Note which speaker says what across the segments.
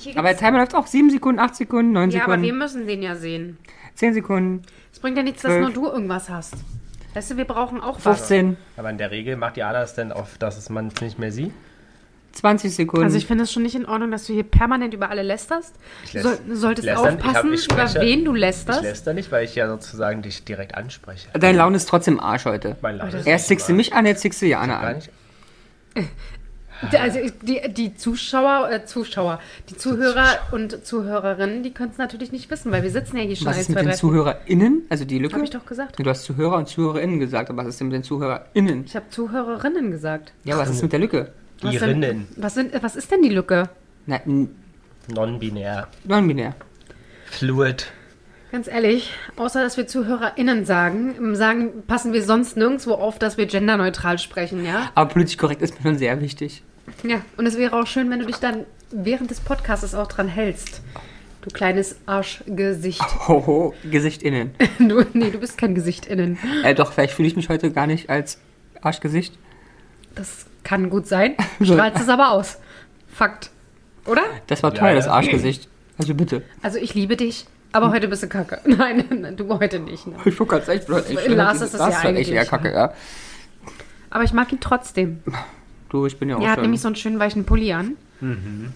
Speaker 1: Hier
Speaker 2: Aber der
Speaker 1: gibt's-
Speaker 2: Timer läuft auch 7 Sekunden, 8 Sekunden, 9
Speaker 1: ja, aber wir
Speaker 2: Sekunden,
Speaker 1: müssen den ja sehen.
Speaker 2: 10 Sekunden,
Speaker 1: Es bringt ja nichts, dass nur
Speaker 2: Zwölf.
Speaker 1: du irgendwas hast. Weißt du, wir brauchen auch was.
Speaker 2: 15,
Speaker 3: Aber in der Regel macht die Ada es denn auf, dass es man es nicht mehr sieht.
Speaker 2: 20 Sekunden.
Speaker 1: Also ich finde es schon nicht in Ordnung, dass du hier permanent über alle lästerst.
Speaker 3: Ich läst-
Speaker 1: Soll, solltest
Speaker 3: lästern? Ich hab-
Speaker 1: aufpassen,
Speaker 3: ich
Speaker 1: über
Speaker 3: spreche-
Speaker 1: wen du
Speaker 3: Ich
Speaker 1: lästerst.
Speaker 3: lässt da nicht, weil ich ja sozusagen dich direkt anspreche.
Speaker 1: Also,
Speaker 2: Deine Laune ist trotzdem Arsch heute.
Speaker 3: Mein
Speaker 1: oh,
Speaker 3: Laune ist
Speaker 2: Erst
Speaker 3: nicht
Speaker 2: zickst du mich an, jetzt zickst du Jana
Speaker 3: mal- Gar
Speaker 2: an.
Speaker 3: nicht.
Speaker 1: Also die, die Zuschauer, äh, Zuschauer, die Zuhörer und Zuhörerinnen, die können es natürlich nicht wissen, weil wir sitzen ja hier schon
Speaker 2: Was
Speaker 1: ein,
Speaker 2: ist
Speaker 1: zwei,
Speaker 2: mit den
Speaker 1: drei-
Speaker 2: ZuhörerInnen? Also die Lücke?
Speaker 1: Hab ich doch gesagt.
Speaker 2: Du hast Zuhörer und ZuhörerInnen gesagt, aber was ist denn mit den ZuhörerInnen?
Speaker 1: Ich habe Zuhörerinnen gesagt.
Speaker 2: Ja, was ist mit der Lücke?
Speaker 3: Die
Speaker 1: denn-
Speaker 3: Rinnen,
Speaker 1: was, sind, äh, was ist denn die Lücke?
Speaker 2: Na, n-
Speaker 3: non-binär,
Speaker 2: Non-binär.
Speaker 3: fluid.
Speaker 1: Ganz ehrlich, außer dass wir ZuhörerInnen sagen, ähm, sagen, passen wir sonst nirgendwo auf, dass wir genderneutral sprechen, ja?
Speaker 2: Aber politisch korrekt ist mir schon sehr wichtig.
Speaker 1: Ja. Und es wäre auch schön, wenn du dich dann während des Podcasts auch dran hältst. Du kleines Arschgesicht.
Speaker 2: Hoho, Gesicht innen.
Speaker 1: Du, nee, du bist kein Gesicht innen.
Speaker 2: äh, doch, vielleicht fühle ich mich heute gar nicht als Arschgesicht.
Speaker 1: Das kann gut sein. Strahlst es aber aus. Fakt. Oder?
Speaker 2: Das war
Speaker 3: Ja,
Speaker 2: teuer, das
Speaker 3: ja.
Speaker 2: Arschgesicht. Also bitte.
Speaker 1: Also ich liebe dich, aber heute bist du kacke. Nein, nein, du heute nicht. Ne?
Speaker 2: Ich gucke ganz echt, Leute, ich
Speaker 1: Lars
Speaker 2: find,
Speaker 1: ist es ja
Speaker 2: Lars war echt
Speaker 1: eigentlich, ne?
Speaker 2: eher kacke, ja.
Speaker 1: Aber ich mag ihn trotzdem.
Speaker 2: Du, ich bin ja auch
Speaker 1: Er hat
Speaker 2: schon.
Speaker 1: nämlich so einen schönen weichen Pulli an.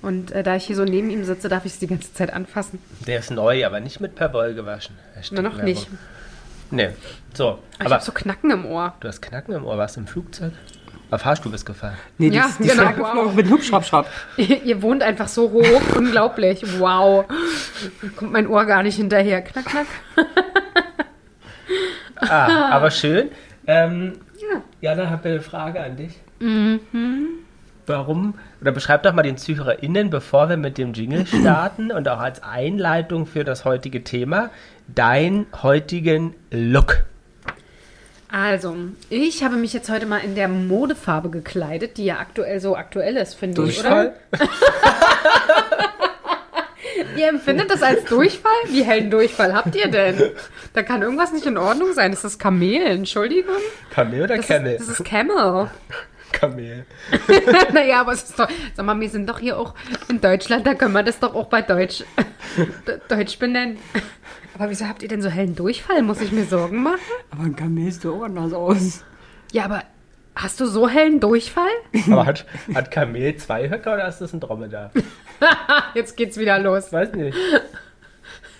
Speaker 1: Und äh, da ich hier so neben ihm sitze, darf ich es die ganze Zeit anfassen.
Speaker 3: Der ist neu, aber nicht mit Perwoll gewaschen. Hashtag
Speaker 1: Nur noch
Speaker 3: Werbung.
Speaker 1: nicht.
Speaker 3: Nee, so.
Speaker 1: Aber ich
Speaker 3: aber
Speaker 1: habe so Knacken im Ohr.
Speaker 3: du hast Knacken im Ohr, warst im Flugzeug? Auf Fahrstuhl bist gefahren.
Speaker 2: nee, die,
Speaker 1: Ja,
Speaker 2: ist- die
Speaker 1: genau,
Speaker 2: ist weggeflogen
Speaker 1: wow.
Speaker 2: mit Hubschraubschraub.
Speaker 1: Ihr, ihr wohnt einfach so hoch. Unglaublich. Wow. Kommt mein Ohr gar nicht hinterher. Knack, knack.
Speaker 3: Ah, aber schön. Ähm,
Speaker 1: Ja. Mhm.
Speaker 3: Jana, habe eine Frage an dich. Warum? Oder beschreib doch mal den ZuhörerInnen, bevor wir mit dem Jingle starten und auch als Einleitung für das heutige Thema, deinen heutigen Look.
Speaker 1: Also, ich habe mich jetzt heute mal in der Modefarbe gekleidet, die ja aktuell so aktuell ist, finde ich, oder?
Speaker 2: Durchfall?
Speaker 1: Ihr empfindet das als Durchfall? Wie hellen Durchfall habt ihr denn? Da kann irgendwas nicht in Ordnung sein. Ist das Kamel? Entschuldigung?
Speaker 3: Kamel oder
Speaker 1: Das
Speaker 3: Camel?
Speaker 1: Ist, das ist Camel.
Speaker 3: Kamel.
Speaker 1: naja, aber es ist doch. Sag mal, wir sind doch hier auch in Deutschland, da können wir das doch auch bei Deutsch, D- Deutsch benennen. Aber wieso habt ihr denn so hellen Durchfall? Muss ich mir Sorgen machen?
Speaker 2: Aber ein Kamel sieht doch auch anders aus.
Speaker 1: Ja, aber hast du so hellen Durchfall?
Speaker 3: Aber hat, hat Kamel zwei Höcker oder ist das ein Dromedar?
Speaker 1: Jetzt geht's wieder los.
Speaker 3: Weiß nicht.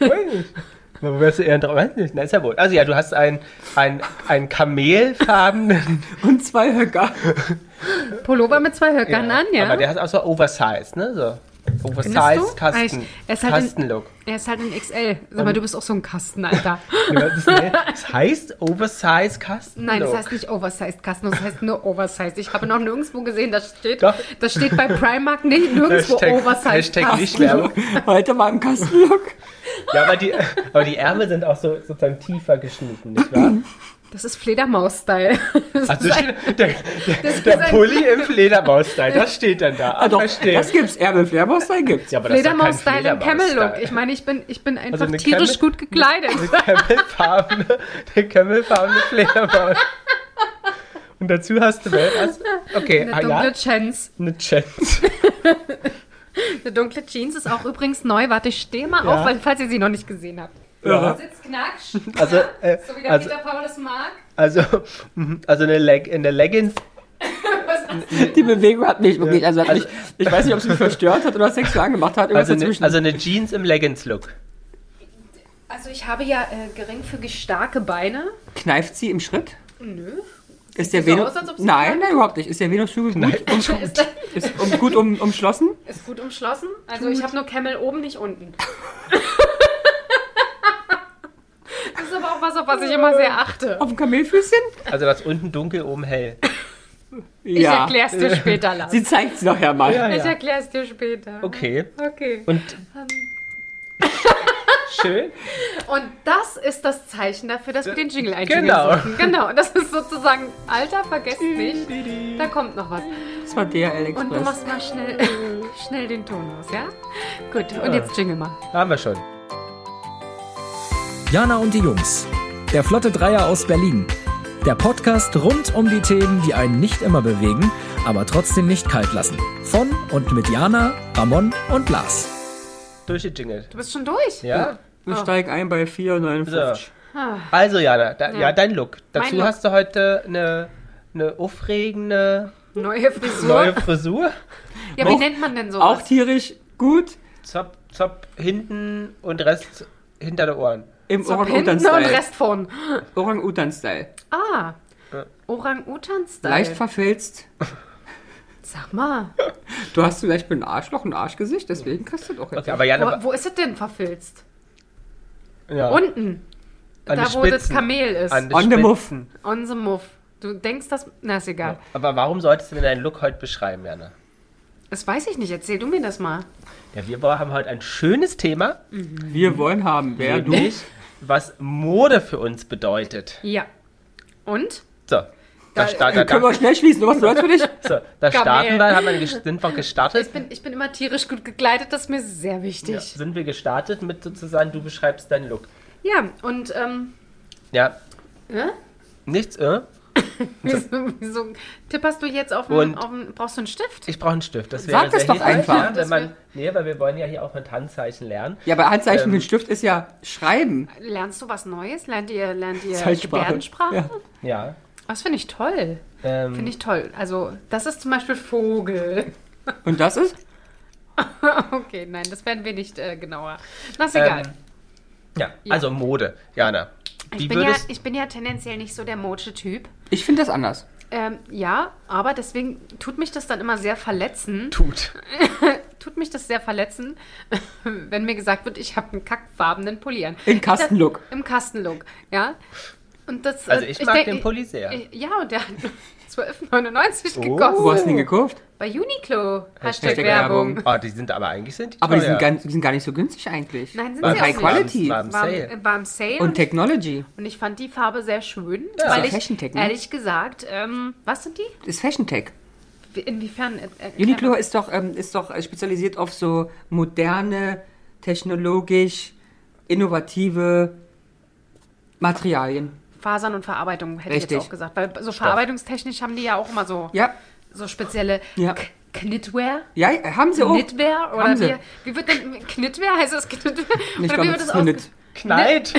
Speaker 3: Weiß nicht. Warum wärst du eher ein Dromedar? Weiß nicht. Na, ist ja wohl. Also ja, du hast einen, einen, einen kamelfarbenen
Speaker 2: Und zwei Höcker.
Speaker 1: Pullover mit zwei Höckern an, ja.
Speaker 3: Aber der hat auch so Oversized, ne? So
Speaker 1: Findest du?
Speaker 3: Oversized-Kasten.
Speaker 1: Eigentlich, er ist halt in-
Speaker 3: Kastenlook.
Speaker 1: Er ist halt ein XL. Sag mal, du bist auch so ein Kasten, Alter.
Speaker 3: Ja, das, ne, das heißt Oversize Kasten.
Speaker 1: Nein, das heißt nicht Oversized Kasten, das heißt nur Oversized. Ich habe noch nirgendwo gesehen, das steht,
Speaker 3: Doch.
Speaker 1: das steht bei Primark nicht, nirgendwo Oversized
Speaker 3: Hashtag
Speaker 1: Kasten.
Speaker 3: nicht Werbung.
Speaker 2: Heute mal im Kastenlook.
Speaker 3: Ja, aber die, aber die Ärmel sind auch so sozusagen tiefer geschnitten, nicht wahr?
Speaker 1: Das ist Fledermaus-Style. Das
Speaker 3: Also
Speaker 1: ist ein-
Speaker 3: steht- der,
Speaker 1: das
Speaker 3: der,
Speaker 1: ist
Speaker 3: der
Speaker 1: ein-
Speaker 3: Pulli im Fledermaus-Style, das steht dann da.
Speaker 2: Ah,
Speaker 3: Ah,
Speaker 2: doch,
Speaker 3: verstehe.
Speaker 2: das gibt's. Ärmel Flairboss-Style gibt's.
Speaker 3: Ja, aber das ist doch kein
Speaker 1: Fledermaus-Style im Camel-Look.
Speaker 3: Fledermaus-Style. Also
Speaker 1: Ich meine, ich bin, ich bin einfach
Speaker 3: eine
Speaker 1: tierisch
Speaker 3: Camel-
Speaker 1: gut gekleidet.
Speaker 3: Eine Camelfarbene, eine Camelfarbene Fledermaus. Und dazu hast du was? Okay,
Speaker 1: Eine
Speaker 3: ah,
Speaker 1: dunkle
Speaker 3: ja,
Speaker 1: Jeans.
Speaker 3: eine Chance.
Speaker 1: Eine dunkle Jeans ist auch übrigens neu. Warte, ich stehe mal
Speaker 3: Ja.
Speaker 1: auf, weil, falls ihr sie noch nicht gesehen habt.
Speaker 3: Ja.
Speaker 1: Sitz, knatsch,
Speaker 3: Also, äh,
Speaker 1: so wie der
Speaker 3: also,
Speaker 1: Peter Paul es mag.
Speaker 3: also, mhm, also eine, Leg eine Leggings
Speaker 2: Die Bewegung hat mich wirklich, also hat
Speaker 3: Also-
Speaker 2: mich, ich weiß nicht, ob sie mich verstört hat oder sexuell angemacht hat, irgendwas
Speaker 3: Also eine,
Speaker 2: dazwischen.
Speaker 3: also eine Jeans im Leggings-Look.
Speaker 1: Also ich habe ja äh, geringfügig starke Beine.
Speaker 2: Kneift sie im Schritt?
Speaker 1: Nö.
Speaker 2: Ist der
Speaker 1: so
Speaker 2: Venus,
Speaker 1: aus, als ob sie
Speaker 2: nein,
Speaker 1: kneift?
Speaker 2: nein, überhaupt nicht. Ist der Venushügel gut, um,
Speaker 1: Ist, das,
Speaker 2: ist um, gut um, umschlossen?
Speaker 1: ist gut umschlossen. Also ich habe nur Camel oben, nicht unten. das ist aber auch was, auf was ich immer sehr achte.
Speaker 2: Auf dem Kamelfüßchen?
Speaker 3: Also das unten dunkel, oben hell.
Speaker 1: Ich
Speaker 2: Ja.
Speaker 1: erklär's dir später, Lars.
Speaker 2: Sie zeigt es nachher mal.
Speaker 1: Ich erklär's dir später.
Speaker 3: Okay.
Speaker 1: Okay.
Speaker 3: Und schön.
Speaker 1: Und das ist das Zeichen dafür, dass wir den Jingle einspielen
Speaker 3: Genau.
Speaker 1: sollten. Genau. Und das ist sozusagen, Alter, vergesst nicht, da kommt noch was.
Speaker 2: Das war DRL
Speaker 1: Und du
Speaker 2: Express.
Speaker 1: machst mal schnell, schnell den Ton aus, ja? Gut, und jetzt Jingle mal.
Speaker 3: Haben wir schon.
Speaker 4: Jana und die Jungs. Der Flotte Dreier aus Berlin. Der Podcast rund um die Themen, die einen nicht immer bewegen, aber trotzdem nicht kalt lassen. Von und mit Jana, Ramon und Lars.
Speaker 3: durchgejingelt.
Speaker 1: Du bist schon durch?
Speaker 3: Ja?
Speaker 2: Ich steig ein bei 4,59.
Speaker 3: Also, Jana, da, ja.
Speaker 1: Ja.
Speaker 3: dein Look. Dazu
Speaker 1: Look.
Speaker 3: hast du heute eine, eine aufregende
Speaker 1: Neue Frisur.
Speaker 3: neue Frisur.
Speaker 1: ja, wie
Speaker 2: Auch-
Speaker 1: nennt man denn
Speaker 2: Auch
Speaker 1: sowas?
Speaker 2: tierisch gut
Speaker 3: Zop, zop, hinten und Rest hinter den Ohren.
Speaker 2: im
Speaker 1: Zopf hinten und
Speaker 2: Orang-Utan-Style.
Speaker 1: Rest vorn.
Speaker 2: Orang-Utan-Style.
Speaker 1: Ah. Orang-Utan-Style.
Speaker 2: Leicht verfilzt.
Speaker 1: Sag mal,
Speaker 2: Du hast vielleicht für ein Arschloch ein Arschgesicht, deswegen kriegst du doch jetzt.
Speaker 3: Okay, aber Jana,
Speaker 1: wo, wo ist es denn verfilzt?
Speaker 3: ja,
Speaker 1: Unten,
Speaker 3: an
Speaker 1: da
Speaker 3: die
Speaker 1: wo das
Speaker 3: Spitzen.
Speaker 1: Kamel ist.
Speaker 3: An die
Speaker 2: On the
Speaker 3: Spitzen.
Speaker 2: Muffen.
Speaker 1: On the move. Du denkst das... Na, ist egal.
Speaker 3: Aber warum solltest du denn deinen Look heute beschreiben, Jana?
Speaker 1: Das weiß ich nicht. Erzähl du mir das mal.
Speaker 3: Ja, wir haben heute ein schönes Thema, Hm.
Speaker 2: Wir wollen haben, wer du.
Speaker 3: nämlich was Mode für uns bedeutet.
Speaker 1: Ja. Und?
Speaker 3: So, da, sta- da,
Speaker 2: Können wir
Speaker 3: da,
Speaker 2: schnell schließen, was soll's für dich?
Speaker 3: so, da starten wir, haben wir, ges- sind wir
Speaker 1: Ich
Speaker 3: gestartet.
Speaker 1: bin, ich bin immer tierisch gut gekleidet. Das ist mir sehr
Speaker 3: Ja,
Speaker 1: wichtig.
Speaker 3: sind wir gestartet mit sozusagen, du beschreibst deinen Look.
Speaker 1: Ja, und... Ähm,
Speaker 3: Ja,
Speaker 1: äh?
Speaker 3: nichts, äh?
Speaker 1: Wieso, wieso tipperst du jetzt auf
Speaker 3: Und-
Speaker 1: einen, auf einen... Brauchst du einen Stift?
Speaker 3: Ich brauche einen Stift. Das
Speaker 2: Sag
Speaker 3: wäre
Speaker 2: es
Speaker 3: sehr
Speaker 2: doch
Speaker 3: hilfreich,
Speaker 2: einfach.
Speaker 3: Ja, wenn man, nee, weil wir wollen ja hier auch mit Handzeichen lernen.
Speaker 2: Ja, aber Handzeichen
Speaker 3: Ähm.
Speaker 2: mit Stift ist ja Schreiben.
Speaker 1: Lernst du was Neues? Lernt ihr, lernt ihr
Speaker 2: Zeichensprache.
Speaker 1: Gebärdensprache?
Speaker 2: Ja.
Speaker 3: Ja.
Speaker 1: Das finde ich toll.
Speaker 3: Ähm,
Speaker 1: Finde ich toll. Also, das ist zum Beispiel Vogel.
Speaker 2: Und das ist?
Speaker 1: Okay, nein, das werden wir nicht äh, genauer. Na, ist egal.
Speaker 3: Ähm, ja, also Mode, Jana.
Speaker 1: ich,
Speaker 3: Wie
Speaker 1: bin ja,
Speaker 3: würdest
Speaker 1: ich bin ja tendenziell nicht so der modische Typ.
Speaker 2: Ich finde das anders.
Speaker 1: Ähm, ja, aber deswegen tut mich das dann immer sehr verletzen.
Speaker 3: tut?
Speaker 1: Tut mich das sehr verletzen, wenn mir gesagt wird, ich habe einen kackfarbenen Pulli an.
Speaker 2: In Kastenlook.
Speaker 1: Das- Im Kastenlook, ja. Und das,
Speaker 3: Also
Speaker 1: äh,
Speaker 3: ich mag
Speaker 1: denk-
Speaker 3: den Pulli sehr.
Speaker 1: ich- Ja, und der hat 12,99
Speaker 3: Oh.
Speaker 1: gekostet.
Speaker 2: Wo hast du den gekauft?
Speaker 1: Bei Uniqlo. Hashtag,
Speaker 2: Hashtag
Speaker 1: Werbung.
Speaker 2: Werbung.
Speaker 3: Oh, die sind aber eigentlich sind die
Speaker 2: Aber die
Speaker 3: teuer.
Speaker 2: sind, gar, die sind gar nicht so günstig eigentlich.
Speaker 1: Nein, sind
Speaker 3: War-
Speaker 1: sie
Speaker 2: High
Speaker 1: auch nicht.
Speaker 2: Quality.
Speaker 3: War im
Speaker 1: War,
Speaker 3: Sale.
Speaker 1: äh, war im Sale
Speaker 2: Und
Speaker 1: und,
Speaker 2: Technology.
Speaker 1: und ich fand die Farbe sehr schön,
Speaker 3: Ja.
Speaker 1: weil
Speaker 2: Ja
Speaker 1: ich
Speaker 2: Fashion Tech, ne?
Speaker 1: ehrlich gesagt, ähm, was sind die?
Speaker 2: Ist Fashion Tech.
Speaker 1: Wie- Inwiefern? äh, äh,
Speaker 2: Uniqlo ist doch, ähm, ist doch äh, spezialisiert auf so moderne, technologisch, innovative Materialien.
Speaker 1: Fasern und Verarbeitung hätte ich
Speaker 2: Richtig.
Speaker 1: jetzt auch gesagt, weil so verarbeitungstechnisch haben die ja auch immer so
Speaker 2: Ja,
Speaker 1: so spezielle
Speaker 2: Ja.
Speaker 1: K Knitwear.
Speaker 2: ja haben sie auch.
Speaker 1: Knitwear oder
Speaker 2: haben sie.
Speaker 1: wie, wie wird denn Knitwear heißt das Knitwear?
Speaker 2: Ich
Speaker 1: oder
Speaker 2: glaube,
Speaker 1: wie
Speaker 2: es ist nur Knit.
Speaker 3: Kneid,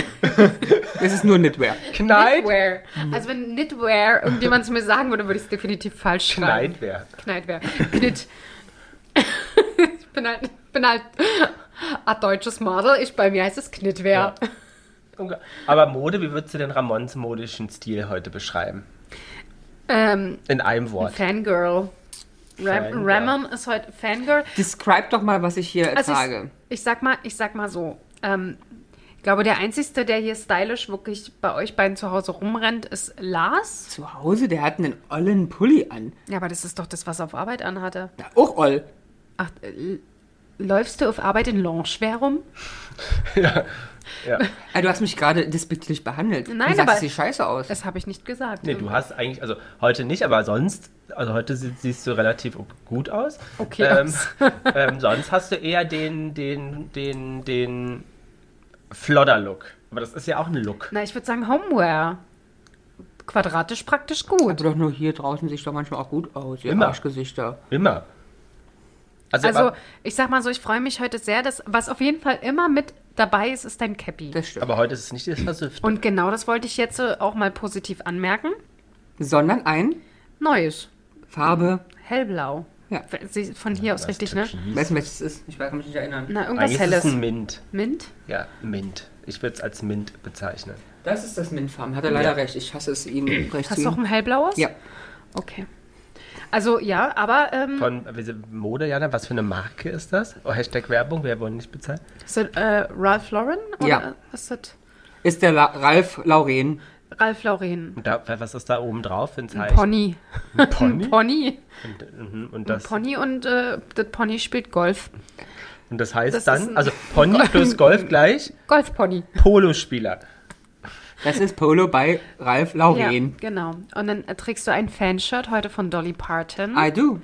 Speaker 2: Es ist nur Knitwear.
Speaker 3: Kneid,
Speaker 1: Knitwear. Also wenn Knitwear irgendjemand zu mir sagen würde, würde ich es definitiv falsch schreiben.
Speaker 3: Kneid wäre.
Speaker 1: Kneidwehr. Knit. ich bin halt, bin halt ein deutsches Model. Ich, bei mir heißt es Knitwehr.
Speaker 3: Aber Mode, wie würdest du den Ramons modischen Stil heute beschreiben?
Speaker 1: Ähm,
Speaker 3: In einem Wort.
Speaker 1: Fangirl. Ram
Speaker 3: Fangirl.
Speaker 1: Ramon ist heute Fangirl.
Speaker 2: Describe doch mal, was ich hier
Speaker 1: Also
Speaker 2: trage.
Speaker 1: ich, ich sag mal, ich sag mal so. Ähm, ich glaube, der Einzige, der hier stylisch wirklich bei euch beiden zu Hause rumrennt, ist Lars.
Speaker 2: Zu Hause, der hat einen ollen Pulli an.
Speaker 1: Ja, aber das ist doch das, was er auf Arbeit anhatte.
Speaker 2: Na, auch oll.
Speaker 1: Ach, äh, läufst du auf Arbeit in Loungewear rum?
Speaker 3: Ja.
Speaker 2: Ah, du hast mich gerade despektierlich behandelt.
Speaker 1: Nein,
Speaker 2: du sagst,
Speaker 1: aber-
Speaker 2: es sieht scheiße aus.
Speaker 1: Das habe ich nicht gesagt.
Speaker 3: Nee, du hast eigentlich, also heute nicht, aber sonst, also heute sie, siehst du relativ gut aus.
Speaker 1: Okay,
Speaker 3: Ähm,
Speaker 1: aus.
Speaker 3: ähm, sonst hast du eher den, den, den, den Flodder-Look. Aber das ist ja auch ein Look.
Speaker 1: Na, ich würde sagen Homewear. Quadratisch praktisch gut.
Speaker 3: Also,
Speaker 2: Aber Also doch nur hier draußen sieht doch manchmal auch gut aus. Ihr
Speaker 3: Immer.
Speaker 2: Arschgesichter.
Speaker 3: Immer. Also,
Speaker 1: Also,
Speaker 3: aber,
Speaker 1: ich sag mal so, ich freue mich heute sehr, dass was auf jeden Fall immer mit dabei ist, ist dein Cappy.
Speaker 2: Das stimmt.
Speaker 3: aber heute ist es nicht das Versüffte.
Speaker 1: Und genau das wollte ich jetzt äh, auch mal positiv anmerken.
Speaker 2: Sondern ein
Speaker 1: Neues,
Speaker 2: Farbe.
Speaker 1: hellblau.
Speaker 2: Ja.
Speaker 1: Sie- Von hier aus richtig, ne?
Speaker 2: Weißt du, welches es ist? Ich kann mich nicht erinnern.
Speaker 1: Na, irgendwas
Speaker 3: Eigentlich ist es
Speaker 1: helles.
Speaker 3: ein Mint.
Speaker 1: Mint?
Speaker 3: Ja, Mint. Ich würde es als Mint bezeichnen.
Speaker 2: Das ist das Mintfarben. Hat er leider recht. Ich hasse es, ihm recht
Speaker 1: Hast
Speaker 2: zu
Speaker 1: du auch
Speaker 2: geben.
Speaker 1: ein hellblaues?
Speaker 2: Ja.
Speaker 1: Okay. Also ja, aber ähm,
Speaker 3: Von äh, diese Mode, Jana, was für eine Marke ist das? Oh, Hashtag Werbung, wir wollen nicht bezahlen.
Speaker 1: ist das äh, Ralph Lauren oder
Speaker 2: Ja.
Speaker 1: ist das
Speaker 2: Ist der La Ralf Lauren.
Speaker 1: Ralph Lauren?
Speaker 3: Und da, was ist da oben drauf? Ein
Speaker 1: Ein
Speaker 3: Zeichen?
Speaker 1: Pony.
Speaker 3: Ein Pony.
Speaker 1: Pony.
Speaker 3: Und, mhm, und, das,
Speaker 1: Pony und äh, das Pony spielt Golf.
Speaker 3: und das heißt
Speaker 1: Das ist
Speaker 3: dann,
Speaker 1: ein-
Speaker 3: also Pony plus Golf gleich
Speaker 1: Golfpony.
Speaker 3: Polospieler.
Speaker 2: Das ist Polo bei Ralf
Speaker 1: Ja,
Speaker 2: Lauren.
Speaker 1: genau. Und dann äh, trägst du ein Fanshirt heute von Dolly Parton.
Speaker 2: I do.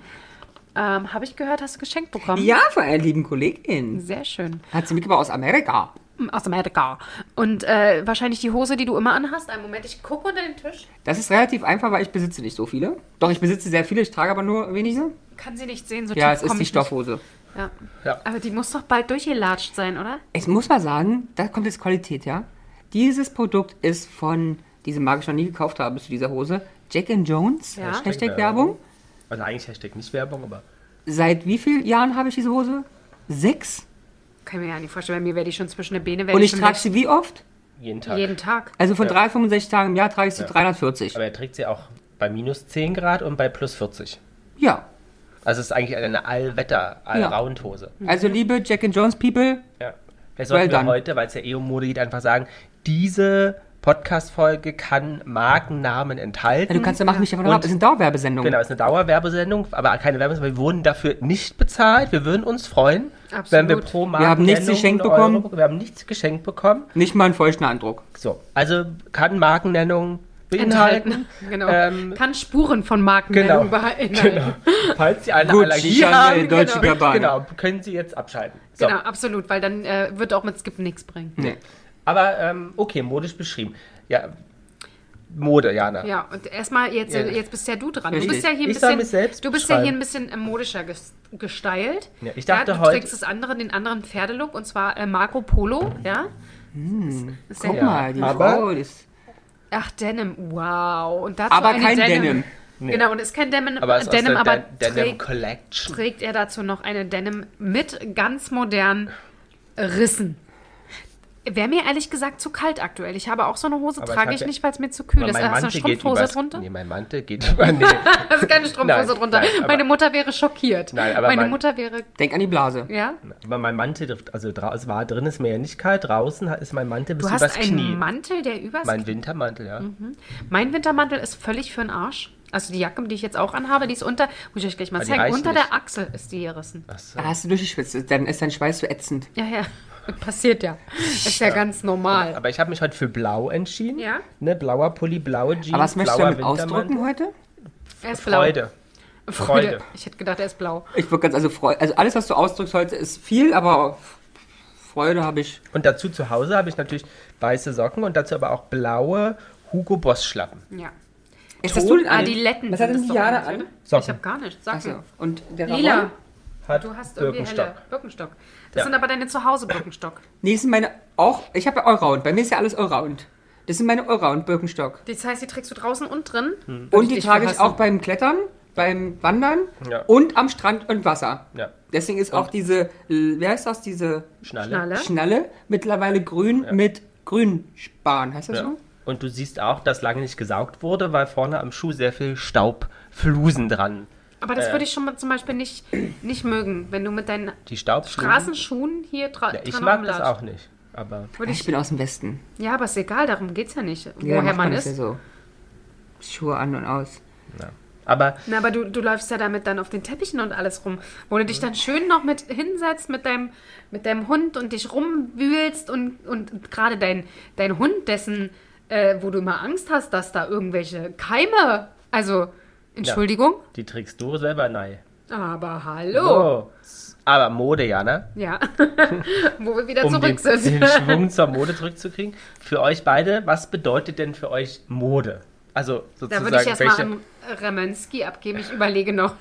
Speaker 1: Ähm, Habe ich gehört, hast du geschenkt bekommen?
Speaker 2: Ja, von einer lieben Kollegin.
Speaker 1: Sehr schön.
Speaker 2: Hat sie mitgebracht aus Amerika.
Speaker 1: Mm, Aus Amerika. Und äh, wahrscheinlich die Hose, die du immer anhast. Einen Moment, ich gucke unter den Tisch.
Speaker 2: Das ist relativ einfach, weil ich besitze nicht so viele. Doch, ich besitze sehr viele, ich trage aber nur wenige.
Speaker 1: Kann sie nicht sehen, so
Speaker 2: Ja,
Speaker 1: tief
Speaker 2: es ist
Speaker 1: komm
Speaker 2: die
Speaker 1: ich
Speaker 2: Stoffhose.
Speaker 1: nicht. Ja.
Speaker 3: Ja.
Speaker 1: Aber die muss doch bald durchgelatscht sein, oder?
Speaker 2: Ich muss mal sagen, da kommt jetzt Qualität, ja? Dieses Produkt ist von diesem Marke, die ich noch nie gekauft habe, zu dieser Hose. Jack and Jones,
Speaker 1: Ja.
Speaker 2: Hashtag
Speaker 3: Hashtag
Speaker 2: Werbung.
Speaker 3: Also eigentlich Hashtag nicht Werbung, aber
Speaker 2: Seit wie vielen Jahren habe ich diese Hose? Sechs.
Speaker 1: Kann ich mir ja nicht vorstellen. Bei mir werde ich schon zwischen der Beine
Speaker 2: Und ich
Speaker 1: schon
Speaker 2: trage sie wie oft?
Speaker 3: jeden Tag.
Speaker 1: jeden Tag.
Speaker 2: Also von 365 Tagen im Jahr trage ich sie 340.
Speaker 3: Aber er trägt sie auch bei minus 10 Grad und bei plus 40.
Speaker 2: Ja.
Speaker 3: Also es ist eigentlich eine Allwetter, Allroundhose.
Speaker 1: Mhm.
Speaker 2: Also liebe Jack and Jones People,
Speaker 3: Ja. Vielleicht
Speaker 2: Well
Speaker 3: sollten wir
Speaker 2: done.
Speaker 3: heute, weil es ja eh um Mode geht, einfach sagen, diese Podcast-Folge kann Markennamen enthalten.
Speaker 2: ja, du kannst ja
Speaker 1: Mhm.
Speaker 2: machen mich davon
Speaker 3: Und-
Speaker 2: ab. Das ist eine Dauerwerbesendung.
Speaker 3: Genau, ist eine Dauerwerbesendung, aber keine Werbung, wir wurden dafür nicht bezahlt. Wir würden uns freuen,
Speaker 1: Absolut.
Speaker 3: wenn wir pro Marken
Speaker 2: haben nichts geschenkt bekommen.
Speaker 3: wir haben nichts geschenkt bekommen.
Speaker 2: Nicht mal einen feuchten Eindruck.
Speaker 3: So, also kann Markennennung beinhalten.
Speaker 1: Enthalten. Genau.
Speaker 3: Ähm,
Speaker 1: Kann Spuren von
Speaker 3: Genau.
Speaker 1: Markennennung beinhalten.
Speaker 3: genau. Falls Sie eine Allergie
Speaker 2: Chanel,
Speaker 3: haben,
Speaker 1: genau.
Speaker 2: Deutsche Bahn.
Speaker 3: genau, können Sie jetzt abschalten. So.
Speaker 1: Genau, absolut, weil dann äh, wird auch mit Skip nichts bringen.
Speaker 2: Nee.
Speaker 3: Aber ähm, okay, modisch beschrieben. Ja, Mode, Jana.
Speaker 1: Ja, und erstmal, jetzt,
Speaker 3: Ja.
Speaker 1: jetzt bist ja du dran. Du
Speaker 2: Richtig.
Speaker 1: bist ja hier ein
Speaker 3: Ich soll
Speaker 1: bisschen,
Speaker 3: mich selbst
Speaker 1: du bist ja hier
Speaker 3: beschreiben.
Speaker 1: ein bisschen äh, modischer ges- gesteilt.
Speaker 3: Ja, ich dachte
Speaker 1: ja, du
Speaker 3: heute-
Speaker 1: trägst das andere, den anderen Pferdelook und zwar äh, Marco Polo, ja.
Speaker 3: Hm,
Speaker 1: Das ist
Speaker 2: Guck
Speaker 1: ja-
Speaker 2: mal, die
Speaker 3: aber-
Speaker 2: Frau ist.
Speaker 1: Ach, Denim, wow. Und dazu
Speaker 2: Aber
Speaker 1: eine
Speaker 2: kein Denim.
Speaker 1: Genau, und ist kein Denim,
Speaker 3: Aber es ist
Speaker 1: Denim,
Speaker 3: aus der
Speaker 1: aber
Speaker 3: Den Denim
Speaker 1: trägt,
Speaker 3: Collection.
Speaker 1: trägt er dazu noch eine Denim mit ganz modernen Rissen. Wäre mir ehrlich gesagt zu kalt aktuell. Ich habe auch so eine Hose,
Speaker 3: Aber ich
Speaker 1: trage
Speaker 3: hab
Speaker 1: ich
Speaker 3: ja-
Speaker 1: nicht, weil es mir zu kühl
Speaker 3: Aber
Speaker 1: ist.
Speaker 3: mein
Speaker 1: Hast du eine
Speaker 3: Mantel geht
Speaker 1: Strumpfhose
Speaker 3: übers-
Speaker 1: drunter?
Speaker 3: Nee, mein Mantel geht über. Nee.
Speaker 1: Also keine Strumpfhose
Speaker 3: Nein,
Speaker 1: drunter.
Speaker 3: nein, aber-
Speaker 1: Meine Mutter wäre schockiert.
Speaker 3: Nein, aber
Speaker 1: Meine
Speaker 3: mein-
Speaker 1: Mutter wäre,
Speaker 2: Denk an die Blase.
Speaker 1: ja.
Speaker 3: Aber mein Mantel, trifft- also dra- es war drin, ist mir ja nicht kalt. Draußen hat- ist mein Mantel bis
Speaker 1: Du hast
Speaker 3: übers
Speaker 1: einen Mhm.
Speaker 3: Knie.
Speaker 1: Mantel, der übers
Speaker 3: Mein Wintermantel, ja.
Speaker 1: Mein Wintermantel ist völlig für den Arsch. Also die Jacke, die ich jetzt auch anhabe, die ist unter, muss ich euch gleich mal
Speaker 3: Aber die
Speaker 1: zeigen,
Speaker 3: reicht
Speaker 1: unter
Speaker 3: nicht.
Speaker 1: der Achsel ist die gerissen.
Speaker 2: Da hast du durchgeschwitzt. Dann ist dein Schweiß so ätzend.
Speaker 1: Ja, ja. Passiert ja. Ist ja ganz normal.
Speaker 3: Aber ich habe mich heute für blau entschieden.
Speaker 1: Ja.
Speaker 3: Ne, blauer Pulli, blaue Jeans,
Speaker 2: Aber was möchtest du
Speaker 3: blauer
Speaker 2: damit ausdrücken heute?
Speaker 1: Er ist blau.
Speaker 3: Freude. Freude.
Speaker 1: Ich hätte gedacht, er ist blau.
Speaker 2: Ich würde ganz, also Freude. Also alles, was du ausdrückst heute, ist viel, aber Freude habe ich.
Speaker 3: Und dazu zu Hause habe ich natürlich weiße Socken und dazu aber auch blaue Hugo Boss Schlappen.
Speaker 1: Ja.
Speaker 2: Ist das du denn an?
Speaker 1: Adiletten
Speaker 2: Was
Speaker 1: sind
Speaker 2: hat denn
Speaker 1: es
Speaker 2: die
Speaker 1: doch
Speaker 2: Jana
Speaker 1: eigentlich,
Speaker 2: an?
Speaker 1: oder?
Speaker 3: Socken.
Speaker 1: Ich habe gar nichts. Sag
Speaker 2: Achso.
Speaker 1: mir.
Speaker 2: Und der
Speaker 1: Lila,
Speaker 2: Ramon?
Speaker 3: Hat
Speaker 1: du hast irgendwie
Speaker 3: Birkenstock.
Speaker 1: helle Birkenstock. Das
Speaker 3: Ja.
Speaker 1: sind aber deine Zuhause-Birkenstock.
Speaker 2: Nee, das sind meine auch. Ich habe ja Allround. Bei mir ist ja alles Allround. Das sind meine Allround Birkenstock.
Speaker 1: Das heißt, die trägst du draußen und drin.
Speaker 3: Hm.
Speaker 2: Und die
Speaker 1: dich
Speaker 2: trage ich
Speaker 1: verhassen.
Speaker 2: auch beim Klettern, beim Wandern
Speaker 3: Ja.
Speaker 2: und am Strand und Wasser.
Speaker 3: Ja.
Speaker 2: Deswegen ist auch diese, äh, wie heißt das, diese
Speaker 3: Schnalle.
Speaker 1: Schnalle.
Speaker 2: Schnalle mittlerweile grün mit Grünspan. Heißt das
Speaker 3: Ja.
Speaker 2: so?
Speaker 3: Und du siehst auch, dass lange nicht gesaugt wurde, weil vorne am Schuh sehr viel Staubflusen dran.
Speaker 1: Aber das würde ich schon mal zum Beispiel nicht, nicht mögen, wenn du mit deinen
Speaker 3: Die Staubflusen.
Speaker 1: Straßenschuhen hier dra
Speaker 3: Mhm. Ja, ich
Speaker 1: dran
Speaker 3: mag das
Speaker 1: rumlatscht.
Speaker 3: auch nicht. Aber
Speaker 1: Würde
Speaker 2: Ich
Speaker 1: ich,
Speaker 2: bin aus dem Westen.
Speaker 1: ja, aber ist egal, darum geht's ja nicht,
Speaker 2: Ja,
Speaker 1: woher
Speaker 2: macht
Speaker 1: man
Speaker 2: das
Speaker 1: ist.
Speaker 2: Ja so. Schuhe an und aus.
Speaker 3: aber
Speaker 1: Na, aber du, du läufst ja damit dann auf den Teppichen und alles rum, wo du dich dann schön noch mit hinsetzt mit deinem, mit deinem Hund und dich rumwühlst und, und gerade dein, dein Hund, dessen, äh, wo du immer Angst hast, dass da irgendwelche Keime, also, Entschuldigung,
Speaker 3: die trägst du selber nein.
Speaker 1: aber hallo.
Speaker 3: Oh. Aber Mode, ja, ne?
Speaker 1: Ja, wo wir wieder
Speaker 3: Um den,
Speaker 1: zurück sind.
Speaker 3: den Schwung zur Mode zurückzukriegen. Für euch beide, was bedeutet denn für euch Mode? Also
Speaker 1: Da
Speaker 3: sozusagen
Speaker 1: würde ich erstmal
Speaker 3: welche-
Speaker 1: an Ramensky abgeben, ich überlege noch.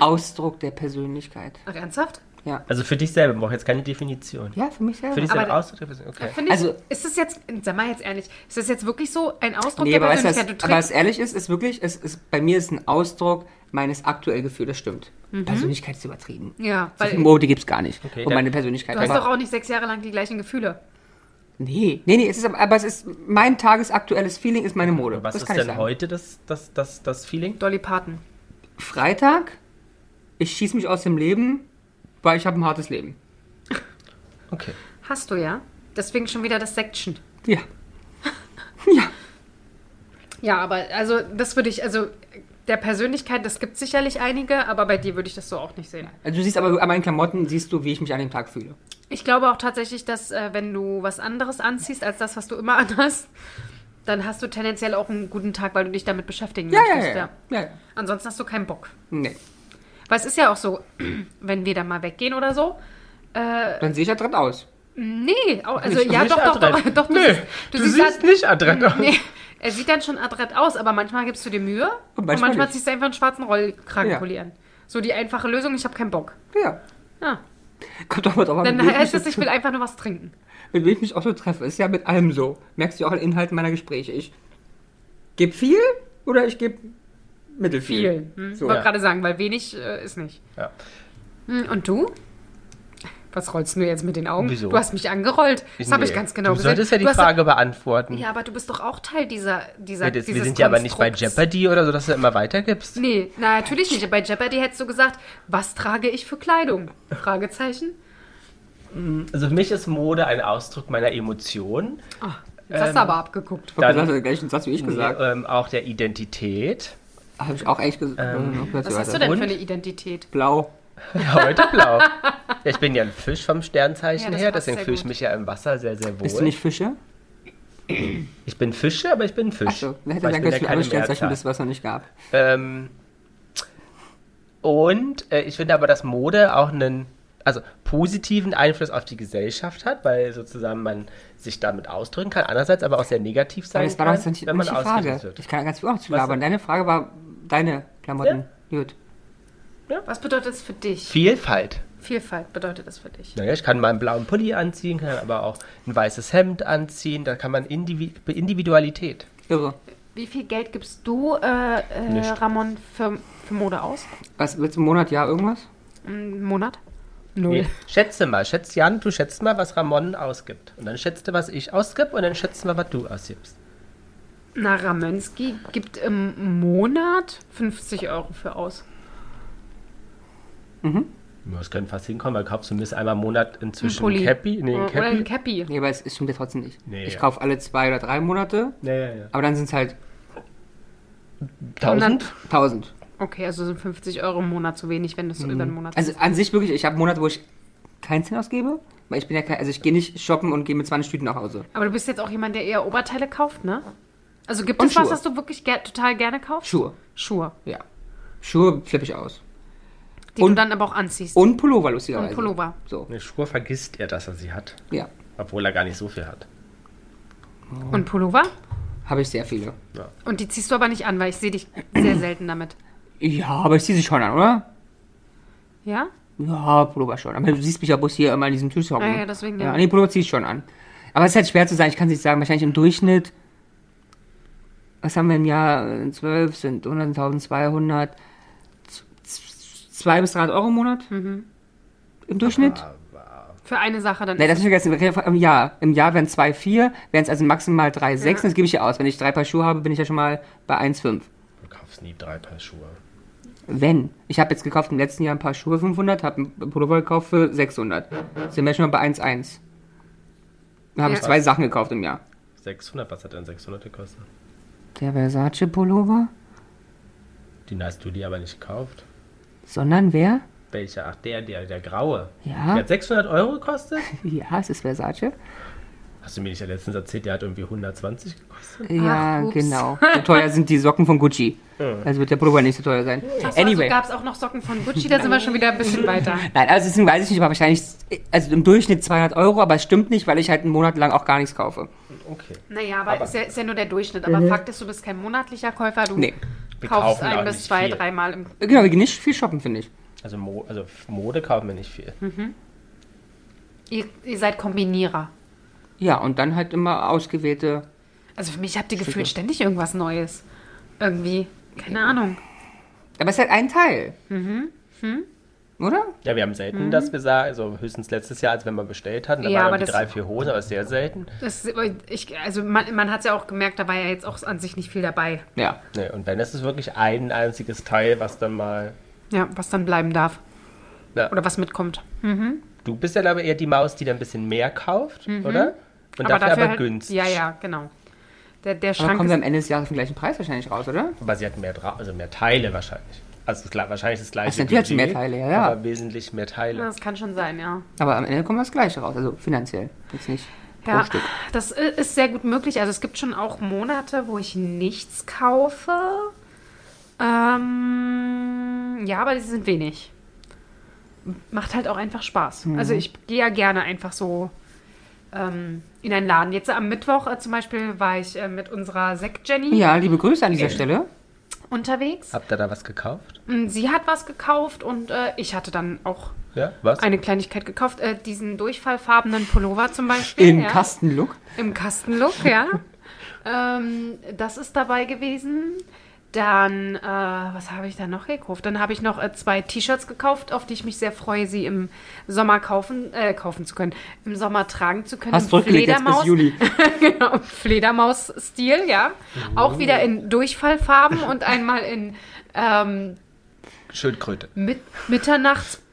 Speaker 2: Ausdruck der Persönlichkeit.
Speaker 1: Ach, ernsthaft?
Speaker 3: Also für dich selber, brauche jetzt keine Definition.
Speaker 2: Ja, für mich
Speaker 3: Für
Speaker 2: selber.
Speaker 3: dich
Speaker 1: Aber
Speaker 3: selber Ausdruck. Okay.
Speaker 1: Finde ich,
Speaker 2: Also-
Speaker 1: also, ist das jetzt, sag mal jetzt ehrlich, ist das jetzt wirklich so ein Ausdruck
Speaker 2: Nee,
Speaker 1: der
Speaker 2: aber, weißt, du, was,
Speaker 1: Persönlichkeit?
Speaker 2: aber was ehrlich ist, ist wirklich, es ist, bei mir ist ein Ausdruck meines aktuellen Gefühls, das stimmt. Persönlichkeit ist übertrieben.
Speaker 1: du trägst, ja,
Speaker 2: So viel
Speaker 1: Mhm. weil
Speaker 2: Mode gibt es gar nicht.
Speaker 3: Okay,
Speaker 2: und
Speaker 3: dann-
Speaker 2: meine Persönlichkeit.
Speaker 1: du hast
Speaker 2: aber-
Speaker 1: doch auch nicht sechs Jahre lang die gleichen Gefühle.
Speaker 2: nee, nee, nee, es ist, aber- aber es ist, mein tagesaktuelles Feeling ist meine Mode.
Speaker 3: Was
Speaker 2: das
Speaker 3: ist
Speaker 2: kann ich
Speaker 3: denn
Speaker 2: sagen.
Speaker 3: heute das, das, das, das Feeling?
Speaker 1: Dolly Parton.
Speaker 2: Freitag, ich schieße mich aus dem Leben, weil ich habe ein hartes Leben.
Speaker 3: Okay.
Speaker 1: Hast du ja. Deswegen schon wieder das Section.
Speaker 2: Ja.
Speaker 1: Ja, aber also das würde ich, also der Persönlichkeit, das gibt sicherlich einige, aber bei dir würde ich das so auch nicht sehen.
Speaker 2: Also du siehst aber an meinen Klamotten, siehst du, wie ich mich an dem Tag fühle.
Speaker 1: Ich glaube auch tatsächlich, dass äh, wenn du was anderes anziehst als das, was du immer anhast, dann hast du tendenziell auch einen guten Tag, weil du dich damit beschäftigen möchtest.
Speaker 2: ja. ja.
Speaker 1: Ansonsten hast du keinen Bock.
Speaker 2: Nee.
Speaker 1: Weil es ist ja auch so, wenn wir dann mal weggehen oder so.
Speaker 2: Dann sehe ich ja drin aus.
Speaker 1: Nee, auch, also
Speaker 3: Nicht-
Speaker 1: ja,
Speaker 3: nicht
Speaker 1: doch, doch, doch,
Speaker 3: adrett.
Speaker 1: doch. Du
Speaker 3: Nee,
Speaker 1: siehst, du siehst, halt-
Speaker 3: nicht adrett aus.
Speaker 1: nee, er sieht dann schon adrett aus, aber manchmal gibst du dir Mühe und
Speaker 2: Und
Speaker 1: manchmal,
Speaker 2: manchmal nicht.
Speaker 1: ziehst du einfach einen schwarzen Rollkragenpulli
Speaker 2: Ja.
Speaker 1: an. So die einfache Lösung, ich habe keinen Bock.
Speaker 2: Ja.
Speaker 1: Ja.
Speaker 2: Kommt doch mal drauf an.
Speaker 1: Dann
Speaker 2: mit wem ich
Speaker 1: heißt
Speaker 2: mich
Speaker 1: es, ich
Speaker 2: so-
Speaker 1: will einfach nur was trinken.
Speaker 2: Mit wem ich mich auch so treffe, ist ja mit allem so. Merkst du auch an Inhalten meiner Gespräche. Ich gebe viel oder ich gebe mittelviel.
Speaker 1: Viel. Hm?
Speaker 2: So.
Speaker 1: Wollte
Speaker 3: Ja.
Speaker 1: gerade sagen, weil wenig äh, ist nicht.
Speaker 3: Ja.
Speaker 1: Hm, und du? Was rollst du jetzt mit den Augen?
Speaker 3: Wieso?
Speaker 1: Du hast mich angerollt. Das habe
Speaker 3: Nee.
Speaker 1: ich ganz genau
Speaker 3: du
Speaker 1: gesehen.
Speaker 3: solltest ja die
Speaker 1: du hast-
Speaker 3: Frage beantworten.
Speaker 1: Ja, aber du bist doch auch Teil dieser, dieser
Speaker 3: wir, das, wir
Speaker 1: dieses
Speaker 3: sind ja aber nicht bei
Speaker 1: Konstrukts.
Speaker 3: Jeopardy oder so, dass du immer weitergibst.
Speaker 1: Nee, na, natürlich nicht. Bei Jeopardy hättest du gesagt, was trage ich für Kleidung? Fragezeichen.
Speaker 3: Also für mich ist Mode ein Ausdruck meiner Emotionen,
Speaker 1: Ah, jetzt
Speaker 3: Ähm.
Speaker 1: hast du aber abgeguckt.
Speaker 2: Ich habe
Speaker 3: Dann-
Speaker 2: den gleichen Satz wie ich gesagt.
Speaker 3: ähm, auch der Identität.
Speaker 2: Habe ich auch echt gesagt.
Speaker 1: Was hast du denn für eine Identität?
Speaker 2: Blau.
Speaker 3: Ja, heute blau. ja, ich bin ja ein Fisch vom
Speaker 1: Ja,
Speaker 3: Sternzeichen
Speaker 1: das
Speaker 3: her,
Speaker 1: passt
Speaker 3: deswegen
Speaker 1: sehr
Speaker 3: fühle ich
Speaker 1: gut.
Speaker 3: mich ja im Wasser sehr, sehr wohl.
Speaker 2: Bist du nicht Fische?
Speaker 3: Ich bin Fische, aber ich bin ein Fisch.
Speaker 2: Achso, dann hätte
Speaker 3: Weil
Speaker 2: ich
Speaker 3: ich bin
Speaker 2: gesagt, dass du alle Sternzeichen
Speaker 3: Mehrzahl.
Speaker 2: bist, was es noch nicht gab.
Speaker 3: Ähm, und äh, ich finde aber, dass Mode auch einen also positiven Einfluss auf die Gesellschaft hat, weil sozusagen man sich damit ausdrücken kann, andererseits aber auch sehr negativ
Speaker 2: Aber
Speaker 3: sein
Speaker 2: das war doch
Speaker 3: kann,
Speaker 2: jetzt nicht,
Speaker 3: wenn man
Speaker 2: nicht die
Speaker 3: ausgenutzt
Speaker 2: Frage. Ich
Speaker 3: wird.
Speaker 2: kann ganz viel auch zu labern. Deine Frage war deine Klamotten. Gut.
Speaker 1: Was bedeutet das für dich?
Speaker 3: Vielfalt.
Speaker 1: Vielfalt bedeutet das für dich.
Speaker 3: Naja, ich kann mal einen blauen Pulli anziehen, kann aber auch ein weißes Hemd anziehen, da kann man Indivi Individualität.
Speaker 2: Irre.
Speaker 1: Wie viel Geld gibst du, äh, äh,
Speaker 3: Nicht.
Speaker 1: Ramon, für, für Mode aus?
Speaker 2: Was willst du im Monat? Ja, irgendwas?
Speaker 1: Im Monat?
Speaker 3: Nee. Schätze mal, schätz Jan, du schätzt mal, was Ramon ausgibt. Und dann schätzt du, was ich ausgib und dann schätzt mal, was du ausgibst.
Speaker 1: Na, Ramönski gibt im Monat 50 Euro für aus.
Speaker 3: Ja, Das können fast hinkommen, weil kaufst du mir einmal im Monat inzwischen
Speaker 1: Pulli.
Speaker 3: ein Cappy. Nee, ein
Speaker 1: Oder ein
Speaker 3: Cappy.
Speaker 1: Cappy.
Speaker 2: Nee, aber es stimmt ja trotzdem nicht.
Speaker 3: Nee,
Speaker 2: ich
Speaker 3: ja.
Speaker 2: kaufe alle zwei oder drei Monate,
Speaker 3: Ja, ja, ja.
Speaker 2: aber dann sind es halt
Speaker 1: Und dann-
Speaker 3: 1000?
Speaker 2: 1000.
Speaker 1: Okay, also sind 50 Euro im Monat zu wenig, wenn du es über den Monat
Speaker 2: Also an sich wirklich, ich habe Monate, wo ich keinen Cent ausgebe, weil ich bin ja kein, also ich gehe nicht shoppen und gehe mit 20 Tüten nach Hause.
Speaker 1: Aber du bist jetzt auch jemand, der eher Oberteile kauft, ne? Also gibt
Speaker 2: Und
Speaker 1: es was,
Speaker 2: Schuhe.
Speaker 1: was du wirklich ger total gerne kaufst?
Speaker 2: Schuhe,
Speaker 1: Schuhe,
Speaker 2: ja. Schuhe flippe ich aus.
Speaker 1: die
Speaker 2: Und-
Speaker 1: du dann aber auch anziehst.
Speaker 2: Und Pullover, lustigerweise.
Speaker 1: Und Pullover.
Speaker 2: So,
Speaker 3: Eine Spur vergisst er, dass er sie hat.
Speaker 2: ja.
Speaker 3: Obwohl er gar nicht so viel hat.
Speaker 1: Und Pullover.
Speaker 2: Habe ich sehr viele.
Speaker 1: Und die ziehst du aber nicht an, weil ich sehe dich sehr selten damit.
Speaker 2: Ja, aber ich ziehe sie schon an, oder?
Speaker 1: Ja?
Speaker 2: Ja, Pullover schon. Aber du siehst mich ja bloß hier immer an diesem Tisch hocken.
Speaker 1: Ah ja, deswegen
Speaker 2: Ja,
Speaker 1: ja.
Speaker 2: nee, Pullover ziehe ich schon an. Aber es ist halt schwer zu sagen, ich kann es nicht sagen. Wahrscheinlich im Durchschnitt, was haben wir im Jahr? Äh, 12 sind 100, 1200, 2 bis 300 Euro im Monat
Speaker 1: Mhm.
Speaker 2: im Durchschnitt.
Speaker 1: Für eine Sache dann.
Speaker 2: Nee, das ist vergessen. Wir reden von- Im Jahr, im Jahr wären es 2, 4, wären es also maximal 3, 6. Das gebe ich ja aus. Wenn ich drei Paar Schuhe habe, bin ich ja schon mal bei 1, 5.
Speaker 3: Du kaufst nie drei Paar Schuhe.
Speaker 2: Wenn. Ich habe jetzt gekauft im letzten Jahr ein paar Schuhe 500, habe einen Pullover gekauft für 600. Sind wir schon mal bei 1, 1. Dann habe
Speaker 1: Ja.
Speaker 2: ich zwei Sachen gekauft im Jahr.
Speaker 3: 600, was hat denn 600 gekostet?
Speaker 2: Der Versace Pullover?
Speaker 3: Den hast du dir aber nicht gekauft.
Speaker 2: Sondern wer?
Speaker 3: Welcher? Ach, der, der, der graue.
Speaker 2: Ja.
Speaker 3: Der hat 600 Euro gekostet?
Speaker 2: Ja, es ist Versace.
Speaker 3: Hast du mir nicht ja letztens erzählt, der hat irgendwie 120 gekostet?
Speaker 2: Ja,
Speaker 1: ups.
Speaker 2: genau. So teuer sind die Socken von Gucci. Also wird der Pullover nicht so teuer sein.
Speaker 1: Achso,
Speaker 2: Anyway.
Speaker 1: also gab es auch noch Socken von Gucci, da sind wir schon wieder ein bisschen weiter.
Speaker 2: Nein, also deswegen weiß ich nicht, aber wahrscheinlich, also im Durchschnitt 200 Euro, aber es stimmt nicht, weil ich halt einen Monat lang auch gar nichts kaufe.
Speaker 3: Okay.
Speaker 1: Naja, aber, Ist, ja, ist ja nur der Durchschnitt. Aber Fakt ist, du bist kein monatlicher Käufer, du
Speaker 2: Nee.
Speaker 3: Wir
Speaker 1: kaufst
Speaker 3: kaufen auch
Speaker 1: ein bis
Speaker 3: nicht
Speaker 1: zwei,
Speaker 3: viel.
Speaker 1: dreimal im
Speaker 2: Genau, wir gehen nicht viel shoppen, finde ich.
Speaker 3: Also, Mo also F- Mode kaufen wir nicht viel.
Speaker 1: Hm. Ihr, ihr seid Kombinierer.
Speaker 2: Ja, und dann halt immer ausgewählte.
Speaker 1: Also für mich habt ihr gefühlt ständig irgendwas Neues. Irgendwie. Keine Ahnung.
Speaker 2: Aber es ist halt ein Teil. Mhm.
Speaker 1: Hm?
Speaker 2: Oder?
Speaker 3: Ja, wir haben selten das gesagt, also höchstens letztes Jahr, als wir mal bestellt hatten, da
Speaker 1: Mhm. Ja,
Speaker 3: waren
Speaker 1: aber
Speaker 3: irgendwie
Speaker 1: das-
Speaker 3: drei, vier Hosen, aber sehr selten.
Speaker 1: Das, ist- ich, also man, man hat es ja auch gemerkt, da war ja jetzt auch an sich nicht viel dabei.
Speaker 2: Ja.
Speaker 3: Nee, und wenn, das ist wirklich ein einziges Teil, was dann mal...
Speaker 1: Ja, was dann bleiben darf.
Speaker 3: Ja.
Speaker 1: Oder was mitkommt.
Speaker 3: Du bist ja aber eher die Maus, die dann ein bisschen mehr kauft, oder? Und dafür, aber
Speaker 1: Mhm. halt-
Speaker 3: günstig.
Speaker 1: Ja, ja, genau. Der, der
Speaker 2: Aber
Speaker 1: Schrank
Speaker 2: kommen wir
Speaker 1: ist,
Speaker 2: am Ende des Jahres vom gleichen Preis wahrscheinlich raus, oder?
Speaker 3: Aber sie hat mehr, Dra also mehr Teile wahrscheinlich. Also das, gla- wahrscheinlich das gleiche.
Speaker 2: Ach, natürlich hat sie mehr Teile, ja, ja.
Speaker 3: Aber wesentlich mehr Teile.
Speaker 1: das kann schon sein, ja.
Speaker 2: Aber am Ende kommen wir das gleiche raus, also finanziell. Jetzt nicht.
Speaker 1: Ja,
Speaker 2: Pro Stück.
Speaker 1: das i- ist sehr gut möglich. Also es gibt schon auch Monate, wo ich nichts kaufe. Ähm, ja, aber die sind wenig. Macht halt auch einfach Spaß. Also ich gehe ja gerne einfach so ähm, in einen Laden. Jetzt am Mittwoch äh, zum Beispiel war ich äh, mit unserer Sekt-Jenny
Speaker 2: Ja, liebe Grüße an dieser Stelle.
Speaker 1: unterwegs.
Speaker 3: Habt ihr da was gekauft?
Speaker 1: Und Sie hat was gekauft und äh, ich hatte dann auch
Speaker 3: Ja, was?
Speaker 1: eine Kleinigkeit gekauft. Äh, diesen durchfallfarbenen Pullover zum Beispiel.
Speaker 2: Im
Speaker 1: ja.
Speaker 2: Kastenlook.
Speaker 1: Im Kastenlook, ja. ähm, das ist dabei gewesen. Dann, äh, was habe ich da noch gekauft? Dann habe ich noch äh, zwei T-Shirts gekauft, auf die ich mich sehr freue, sie im Sommer kaufen, äh, kaufen zu können, im Sommer tragen zu können.
Speaker 2: Hast
Speaker 1: Im
Speaker 2: zurückgelegt jetzt bis
Speaker 1: Fledermaus-
Speaker 2: Juli.
Speaker 1: genau, im Fledermaus-Stil, ja. Auch wieder in Durchfallfarben und einmal in ähm,
Speaker 3: Schildkröte.
Speaker 1: mit Mitternachtsblau.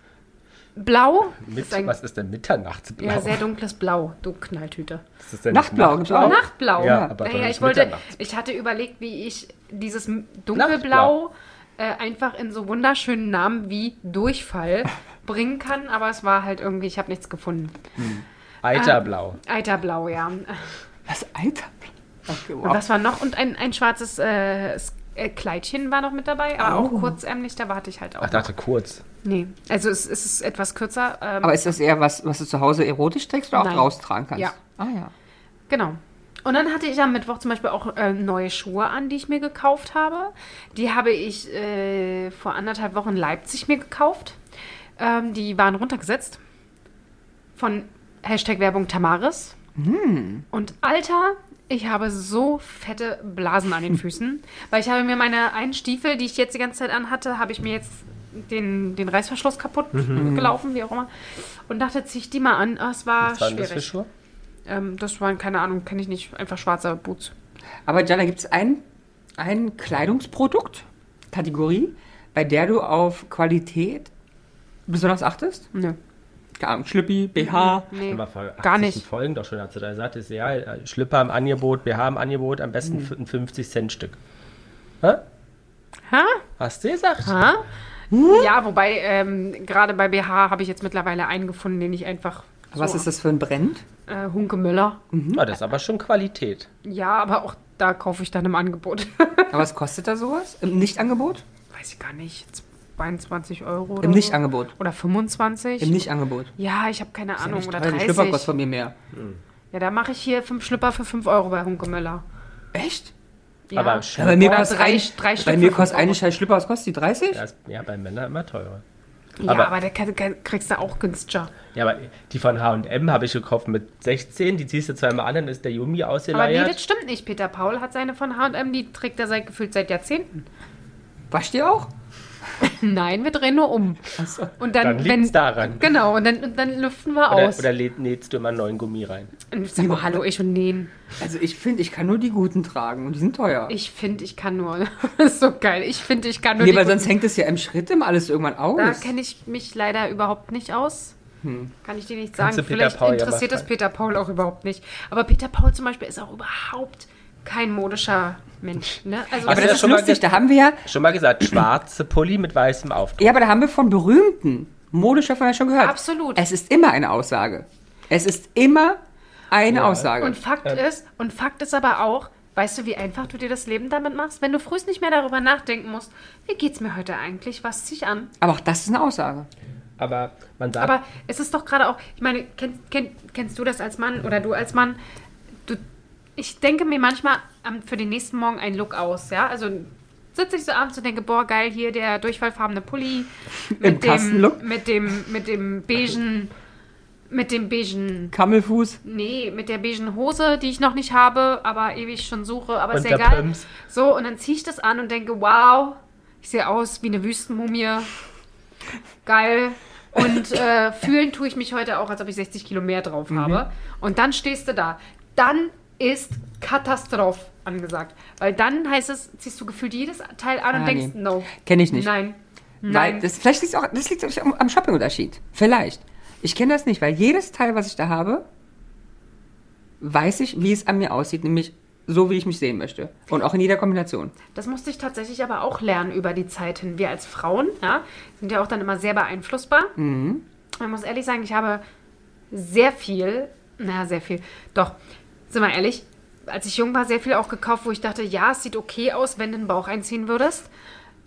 Speaker 3: Mit,
Speaker 1: ist ein,
Speaker 3: was ist denn Mitternachtsblau?
Speaker 1: ja, sehr dunkles Blau, du Knalltüte.
Speaker 3: Was ist denn
Speaker 2: Nachtblau gibt's auch.
Speaker 1: Nachtblau.
Speaker 3: Ja, aber doch
Speaker 1: naja,
Speaker 3: nicht
Speaker 1: ich wollte,
Speaker 3: Mitternachts.
Speaker 1: ich hatte überlegt, wie ich dieses m- dunkelblau äh, einfach in so wunderschönen Namen wie Durchfall bringen kann, aber es war halt irgendwie, ich habe nichts gefunden. Ah.
Speaker 3: Eiterblau.
Speaker 1: Eiterblau, ja. Und
Speaker 2: Das Alter. Okay, wow.
Speaker 1: was war noch? Und ein, ein schwarzes äh, S- äh, Kleidchen war noch mit dabei, aber auch kurzärmlich, da warte ich halt auch.
Speaker 3: Oh. Ach, dachte kurz.
Speaker 1: Nee, also es, es ist etwas kürzer. Ähm,
Speaker 2: Aber ist das eher was, was du zu Hause erotisch trägst oder auch
Speaker 1: Nein.
Speaker 2: raustragen kannst?
Speaker 1: Ja.
Speaker 2: Ah ja.
Speaker 1: Genau. Und dann hatte ich am Mittwoch zum Beispiel auch äh, neue Schuhe an, die ich mir gekauft habe. Die habe ich äh, vor anderthalb Wochen in Leipzig mir gekauft. Ähm, die waren runtergesetzt von Hashtag Werbung Tamaris. Und Alter, ich habe so fette Blasen an den Füßen, weil ich habe mir meine einen Stiefel, die ich jetzt die ganze Zeit anhatte, habe ich mir jetzt den, den Reißverschluss kaputt gelaufen, wie auch immer. Und dachte, ziehe ich die mal an. Ah, Es war
Speaker 3: Was waren
Speaker 1: schwierig.
Speaker 3: das für Schuhe?
Speaker 1: Ähm, das waren, keine Ahnung, kenne ich nicht, einfach schwarze Boots.
Speaker 2: Aber Jana, gibt es ein, ein Kleidungsprodukt, Kategorie, bei der du auf Qualität besonders achtest?
Speaker 1: Nö.
Speaker 2: Keine Ahnung, Schlüppi, BH.
Speaker 1: Nee.
Speaker 3: Haben wir vor
Speaker 1: Gar
Speaker 3: 80
Speaker 1: nicht.
Speaker 3: Folgen doch schon dazu. Da sagtest du, ja, äh, Schlüpper im Angebot, BH im Angebot, am besten
Speaker 1: Hm.
Speaker 3: für ein 50 Cent Stück. Hä?
Speaker 1: Ha?
Speaker 3: Hast du gesagt?
Speaker 1: Ha? Ja, wobei, ähm, gerade bei BH habe ich jetzt mittlerweile einen gefunden, den ich einfach. So,
Speaker 2: Was ist das für ein Brand?
Speaker 1: Äh, Hunke Müller.
Speaker 3: Na, Hm, das ist aber schon Qualität.
Speaker 1: Ja, aber auch da kaufe ich dann im Angebot.
Speaker 2: Aber was kostet da sowas? Im Nichtangebot?
Speaker 1: Weiß ich gar nicht. 22 Euro. Oder
Speaker 2: Im
Speaker 1: so.
Speaker 2: Nichtangebot.
Speaker 1: Oder 25.
Speaker 2: Im Nichtangebot.
Speaker 1: ja, ich habe keine Ahnung.
Speaker 2: Nicht
Speaker 1: oder
Speaker 2: teuer, die Schlüpper kostet
Speaker 1: 30.
Speaker 2: von mir mehr.
Speaker 1: Ja, da mache ich hier fünf Schlüpper für 5 Euro bei Hunke Müller.
Speaker 2: Echt?
Speaker 1: Ja.
Speaker 3: Aber
Speaker 2: Ja, bei mir
Speaker 1: Oder
Speaker 2: kostet,
Speaker 1: drei-
Speaker 2: ein,
Speaker 1: drei
Speaker 2: bei
Speaker 1: Stück
Speaker 2: mir
Speaker 1: für
Speaker 2: kostet
Speaker 1: fünf Euro.
Speaker 2: eine Scheiß Schlüpper, was kostet die? 30?
Speaker 3: Das, ja, bei Männern immer teurer.
Speaker 1: ja,
Speaker 3: aber-
Speaker 1: aber, der kann- kann- kriegst du auch günstiger.
Speaker 3: Ja, aber die von H&M habe ich gekauft mit 16. Die ziehst du zweimal an, dann ist der Yumi
Speaker 1: Aber nee,
Speaker 3: ausgeleiert.
Speaker 1: das stimmt nicht. Peter Paul hat seine von H&M, die trägt er seit gefühlt seit Jahrzehnten.
Speaker 2: Wascht ihr auch?
Speaker 1: Nein, wir drehen nur um. Und dann,
Speaker 3: Dann liegt's
Speaker 1: wenn,
Speaker 3: daran.
Speaker 1: Genau, und dann, und dann lüften wir
Speaker 3: oder,
Speaker 1: aus.
Speaker 3: oder lä- nähst du immer einen neuen Gummi rein?
Speaker 1: und ich sag mal, hallo, ich und nähen.
Speaker 2: Also ich finde, ich kann nur die guten tragen und die sind teuer.
Speaker 1: Ich finde, ich kann nur. das ist so geil. Ich finde, ich kann nur.
Speaker 2: nee,
Speaker 1: die
Speaker 2: weil
Speaker 1: guten-
Speaker 2: sonst hängt es ja im Schritt immer alles irgendwann aus.
Speaker 1: da kenne ich mich leider überhaupt nicht aus.
Speaker 2: Hm.
Speaker 1: Kann ich dir nicht sagen.
Speaker 3: Kannst du Peter
Speaker 1: Vielleicht
Speaker 3: Paul ja mal
Speaker 1: interessiert es
Speaker 3: fragen.
Speaker 1: Peter Paul auch überhaupt nicht. Aber Peter Paul zum Beispiel ist auch überhaupt kein modischer Mensch. Ne? Also
Speaker 2: aber
Speaker 3: Hast du
Speaker 2: das
Speaker 3: das
Speaker 2: ist
Speaker 3: schon mal
Speaker 2: lustig,
Speaker 3: ge-
Speaker 2: da haben wir ja
Speaker 3: Schon mal gesagt, schwarze Pulli mit weißem Aufdruck.
Speaker 2: Ja, aber da haben wir von berühmten Modeschöpfern ja schon gehört.
Speaker 1: Absolut.
Speaker 2: Es ist immer eine Aussage. Es ist immer eine Aussage.
Speaker 1: Und Fakt ist, und Fakt ist aber auch, weißt du, wie einfach du dir das Leben damit machst, wenn du frühst nicht mehr darüber nachdenken musst, wie geht's mir heute eigentlich, was zieh ich an?
Speaker 2: aber auch das ist eine Aussage.
Speaker 3: Aber man sagt,
Speaker 1: Aber es ist doch gerade auch, ich meine, kenn, kenn, kennst du das als Mann oder du als Mann? Du, ich denke mir manchmal am- für den nächsten Morgen einen Look aus, ja? Also sitze ich so abends und denke, boah, geil, hier der durchfallfarbene Pulli
Speaker 2: Im
Speaker 1: mit dem,
Speaker 2: Kastenlook?
Speaker 1: mit dem, mit dem beigen, mit dem beigen
Speaker 2: Kammelfuß.
Speaker 1: Nee, mit der beigen Hose, die ich noch nicht habe, aber ewig schon suche, aber ist
Speaker 3: Und
Speaker 1: ja
Speaker 3: der
Speaker 1: egal.
Speaker 3: Pumps.
Speaker 1: So, und dann ziehe ich das an und denke, wow, ich sehe aus wie eine Wüstenmumie. Geil. Und äh, fühlen tue ich mich heute auch, als ob ich 60 Kilo mehr drauf
Speaker 2: Mhm.
Speaker 1: habe. Und dann stehst du da. Dann ist Katastrophe angesagt. Weil dann heißt es, ziehst du gefühlt jedes Teil an und
Speaker 2: Ah,
Speaker 1: denkst,
Speaker 2: nee.
Speaker 1: no.
Speaker 2: Kenn ich nicht.
Speaker 1: Nein.
Speaker 2: Weil
Speaker 1: Nein.
Speaker 2: das, vielleicht liegt auch, das liegt auch am Shoppingunterschied. Vielleicht. Ich kenne das nicht, weil jedes Teil, was ich da habe, weiß ich, wie es an mir aussieht, nämlich so, wie ich mich sehen möchte. Und auch in jeder Kombination.
Speaker 1: Das musste ich tatsächlich aber auch lernen über die Zeit hin. Wir als Frauen ja, sind ja auch dann immer sehr beeinflussbar.
Speaker 2: Mhm.
Speaker 1: Man muss ehrlich sagen, ich habe sehr viel, naja, sehr viel, doch, sind wir ehrlich, als ich jung war, sehr viel auch gekauft, wo ich dachte, ja, es sieht okay aus, wenn du einen Bauch einziehen würdest.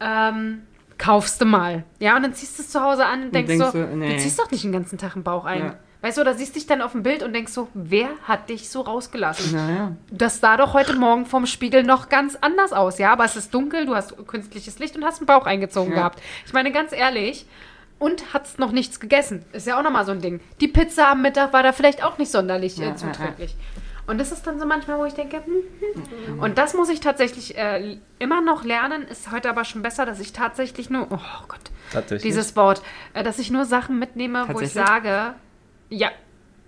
Speaker 1: Ähm, kaufst du mal. Ja, und dann ziehst du es zu Hause an und denkst,
Speaker 2: denkst
Speaker 1: so,
Speaker 2: du, nee.
Speaker 1: du ziehst doch nicht den ganzen Tag einen Bauch ein.
Speaker 2: Ja.
Speaker 1: Ja. Weißt du, da siehst du dich dann auf dem Bild und denkst so, wer hat dich so rausgelassen?
Speaker 2: Naja.
Speaker 1: Das sah doch heute Morgen vom Spiegel noch ganz anders aus, ja? Aber es ist dunkel, du hast künstliches Licht und hast einen Bauch eingezogen
Speaker 2: Ja.
Speaker 1: gehabt. Ich meine, ganz ehrlich, und hat's noch nichts gegessen. Ist ja auch nochmal so ein Ding. Die Pizza am Mittag war da vielleicht auch nicht sonderlich
Speaker 2: Ja, ja,
Speaker 1: äh, zuträglich. Und das ist dann so manchmal, wo ich denke, hm,
Speaker 2: Mhm.
Speaker 1: hm. und das muss ich tatsächlich äh, immer noch lernen, ist heute aber schon besser, dass ich tatsächlich nur, oh Gott,
Speaker 3: Tatsächlich.
Speaker 1: dieses Wort, äh, dass ich nur Sachen mitnehme, wo ich
Speaker 2: Tatsächlich?
Speaker 1: sage, ja,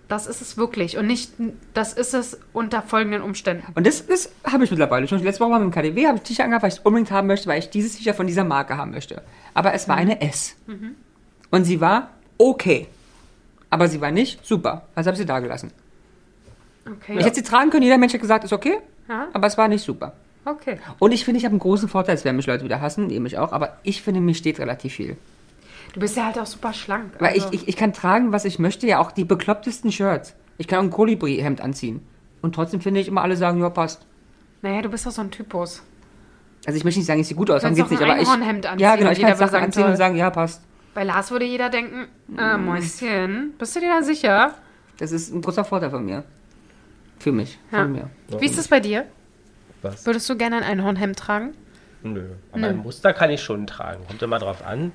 Speaker 1: das ist es wirklich und nicht, das ist es unter folgenden Umständen.
Speaker 2: Und das, das habe ich mittlerweile schon. Letzte Woche war mit dem KDW, habe ich ein T-Shirt angehabt, weil ich es unbedingt haben möchte, weil ich dieses T-Shirt von dieser Marke haben möchte. Aber es war eine S. Und sie war okay. Aber sie war nicht super. Also habe ich sie da gelassen.
Speaker 1: Okay.
Speaker 2: Ich hätte sie tragen können, jeder Mensch hat gesagt, ist okay.
Speaker 1: Ja.
Speaker 2: Aber es war nicht super.
Speaker 1: okay.
Speaker 2: Und ich finde, ich habe einen großen Vorteil, es werden mich Leute wieder hassen, ihr mich auch, aber ich finde, mir steht relativ viel.
Speaker 1: Du bist ja halt auch super schlank.
Speaker 2: Weil
Speaker 1: also-
Speaker 2: ich, ich, ich kann tragen, was ich möchte, ja auch die beklopptesten Shirts. Ich kann auch ein Kolibri-Hemd anziehen. Und trotzdem finde ich immer alle sagen, ja, passt.
Speaker 1: naja, du bist doch so ein Typus.
Speaker 2: Also ich möchte nicht sagen, ich sehe gut aus, dann
Speaker 1: kannst
Speaker 2: geht's
Speaker 1: auch
Speaker 2: nicht.
Speaker 1: ein
Speaker 2: Aber ich,
Speaker 1: Einhornhemd anziehen
Speaker 2: ja, genau,
Speaker 1: und
Speaker 2: ich kann
Speaker 1: jeder würde
Speaker 2: Sachen
Speaker 1: sagen,
Speaker 2: anziehen
Speaker 1: toll.
Speaker 2: und sagen, ja, passt.
Speaker 1: Bei Lars würde jeder denken, äh,
Speaker 2: Mhm.
Speaker 1: Mäuschen, bist du dir da sicher?
Speaker 2: Das ist ein großer Vorteil von mir. Für mich,
Speaker 1: Ja.
Speaker 2: von mir.
Speaker 1: Wie ist es bei dir?
Speaker 3: Was?
Speaker 1: Würdest du gerne ein Einhornhemd tragen?
Speaker 3: Nö. Aber ein Muster kann ich schon tragen. Kommt immer drauf an.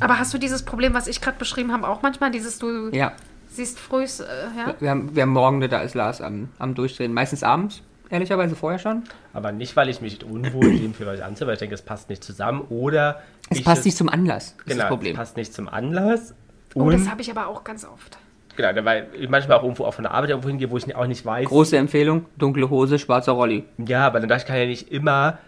Speaker 1: Aber hast du dieses Problem, was ich gerade beschrieben habe, auch manchmal? Dieses, du
Speaker 2: Ja,
Speaker 1: siehst frühs, äh, ja?
Speaker 2: wir haben, wir haben morgen, da ist Lars am, am Durchdrehen. Meistens abends, ehrlicherweise vorher schon.
Speaker 3: Aber nicht, weil ich mich unwohl dem für euch anziehe, weil ich denke, es passt nicht zusammen. Oder
Speaker 2: Es
Speaker 3: ich
Speaker 2: passt nicht zum Anlass, ist
Speaker 3: genau,
Speaker 2: das Problem.
Speaker 3: Es passt nicht zum Anlass.
Speaker 1: Oh,
Speaker 3: und
Speaker 1: das habe ich aber auch ganz oft.
Speaker 3: genau, weil ich manchmal auch irgendwo auch von der Arbeit irgendwo hingehe, wo ich auch nicht weiß.
Speaker 2: Große Empfehlung, dunkle Hose, schwarzer Rolli.
Speaker 3: Ja, aber dann dachte ich, kann ja nicht immer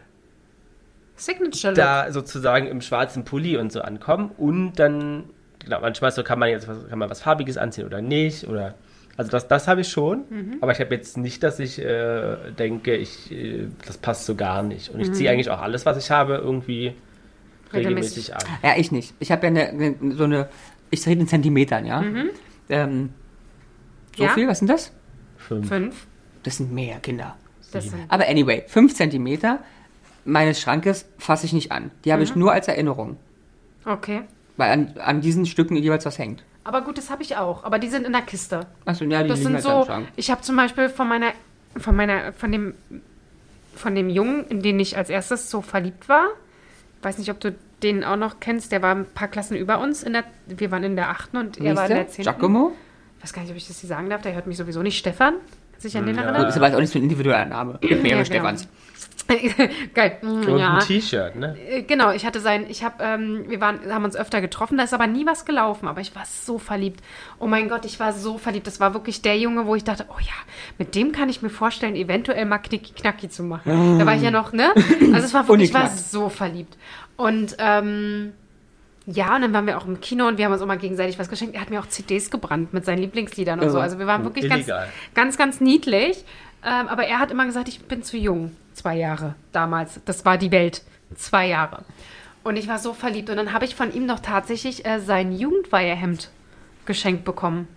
Speaker 1: Signature Look.
Speaker 3: da sozusagen im schwarzen Pulli und so ankommen und dann, genau, manchmal so kann man jetzt was- kann man was Farbiges anziehen oder nicht oder also das, das habe ich schon, aber ich habe jetzt nicht, dass ich äh, denke, ich, äh, das passt so gar nicht. Und ich ziehe eigentlich auch alles, was ich habe, irgendwie
Speaker 1: Regelmäßig.
Speaker 3: regelmäßig an.
Speaker 2: Ja, ich nicht. Ich habe ja eine, eine, so eine, ich rede in Zentimetern, ja. Ähm, so
Speaker 1: Mhm. Ja?
Speaker 2: viel, was sind das?
Speaker 3: Fünf.
Speaker 1: Fünf.
Speaker 2: Das sind mehr Kinder.
Speaker 1: Das sind,
Speaker 2: Aber anyway, 5 cm meines Schrankes fasse ich nicht an. Die habe ich
Speaker 1: Mhm.
Speaker 2: nur als Erinnerung,
Speaker 1: okay.
Speaker 2: weil an, an diesen Stücken jeweils was hängt.
Speaker 1: Aber gut, das habe ich auch. Aber die sind in der Kiste.
Speaker 2: Achso, ja, die
Speaker 1: Das
Speaker 2: liegen
Speaker 1: sind
Speaker 2: halt am
Speaker 1: so.
Speaker 2: Schrank.
Speaker 1: Ich habe zum Beispiel von meiner, von meiner, von dem, von dem Jungen, in den ich als erstes so verliebt war. Weiß nicht, ob du den auch noch kennst. Der war ein paar Klassen über uns. In der, wir waren in der achten und er war in der
Speaker 2: Nächste,
Speaker 1: zehnten.
Speaker 2: Giacomo.
Speaker 1: Ich weiß gar nicht, ob ich das hier sagen darf. Der hört mich sowieso nicht. Stefan. Sich an den
Speaker 3: Ja.
Speaker 2: Gut,
Speaker 1: erinnern?
Speaker 2: ist aber jetzt auch nicht so ein individueller Name. Gibt mehrere
Speaker 1: Ja, genau.
Speaker 2: Stefans.
Speaker 1: Geil. Mm,
Speaker 3: Und
Speaker 1: ja.
Speaker 3: ein T-Shirt, ne?
Speaker 1: Äh, Genau, ich hatte sein, ich habe, ähm, wir waren, haben uns öfter getroffen, da ist aber nie was gelaufen, aber ich war so verliebt. Oh mein Gott, ich war so verliebt. Das war wirklich der Junge, wo ich dachte, oh ja, mit dem kann ich mir vorstellen, eventuell mal knicki knacki zu machen. Da war ich ja noch, ne? Also es war wirklich, ich war
Speaker 2: Ungeknackt.
Speaker 1: so verliebt. Und ähm, ja, und dann waren wir auch im Kino und wir haben uns auch mal gegenseitig was geschenkt. Er hat mir auch CDs gebrannt mit seinen Lieblingsliedern und so.
Speaker 2: Irre.
Speaker 1: Also wir waren wirklich ganz,
Speaker 3: Illegal.
Speaker 1: ganz, ganz niedlich. Ähm, aber er hat immer gesagt, ich bin zu jung. Zwei Jahre damals. Das war die Welt. Zwei Jahre. Und ich war so verliebt. Und dann habe ich von ihm noch tatsächlich äh, sein Jugendweiherhemd geschenkt bekommen.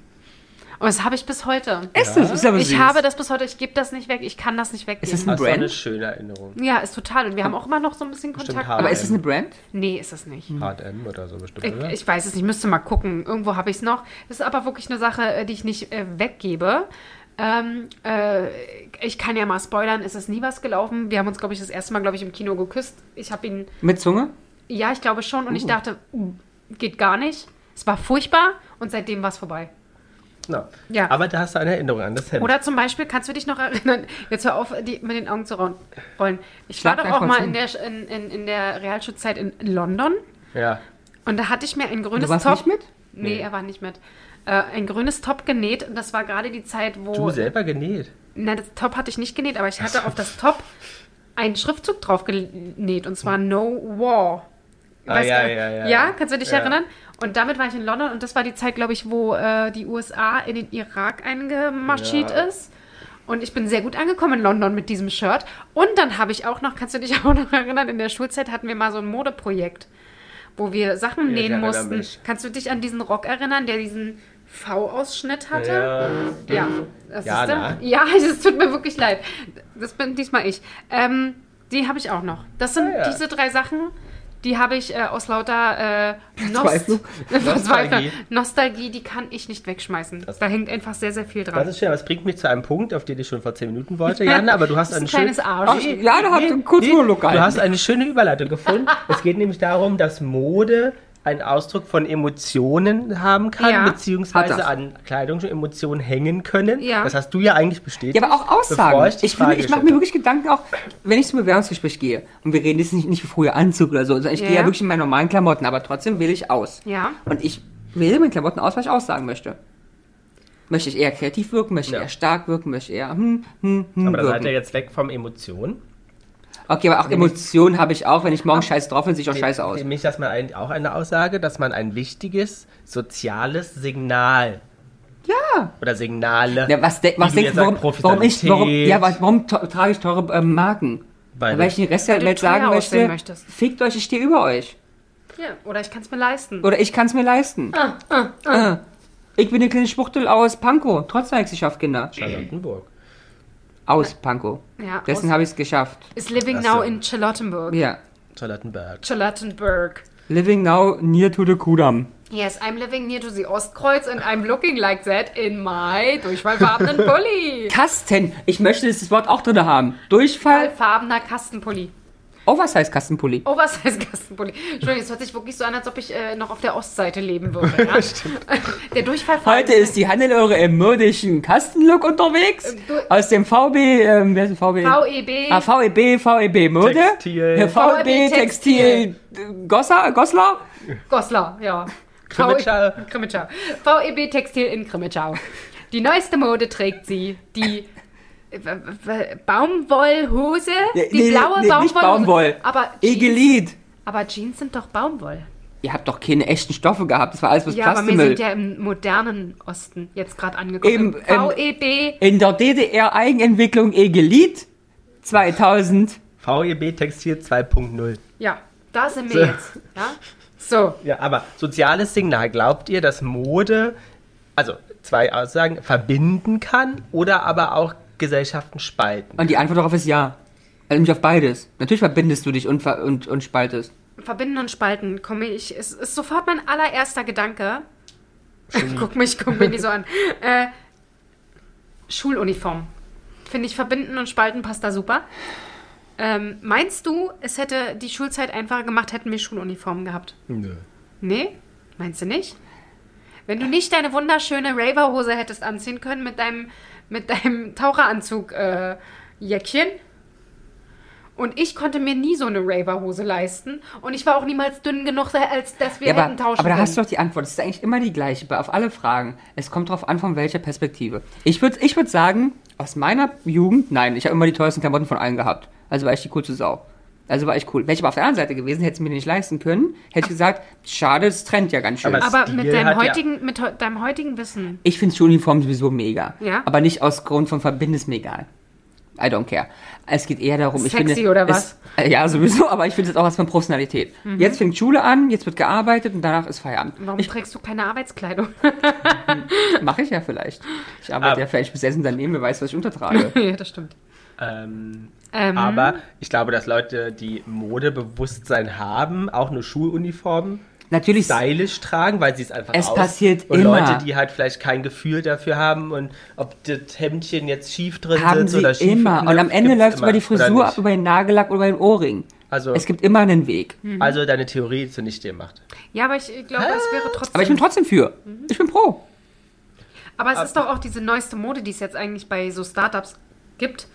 Speaker 1: Und das habe ich bis heute.
Speaker 2: Ist das? Ist aber
Speaker 1: Ich
Speaker 2: süß.
Speaker 1: habe das bis heute. Ich gebe das nicht weg. Ich kann das nicht
Speaker 2: Ist das
Speaker 1: weggeben.
Speaker 2: ein
Speaker 3: Das war eine
Speaker 2: Brand?
Speaker 3: schöne Erinnerung.
Speaker 1: Ja, ist total. Und wir haben auch immer noch so ein bisschen
Speaker 3: Bestimmt
Speaker 1: Kontakt.
Speaker 3: hart.
Speaker 2: Aber ist das eine Brand?
Speaker 1: Nee, ist es nicht.
Speaker 3: HM oder so bestimmt,
Speaker 1: Ich,
Speaker 2: Äh?
Speaker 3: oder?
Speaker 1: ich weiß es nicht, müsste mal gucken. Irgendwo habe ich es noch. Das ist aber wirklich eine Sache, äh, die ich nicht äh, weggebe. Ähm, äh, ich kann ja mal spoilern, es ist nie was gelaufen. Wir haben uns, glaube ich, das erste Mal, glaube ich, im Kino geküsst. Ich habe ihn,
Speaker 2: Mit Zunge?
Speaker 1: ja, ich glaube schon. Und ich dachte, uh, geht gar nicht. Es war furchtbar und seitdem war es vorbei.
Speaker 3: Na.
Speaker 1: Ja.
Speaker 3: Aber da hast du eine Erinnerung an das Hemd.
Speaker 1: Oder zum Beispiel, kannst du dich noch erinnern, jetzt hör auf, die, mit den Augen zu raun- rollen. Ich war
Speaker 2: Schlag
Speaker 1: doch
Speaker 2: einfach
Speaker 1: auch mal
Speaker 2: zu.
Speaker 1: in der, Sch- in, in, in der Realschulzeit in London
Speaker 3: ja.
Speaker 1: und da hatte ich mir ein grünes
Speaker 2: Du warst
Speaker 1: Top.
Speaker 2: nicht mit?
Speaker 1: Nee,
Speaker 3: Nee.
Speaker 1: er war nicht mit. Äh, ein grünes Top genäht und das war gerade die Zeit, wo.
Speaker 3: Du selber genäht.
Speaker 1: Na, das Top hatte ich nicht genäht, aber ich hatte auf das Top einen Schriftzug drauf genäht und zwar No War.
Speaker 3: Ah,
Speaker 1: Weißt
Speaker 3: ja,
Speaker 1: du-
Speaker 3: ja, ja.
Speaker 1: ja, kannst du dich
Speaker 3: Ja.
Speaker 1: erinnern? Und damit war ich in London und das war die Zeit, glaube ich, wo äh, die USA in den Irak eingemarschiert
Speaker 3: Ja.
Speaker 1: ist. Und ich bin sehr gut angekommen in London mit diesem Shirt. Und dann habe ich auch noch, kannst du dich auch noch erinnern, in der Schulzeit hatten wir mal so ein Modeprojekt, wo wir Sachen
Speaker 3: ich
Speaker 1: nähen
Speaker 3: erinnere
Speaker 1: mussten.
Speaker 3: mich.
Speaker 1: Kannst du dich an diesen Rock erinnern, der diesen V-Ausschnitt hatte?
Speaker 3: Ja.
Speaker 1: Ja, das
Speaker 3: Hm? Ja,
Speaker 1: ist
Speaker 3: na?
Speaker 1: der, ja, es tut mir wirklich leid. Das bin diesmal ich. Ähm, die habe ich auch noch. Das sind
Speaker 3: Ah, ja.
Speaker 1: diese drei Sachen, die habe ich äh, aus lauter äh, Nost
Speaker 2: Verzweiflung.
Speaker 1: Nostalgie.
Speaker 3: Nostalgie.
Speaker 1: Nostalgie, die kann ich nicht wegschmeißen.
Speaker 3: Das-
Speaker 1: da hängt einfach sehr, sehr viel dran.
Speaker 3: Das ist schön, aber es bringt mich zu einem Punkt, auf den ich schon vor zehn Minuten wollte, Janne, aber du hast
Speaker 1: Das ist
Speaker 3: einen
Speaker 1: ein
Speaker 3: schönen...
Speaker 1: kleines Arsch.
Speaker 2: Ach, ja, da habt ihr kurz
Speaker 3: Nee,
Speaker 2: nur lokal.
Speaker 3: Du hast eine schöne Überleitung gefunden. es geht nämlich darum, dass Mode einen Ausdruck von Emotionen haben kann,
Speaker 1: Ja.
Speaker 2: Hat
Speaker 3: beziehungsweise
Speaker 2: das.
Speaker 3: an Kleidung schon Emotionen hängen können.
Speaker 1: Ja.
Speaker 3: Das hast du ja eigentlich bestätigt.
Speaker 2: Ja, aber auch
Speaker 3: Bevor
Speaker 2: Aussagen.
Speaker 3: die
Speaker 2: Ich, finde,
Speaker 3: Frage
Speaker 2: ich mache mir
Speaker 3: gestellt
Speaker 2: wirklich Gedanken auch, wenn ich zum Bewerbungsgespräch gehe. Und wir reden jetzt nicht, nicht wie früher Anzug oder so. sondern Ich
Speaker 1: Ja.
Speaker 2: gehe ja wirklich in meinen normalen Klamotten, aber trotzdem wähle ich aus.
Speaker 1: Ja.
Speaker 2: Und ich wähle meine Klamotten aus, weil ich aussagen möchte. Möchte ich eher kreativ wirken, möchte ich
Speaker 3: Ja.
Speaker 2: eher stark wirken, möchte ich eher hm, hm, hm
Speaker 3: habe. Aber da seid
Speaker 2: wirken.
Speaker 3: ihr jetzt weg vom Emotionen.
Speaker 2: okay, aber auch Emotionen habe ich auch. Wenn ich morgen scheiße drauf bin, sehe ich auch scheiße aus.
Speaker 3: Nämlich, dass man ein, auch eine Aussage, dass man ein wichtiges soziales Signal
Speaker 2: Ja.
Speaker 3: oder Signale.
Speaker 2: Ja, was, de
Speaker 3: wie
Speaker 2: was
Speaker 3: du
Speaker 2: denkst
Speaker 3: jetzt
Speaker 2: du, warum,
Speaker 3: sagst,
Speaker 2: warum ich, warum,
Speaker 3: Professionalität.
Speaker 2: ja, wa- warum to- trage ich teure ähm, Marken?
Speaker 3: Weil-
Speaker 2: Weil, ich den Rest der
Speaker 1: du
Speaker 2: Welt
Speaker 1: teuer
Speaker 2: sagen
Speaker 1: aussehen
Speaker 2: möchte,
Speaker 1: möchtest.
Speaker 2: fickt euch, ich stehe über euch.
Speaker 1: Ja, oder ich kann es mir leisten.
Speaker 2: Oder ich kann es mir leisten.
Speaker 1: Ah,
Speaker 2: Äh. Ich bin eine kleine Spuchtel aus Pankow. Trotzdem habe ich es geschafft, Kinder.
Speaker 3: Charlottenburg.
Speaker 2: Aus Pankow.
Speaker 1: Ja,
Speaker 2: Deswegen
Speaker 1: aus-
Speaker 2: habe ich es geschafft.
Speaker 1: Ist living
Speaker 3: Ach
Speaker 1: now
Speaker 3: so.
Speaker 1: in Charlottenburg.
Speaker 2: Ja.
Speaker 3: Charlottenberg.
Speaker 1: Charlottenburg.
Speaker 2: Living now near to the Kudamm.
Speaker 1: Yes, I'm living near to the Ostkreuz and I'm looking like that in my durchfallfarbenen Pulli.
Speaker 2: Kasten. Ich möchte das Wort auch drin haben. Durchfall.
Speaker 1: Farbener Kastenpulli.
Speaker 2: Oh, was heißt Kastenpulli?
Speaker 1: Oh, was heißt Kastenpulli? Entschuldigung, es hört sich wirklich so an, als ob ich äh, noch auf der Ostseite leben würde. Ja? der Durchfall
Speaker 2: Heute ist die Hannelore im modischen Kastenlook unterwegs.
Speaker 1: Ähm, du- E
Speaker 2: Aus dem VB, ähm, wer ist denn VB?
Speaker 1: VEB.
Speaker 2: Ah, VEB, VEB Mode.
Speaker 3: Textil.
Speaker 2: Ja, VEB
Speaker 1: VEB
Speaker 2: Textil. Gosser, Goslar.
Speaker 1: Goslar, ja. E-
Speaker 3: Krimitschau.
Speaker 1: VE Krimitschau. VEB E Textil in Krimitschau. Die neueste Mode trägt sie, die äh, w- w- Baumwollhose,
Speaker 2: Ja,
Speaker 1: die
Speaker 2: nee,
Speaker 1: blaue
Speaker 2: nee,
Speaker 1: Baumwollhose.
Speaker 2: Nicht Baumwoll.
Speaker 1: Aber Jeans,
Speaker 2: Egelied.
Speaker 1: aber Jeans sind doch Baumwoll.
Speaker 2: Ihr habt doch keine echten Stoffe gehabt. Das war alles bloß
Speaker 1: Ja, aber wir
Speaker 2: Plastikmüll.
Speaker 1: sind ja im modernen Osten jetzt gerade angekommen.
Speaker 2: Eben,
Speaker 1: Im E
Speaker 2: ähm,
Speaker 1: VEB.
Speaker 2: In der DDR Eigenentwicklung Egelied 2000.
Speaker 3: VEB E Textil 2.0.
Speaker 1: Ja, da sind wir jetzt. Ja? So,
Speaker 3: Ja, aber soziales Signal, glaubt ihr, dass Mode, also zwei Aussagen, verbinden kann oder aber auch Gesellschaften spalten?
Speaker 2: Und die Antwort darauf ist ja. Also nämlich auf beides. Natürlich verbindest du dich und, ver- und, und spaltest.
Speaker 1: verbinden und spalten, komme ich. Es ist sofort mein allererster Gedanke. guck mich, guck mich nicht so an. Äh, Schuluniform. Finde ich, verbinden und spalten passt da super. Ähm, meinst du, es hätte die Schulzeit einfacher gemacht, hätten wir Schuluniformen gehabt?
Speaker 3: Nö.
Speaker 1: Nee? Meinst du nicht? Wenn du nicht deine wunderschöne Raver-Hose hättest anziehen können mit deinem, mit deinem Taucheranzug-Jäckchen. und ich konnte mir nie so eine Raver-Hose leisten. Und ich war auch niemals dünn genug, äh, als dass wir
Speaker 2: Ja,
Speaker 1: hätten
Speaker 2: aber,
Speaker 1: tauschen
Speaker 2: aber da
Speaker 1: können.
Speaker 2: hast du doch die Antwort. Es ist eigentlich immer die gleiche, bei- auf alle Fragen. Es kommt drauf an, von welcher Perspektive. Ich würde ich würd sagen, aus meiner Jugend, nein, ich habe immer die teuersten Klamotten von allen gehabt. Also war ich die coolste Sau. Also war ich cool. Wäre ich aber auf der anderen Seite gewesen, hätte es mir nicht leisten können, hätte ich gesagt, schade, es trennt ja ganz schön.
Speaker 3: Aber es-
Speaker 1: aber mit
Speaker 3: Stil
Speaker 1: deinem,
Speaker 3: hat ja-
Speaker 1: heutigen, mit heu- deinem heutigen Wissen.
Speaker 2: Ich finde Schuluniform sowieso mega.
Speaker 1: Ja?
Speaker 2: Aber nicht aus Grund von Verbinden ist mir egal. I don't care. Es geht eher darum, ich
Speaker 1: Sexy
Speaker 2: finde.
Speaker 1: oder Mhm.
Speaker 2: es- äh, ja, sowieso, aber ich finde es auch was von Professionalität. Jetzt fängt Schule an, jetzt wird gearbeitet und danach ist Feierabend.
Speaker 1: Warum
Speaker 2: Ich,
Speaker 1: trägst du keine Arbeitskleidung?
Speaker 2: Mache ich ja vielleicht. Ich arbeite
Speaker 3: Aber-
Speaker 2: ja vielleicht bis dessen daneben, wer weiß, was ich untertrage.
Speaker 1: ja, das stimmt.
Speaker 3: Ähm,
Speaker 2: Mhm.
Speaker 1: Ähm,
Speaker 3: Aber ich glaube, dass Leute, die Modebewusstsein haben, auch eine Schuluniform
Speaker 2: Natürlich,
Speaker 3: stylisch tragen, weil sie es einfach
Speaker 2: Es
Speaker 3: aus-
Speaker 2: passiert
Speaker 3: Und
Speaker 2: immer.
Speaker 3: Leute, die halt vielleicht kein Gefühl dafür haben und ob das Hemdchen jetzt schief drin
Speaker 2: haben
Speaker 3: sitzt
Speaker 2: sie
Speaker 3: oder schief
Speaker 2: immer. Und am
Speaker 3: geknöpft,
Speaker 2: Ende
Speaker 3: gibt's
Speaker 2: läuft es über
Speaker 3: immer,
Speaker 2: die
Speaker 3: oder
Speaker 2: Frisur ab,
Speaker 3: nicht?
Speaker 2: über den Nagellack oder den Ohrring.
Speaker 3: Also-
Speaker 2: es gibt immer einen Weg.
Speaker 1: Mhm.
Speaker 3: Also deine Theorie zunichte gemacht.
Speaker 1: Ja, aber ich glaube, es wäre trotzdem.
Speaker 2: Aber ich bin trotzdem für.
Speaker 1: Mhm.
Speaker 2: Ich bin pro.
Speaker 1: Aber es ist
Speaker 2: Ah.
Speaker 1: doch auch diese neueste Mode, die es jetzt eigentlich bei so Startups gibt,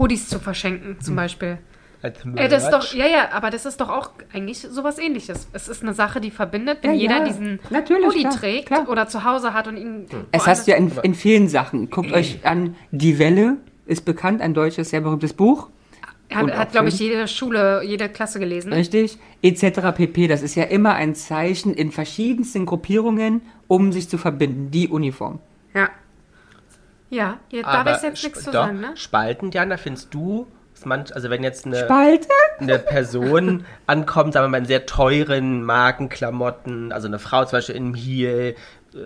Speaker 1: Hoodies zu verschenken
Speaker 2: Hm.
Speaker 1: zum Beispiel.
Speaker 3: Als
Speaker 1: Äh, das ist doch,
Speaker 3: Merch.
Speaker 1: ja, ja, aber das ist doch auch eigentlich sowas ähnliches. Es ist eine Sache, die verbindet, wenn
Speaker 2: Ja,
Speaker 1: jeder
Speaker 2: ja.
Speaker 1: diesen
Speaker 2: Natürlich,
Speaker 1: Hoodie
Speaker 2: klar,
Speaker 1: trägt
Speaker 2: klar. Hm.
Speaker 1: oder zu Hause hat und ihn.
Speaker 2: Es hast du ja in, in vielen Sachen. Guckt euch an, Die Welle ist bekannt, ein deutsches, sehr berühmtes Buch,
Speaker 1: Hat,
Speaker 2: und
Speaker 1: hat
Speaker 2: auch
Speaker 1: glaube ich,
Speaker 2: Film.
Speaker 1: jede Schule, jede Klasse gelesen.
Speaker 2: richtig? Etc. pp. Das ist ja immer ein Zeichen in verschiedensten Gruppierungen, um sich zu verbinden. Die Uniform.
Speaker 1: Ja. Ja, ja darf
Speaker 3: Aber
Speaker 1: ich jetzt nichts zu
Speaker 3: sp- doch,
Speaker 1: sagen, ne?
Speaker 3: Spalten, Jana, findest du, dass manch, also wenn jetzt
Speaker 1: Äh.
Speaker 3: eine,
Speaker 2: Spalte?
Speaker 3: eine Person ankommt, sagen wir mal in sehr teuren Markenklamotten, also eine Frau zum Beispiel in einem Heel, äh,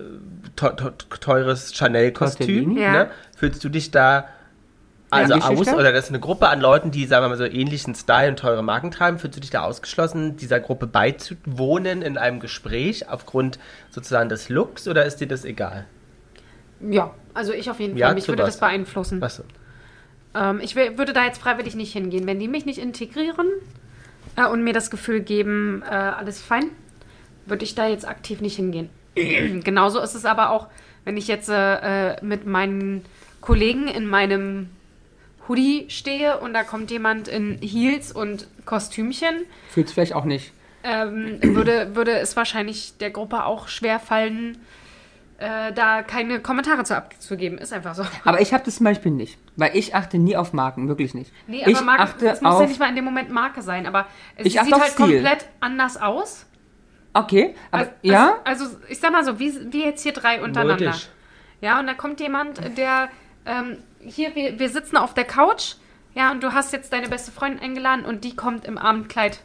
Speaker 3: teu- teu- teures Chanel-Kostüm,
Speaker 2: Tortellini?
Speaker 1: Ja.
Speaker 3: ne? fühlst du dich da Also
Speaker 2: Geschichte?
Speaker 3: aus, oder das ist eine Gruppe an Leuten, die, sagen wir mal, so ähnlichen Style und teure Marken treiben. Fühlst du dich da ausgeschlossen, dieser Gruppe beizuwohnen in einem Gespräch aufgrund sozusagen des Looks oder ist dir das egal?
Speaker 1: Ja, also ich auf jeden
Speaker 3: Ja,
Speaker 1: Fall. Mich
Speaker 3: zu
Speaker 1: würde
Speaker 3: was?
Speaker 1: das beeinflussen.
Speaker 3: Achso.
Speaker 1: Ähm, ich wär- würde da jetzt freiwillig nicht hingehen. Wenn die mich nicht integrieren äh, und mir das Gefühl geben, äh, alles fein, würde ich da jetzt aktiv nicht hingehen. Genauso ist es aber auch, wenn ich jetzt äh, äh, mit meinen Kollegen in meinem Hoodie stehe und da kommt jemand in Heels und Kostümchen,
Speaker 2: Fühlst du vielleicht auch nicht.
Speaker 1: ähm, würde, würde es wahrscheinlich der Gruppe auch schwer fallen, äh, da keine Kommentare zu abzugeben. Ist einfach so.
Speaker 2: Aber ich habe das zum Beispiel nicht. Weil ich achte nie auf Marken, wirklich nicht.
Speaker 1: Nee, aber
Speaker 2: ich
Speaker 1: Marke,
Speaker 2: achte
Speaker 1: das muss
Speaker 2: auf,
Speaker 1: ja nicht mal in dem Moment Marke sein, aber es
Speaker 2: Ich
Speaker 1: sieht
Speaker 2: achte auf
Speaker 1: halt
Speaker 2: Stil.
Speaker 1: komplett anders aus.
Speaker 2: Okay, aber
Speaker 1: Also,
Speaker 2: ja,
Speaker 1: Also, also ich sag mal so, wie, wie jetzt hier drei untereinander.
Speaker 3: Modisch.
Speaker 1: Ja, und da kommt jemand, der ähm, hier, wir, wir sitzen auf der Couch, ja, und du hast jetzt deine beste Freundin eingeladen und die kommt im Abendkleid.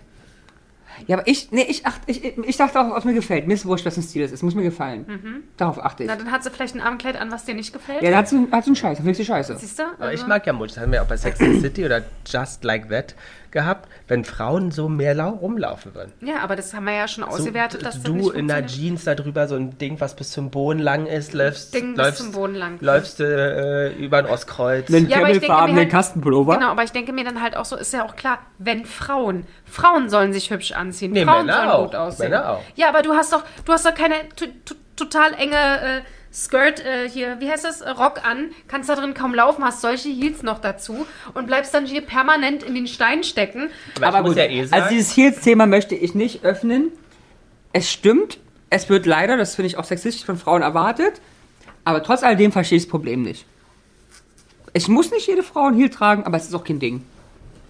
Speaker 2: ja, aber ich, nee, ich achte, ich, ich dachte auch, was mir gefällt. Mir ist wurscht, was ein Stil ist. Es muss mir gefallen. Darauf achte ich.
Speaker 1: Mhm. Na, dann hat sie vielleicht ein Abendkleid an, was dir nicht gefällt.
Speaker 2: ja, da hat so einen Scheiß, da findest du Scheiße.
Speaker 1: Siehst du?
Speaker 3: Aber ich
Speaker 1: Also-
Speaker 3: mag ja Mut. Das haben wir auch bei Sex and the City oder Just Like That gehabt, wenn Frauen so mehr lau rumlaufen würden.
Speaker 1: Ja, aber das haben wir ja schon
Speaker 3: So,
Speaker 1: ausgewertet, dass das
Speaker 3: du
Speaker 1: nicht
Speaker 3: in einer
Speaker 1: funktioniert.
Speaker 3: Jeans da drüber so ein Ding, was bis zum Boden lang ist, läufst,
Speaker 1: Ding bis
Speaker 3: läufst,
Speaker 1: zum Boden lang.
Speaker 3: läufst äh, über ein Ostkreuz.
Speaker 2: Einen
Speaker 1: Ja, aber ich denke mir
Speaker 2: camelfarbenen
Speaker 1: halt-
Speaker 2: Kastenpullover.
Speaker 1: Genau, aber ich denke mir dann halt auch so, ist ja auch klar, wenn Frauen, Frauen sollen sich hübsch anziehen,
Speaker 3: Nee,
Speaker 1: Frauen
Speaker 3: Männer
Speaker 1: sollen
Speaker 3: auch,
Speaker 1: gut aussehen.
Speaker 3: Männer auch.
Speaker 1: Ja, aber du hast doch, du hast doch keine to- to- total enge äh, Skirt äh, hier, wie heißt das, Äh, Rock an, kannst da drin kaum laufen, hast solche Heels noch dazu und bleibst dann hier permanent in den Stein stecken.
Speaker 3: Aber, ich
Speaker 2: Aber
Speaker 3: muss
Speaker 2: gut,
Speaker 3: ja eh sagen,
Speaker 2: also dieses Heels-Thema möchte ich nicht öffnen. Es stimmt, es wird leider, das finde ich auch sexistisch von Frauen erwartet, aber trotz alledem verstehe ich das Problem nicht. Es muss nicht jede Frau ein Heel tragen, aber es ist auch kein Ding.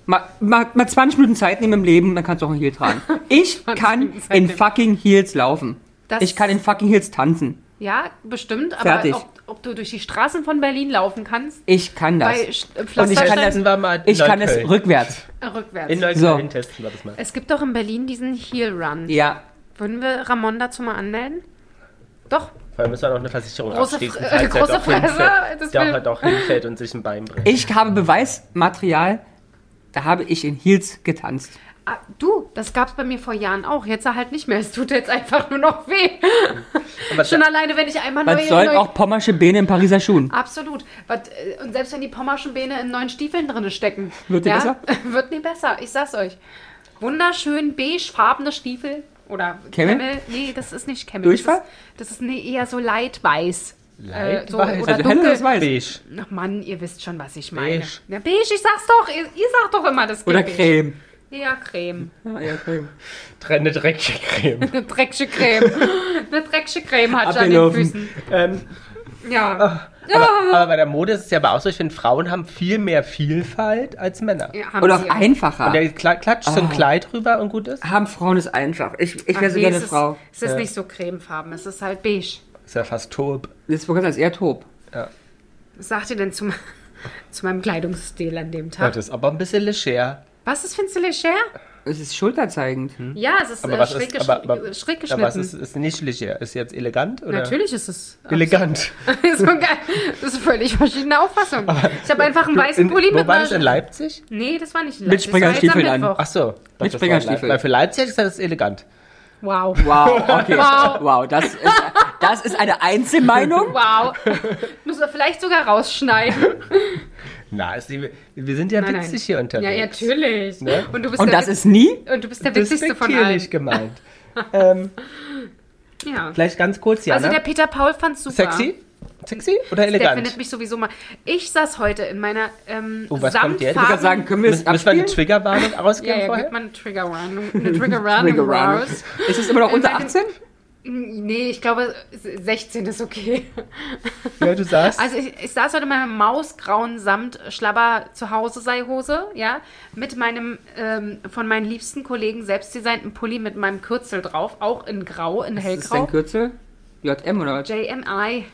Speaker 2: Mal, mal, mal 20 Minuten Zeit nehmen im Leben, dann kannst du auch ein Heel tragen. Ich kann
Speaker 1: Minuten Zeit
Speaker 2: in
Speaker 1: nehmen.
Speaker 2: fucking Heels laufen.
Speaker 1: Das-
Speaker 2: ich kann in fucking Heels tanzen.
Speaker 1: Ja, bestimmt, aber
Speaker 2: Fertig.
Speaker 1: Ob, ob du durch die Straßen von Berlin laufen kannst,
Speaker 2: Ich kann das.
Speaker 1: bei Sch- äh,
Speaker 2: Und ich kann das,
Speaker 1: Pflasterstein
Speaker 3: Testen wir mal in
Speaker 2: ich kann das
Speaker 3: Neukölln.
Speaker 2: rückwärts.
Speaker 1: äh, rückwärts.
Speaker 3: in Neukölln
Speaker 2: So.
Speaker 3: testen wir das mal.
Speaker 1: es gibt doch in Berlin diesen Heel-Run.
Speaker 2: Ja,
Speaker 1: Würden wir Ramon dazu mal anmelden? Doch,
Speaker 3: Vor allem müssen wir noch eine Versicherung
Speaker 1: Große
Speaker 3: abschließen,
Speaker 1: Fre-
Speaker 3: falls er
Speaker 1: große
Speaker 3: doch
Speaker 1: Fresse,
Speaker 3: hinfällt,
Speaker 1: das
Speaker 3: doch,
Speaker 1: will-
Speaker 3: er doch hinfällt und sich ein Bein bricht.
Speaker 2: ich habe Beweismaterial, da habe ich in Heels getanzt.
Speaker 1: Ah, du, das gab's bei mir vor Jahren auch. Jetzt halt nicht mehr. Es tut jetzt einfach nur noch weh.
Speaker 3: Aber
Speaker 1: Schon alleine, wenn ich einmal
Speaker 2: Was sollen auch pommersche Beine in Pariser Schuhen?
Speaker 1: Absolut. Was, äh, und selbst wenn die pommerschen Beine in neuen Stiefeln drinne stecken.
Speaker 2: Wird die
Speaker 1: Wird nie besser. Ich sag's euch. Wunderschön beigefarbene Stiefel. Oder
Speaker 2: Camel?
Speaker 1: Nee, das ist nicht Camel.
Speaker 2: Durchfall?
Speaker 1: Das ist, das ist nee, eher so leidweiß.
Speaker 3: Leidweiß?
Speaker 1: äh, so, oder
Speaker 2: also
Speaker 1: dunkel.
Speaker 2: helleres Weiß.
Speaker 3: beige.
Speaker 1: Ach Mann, ihr wisst schon, was ich meine.
Speaker 3: Beige.
Speaker 1: Na, beige, ich sag's doch. Ihr, ihr sagt doch immer, das geht
Speaker 2: Oder
Speaker 1: nicht.
Speaker 2: Creme.
Speaker 1: Ja, Creme.
Speaker 2: Ja, ja, Creme.
Speaker 3: Eine dreckige Creme.
Speaker 1: Eine dreckige Creme. Eine dreckige Creme hat sie an den
Speaker 2: Abgelaufen.
Speaker 1: Füßen.
Speaker 3: ähm, ah,
Speaker 1: Ja.
Speaker 3: aber, aber bei der Mode ist es ja aber auch so, ich finde, Frauen haben viel mehr Vielfalt als Männer.
Speaker 1: ja haben
Speaker 2: Oder
Speaker 1: sie.
Speaker 2: auch einfacher.
Speaker 3: Und der Kla klatscht so ein Kleid rüber und gut ist.
Speaker 2: Haben Frauen es einfach. Ich, ich
Speaker 1: Ach
Speaker 2: wäre so
Speaker 1: Ah, nee,
Speaker 2: gerne
Speaker 1: es ist,
Speaker 2: Frau.
Speaker 1: Es ist nicht so cremefarben, es ist halt beige.
Speaker 3: Ist ja fast taub.
Speaker 2: Das ist wohl ganz als eher Tob.
Speaker 1: Was sagt ihr denn zu, me- zu meinem Kleidungsstil an dem
Speaker 3: Ja,
Speaker 1: Tag?
Speaker 3: das ist aber ein bisschen leger.
Speaker 1: Was ist, findest du leger?
Speaker 2: Es ist schulterzeigend.
Speaker 1: Ja, es ist,
Speaker 3: Aber
Speaker 1: äh,
Speaker 3: was
Speaker 1: schräg,
Speaker 3: ist,
Speaker 1: gesch
Speaker 3: aber, aber,
Speaker 1: äh, schräg
Speaker 3: aber
Speaker 1: geschnitten.
Speaker 3: was ist, äh, ist nicht leger? Ist jetzt elegant? Oder?
Speaker 1: Natürlich ist es.
Speaker 3: Elegant.
Speaker 1: ist so geil. Das ist völlig verschiedene Auffassung. Ich habe einfach einen weißen
Speaker 3: In-
Speaker 1: Pulli
Speaker 3: Wo
Speaker 1: mit
Speaker 3: war
Speaker 1: einer-
Speaker 3: das in Leipzig?
Speaker 1: Nee, das war nicht in
Speaker 2: Mit
Speaker 1: Leipzig. das war jetzt am
Speaker 2: Springerstiefeln an.
Speaker 1: Mittwoch.
Speaker 3: Ach so.
Speaker 2: Mit
Speaker 3: Das war in Leip-
Speaker 2: Springerstiefel.
Speaker 3: Weil für Leipzig ist das elegant.
Speaker 1: Wow.
Speaker 2: Wow, okay.
Speaker 1: Wow.
Speaker 2: Wow, das, ist, das ist eine Einzelmeinung.
Speaker 1: Wow. Muss man vielleicht sogar rausschneiden.
Speaker 3: Na, ist die, wir sind ja
Speaker 1: Nein,
Speaker 3: witzig
Speaker 1: nein.
Speaker 3: hier unterwegs.
Speaker 1: Ja, ja, natürlich.
Speaker 3: Ne?
Speaker 1: Und du bist
Speaker 2: Und
Speaker 1: der
Speaker 2: das ist nie?
Speaker 1: Und du bist der witzigste von allen.
Speaker 3: Despektierlich gemeint. ähm,
Speaker 1: Ja.
Speaker 3: vielleicht ganz kurz, Jana.
Speaker 1: Also der Peter Paul fand's super.
Speaker 3: Sexy? Sexy oder
Speaker 1: Der findet
Speaker 3: elegant?
Speaker 1: mich sowieso mal. Ich saß heute in meiner ähm,
Speaker 3: Oh, was kommt jetzt? Ich wollte
Speaker 2: Ich würde sagen, können wir
Speaker 3: Müssen
Speaker 2: es
Speaker 3: müssen wir eine
Speaker 2: abspielen?
Speaker 3: Triggerwarnung
Speaker 1: ja,
Speaker 3: ausgeben
Speaker 1: ja,
Speaker 3: vorher?
Speaker 1: gibt man eine Trigger Warnung. Eine Trigger Warnung
Speaker 2: Triggerwarnung.
Speaker 1: raus.
Speaker 2: Ist es immer noch
Speaker 1: In
Speaker 2: unter
Speaker 1: meinem-
Speaker 2: 18?
Speaker 1: Nee, ich glaube 16 ist okay.
Speaker 3: Ja, du sagst.
Speaker 1: Also ich, ich saß heute in meiner mausgrauen Samt Schlabber zu Hause sei Hose, ja, mit meinem ähm, von meinen liebsten Kollegen selbstdesignten Pulli mit meinem Kürzel drauf, auch in grau, in
Speaker 2: Ist es dein
Speaker 1: hellgrau.
Speaker 2: Kürzel? JM oder was?
Speaker 1: JMI,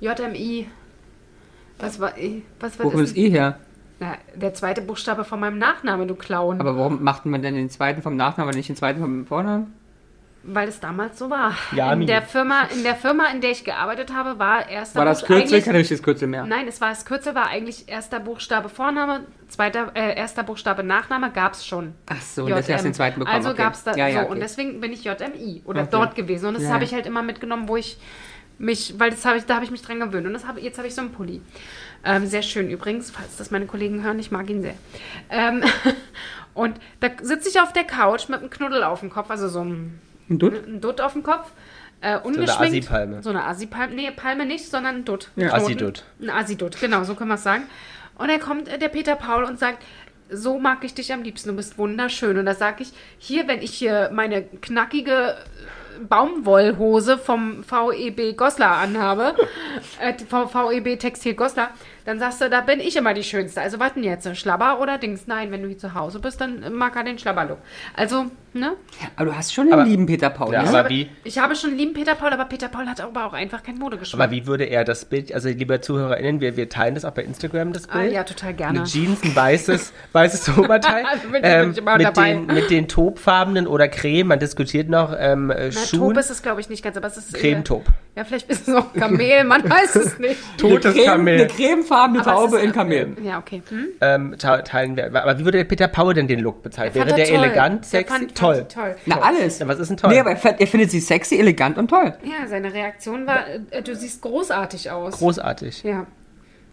Speaker 1: JMI. Was war I? Was war
Speaker 2: Wo kommt
Speaker 1: das?
Speaker 2: das I her?
Speaker 1: Na, der zweite Buchstabe von meinem Nachnamen, du Clown.
Speaker 2: Aber warum macht man denn den zweiten vom Nachnamen, aber nicht den zweiten vom Vornamen?
Speaker 1: Weil es damals so war.
Speaker 3: Yami.
Speaker 1: In der Firma, in der Firma, in der ich gearbeitet habe, war erster
Speaker 2: War das
Speaker 1: Buchstabe
Speaker 2: Kürzel? Kein
Speaker 1: eigentlich-
Speaker 2: richtiges Kürzel mehr.
Speaker 1: Nein, es war das Kürzel war eigentlich erster Buchstabe Vorname, zweiter äh, erster Buchstabe Nachname gab's schon.
Speaker 2: Ach so, und deswegen hast du den zweiten bekommen.
Speaker 1: Also
Speaker 2: okay.
Speaker 1: gab's da
Speaker 2: ja, ja,
Speaker 1: so
Speaker 2: okay.
Speaker 1: und deswegen bin ich JMI oder
Speaker 2: Okay.
Speaker 1: dort gewesen und das
Speaker 2: Ja,
Speaker 1: habe
Speaker 2: ja.
Speaker 1: ich halt immer mitgenommen, wo ich mich, weil das habe ich, da habe ich mich dran gewöhnt und das habe jetzt habe ich so einen Pulli. Ähm, sehr schön übrigens, falls das meine Kollegen hören, ich mag ihn sehr. Ähm, und da sitze ich auf der Couch mit einem Knuddel auf dem Kopf, also so einem
Speaker 2: Und Dutt?
Speaker 1: ein Dutt auf dem Kopf. Äh, ungeschminkt.
Speaker 3: Assi-Palme.
Speaker 1: So eine Assi-Palme. Nee, Palme nicht, sondern ein Dutt.
Speaker 2: Ja.
Speaker 1: Knoten.
Speaker 3: Assi-Dutt.
Speaker 1: Ein Assi-Dutt, genau, so können wir es sagen. Und dann kommt äh, der Peter Paul und sagt, so mag ich dich am liebsten, du bist wunderschön. Und da sage ich, hier, wenn ich hier meine knackige äh, Baumwollhose vom VEB Goslar anhabe, äh, vom VEB Textil Goslar, dann sagst du, da bin ich immer die Schönste. Also warten jetzt, Schlabber oder Dings? Nein, wenn du hier zu Hause bist, dann äh, mag er den Schlabberlook. Also, ne?
Speaker 2: Aber du hast schon den
Speaker 3: Aber-
Speaker 2: lieben Peter Paul.
Speaker 3: Ja,
Speaker 2: ne?
Speaker 3: aber wie,
Speaker 1: Ich habe schon lieben Peter Paul, aber Peter Paul hat aber auch einfach kein Modegeschmack.
Speaker 3: aber wie würde er das Bild, also liebe ZuhörerInnen, wir, wir teilen das auch bei Instagram, das
Speaker 1: ah,
Speaker 3: Bild.
Speaker 1: ja, total gerne.
Speaker 3: Eine Jeans, ein weißes, weißes Oberteil.
Speaker 1: Also bin ich- bin
Speaker 3: ähm,
Speaker 1: ich immer
Speaker 3: mit,
Speaker 1: dabei.
Speaker 3: den, mit den taubfarbenen oder Creme, man diskutiert noch ähm, äh,
Speaker 1: Na,
Speaker 3: Schuhen.
Speaker 1: Taube ist es, glaube ich, nicht ganz, aber es ist. äh,
Speaker 3: Cremetaub.
Speaker 1: Ja, vielleicht ist es auch Kamel, man weiß es nicht.
Speaker 3: Totes
Speaker 2: Creme,
Speaker 3: Kamel.
Speaker 2: Eine cremefarbene
Speaker 1: Aber es
Speaker 2: Taube
Speaker 1: ist-
Speaker 2: in Kamel.
Speaker 1: Ja, okay. Hm?
Speaker 3: Ähm, te- teilen wir. Aber wie würde der Peter Paul denn den Look bezeichnen? Wäre
Speaker 1: Fand er
Speaker 3: der
Speaker 1: toll.
Speaker 3: elegant,
Speaker 1: Der
Speaker 3: sexy?
Speaker 1: fand- fand
Speaker 3: toll.
Speaker 1: sie toll.
Speaker 2: Na, alles.
Speaker 3: Na, was ist denn toll?
Speaker 2: Nee, aber er, fand- er findet sie sexy, elegant und toll.
Speaker 1: Ja, seine Reaktion war, äh, du siehst großartig aus.
Speaker 3: Großartig.
Speaker 1: ja.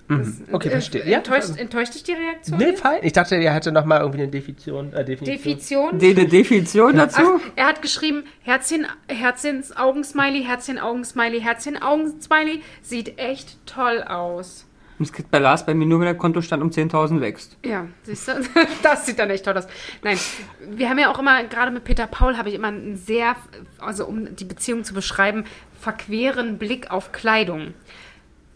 Speaker 3: Mhm. Okay, verstehe. Ja, also-
Speaker 1: Ja, enttäuscht, enttäuscht dich die Reaktion?
Speaker 3: Nee,
Speaker 1: jetzt?
Speaker 3: fein. Ich dachte, er hatte nochmal irgendwie eine Definition. Äh, Definition.
Speaker 1: Definition?
Speaker 2: Die, die Definition dazu?
Speaker 1: Ach, er hat geschrieben, Herzchen, Herzchens Augensmiley, Herzchen Augensmiley, Herzchen Augensmiley. Sieht echt toll aus.
Speaker 2: Das kriegt bei Lars bei mir nur, wenn der Kontostand um 10.000 wächst.
Speaker 1: Ja, siehst du, das sieht dann echt toll aus. Nein, wir haben ja auch immer, gerade mit Peter Paul habe ich immer einen sehr, also um die Beziehung zu beschreiben, verqueren Blick auf Kleidung.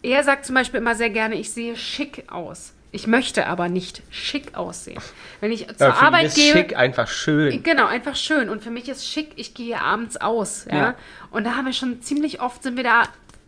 Speaker 1: Er sagt zum Beispiel immer sehr gerne, ich sehe schick aus. Ich möchte aber nicht schick aussehen. Wenn ich zur
Speaker 3: Ja, für ihn
Speaker 1: Arbeit
Speaker 3: ist
Speaker 1: gehe,
Speaker 3: schick, einfach schön.
Speaker 1: Genau, einfach schön. Und für mich ist schick, ich gehe abends aus. Ja?
Speaker 2: Ja.
Speaker 1: Und da haben wir schon ziemlich oft, sind wir da,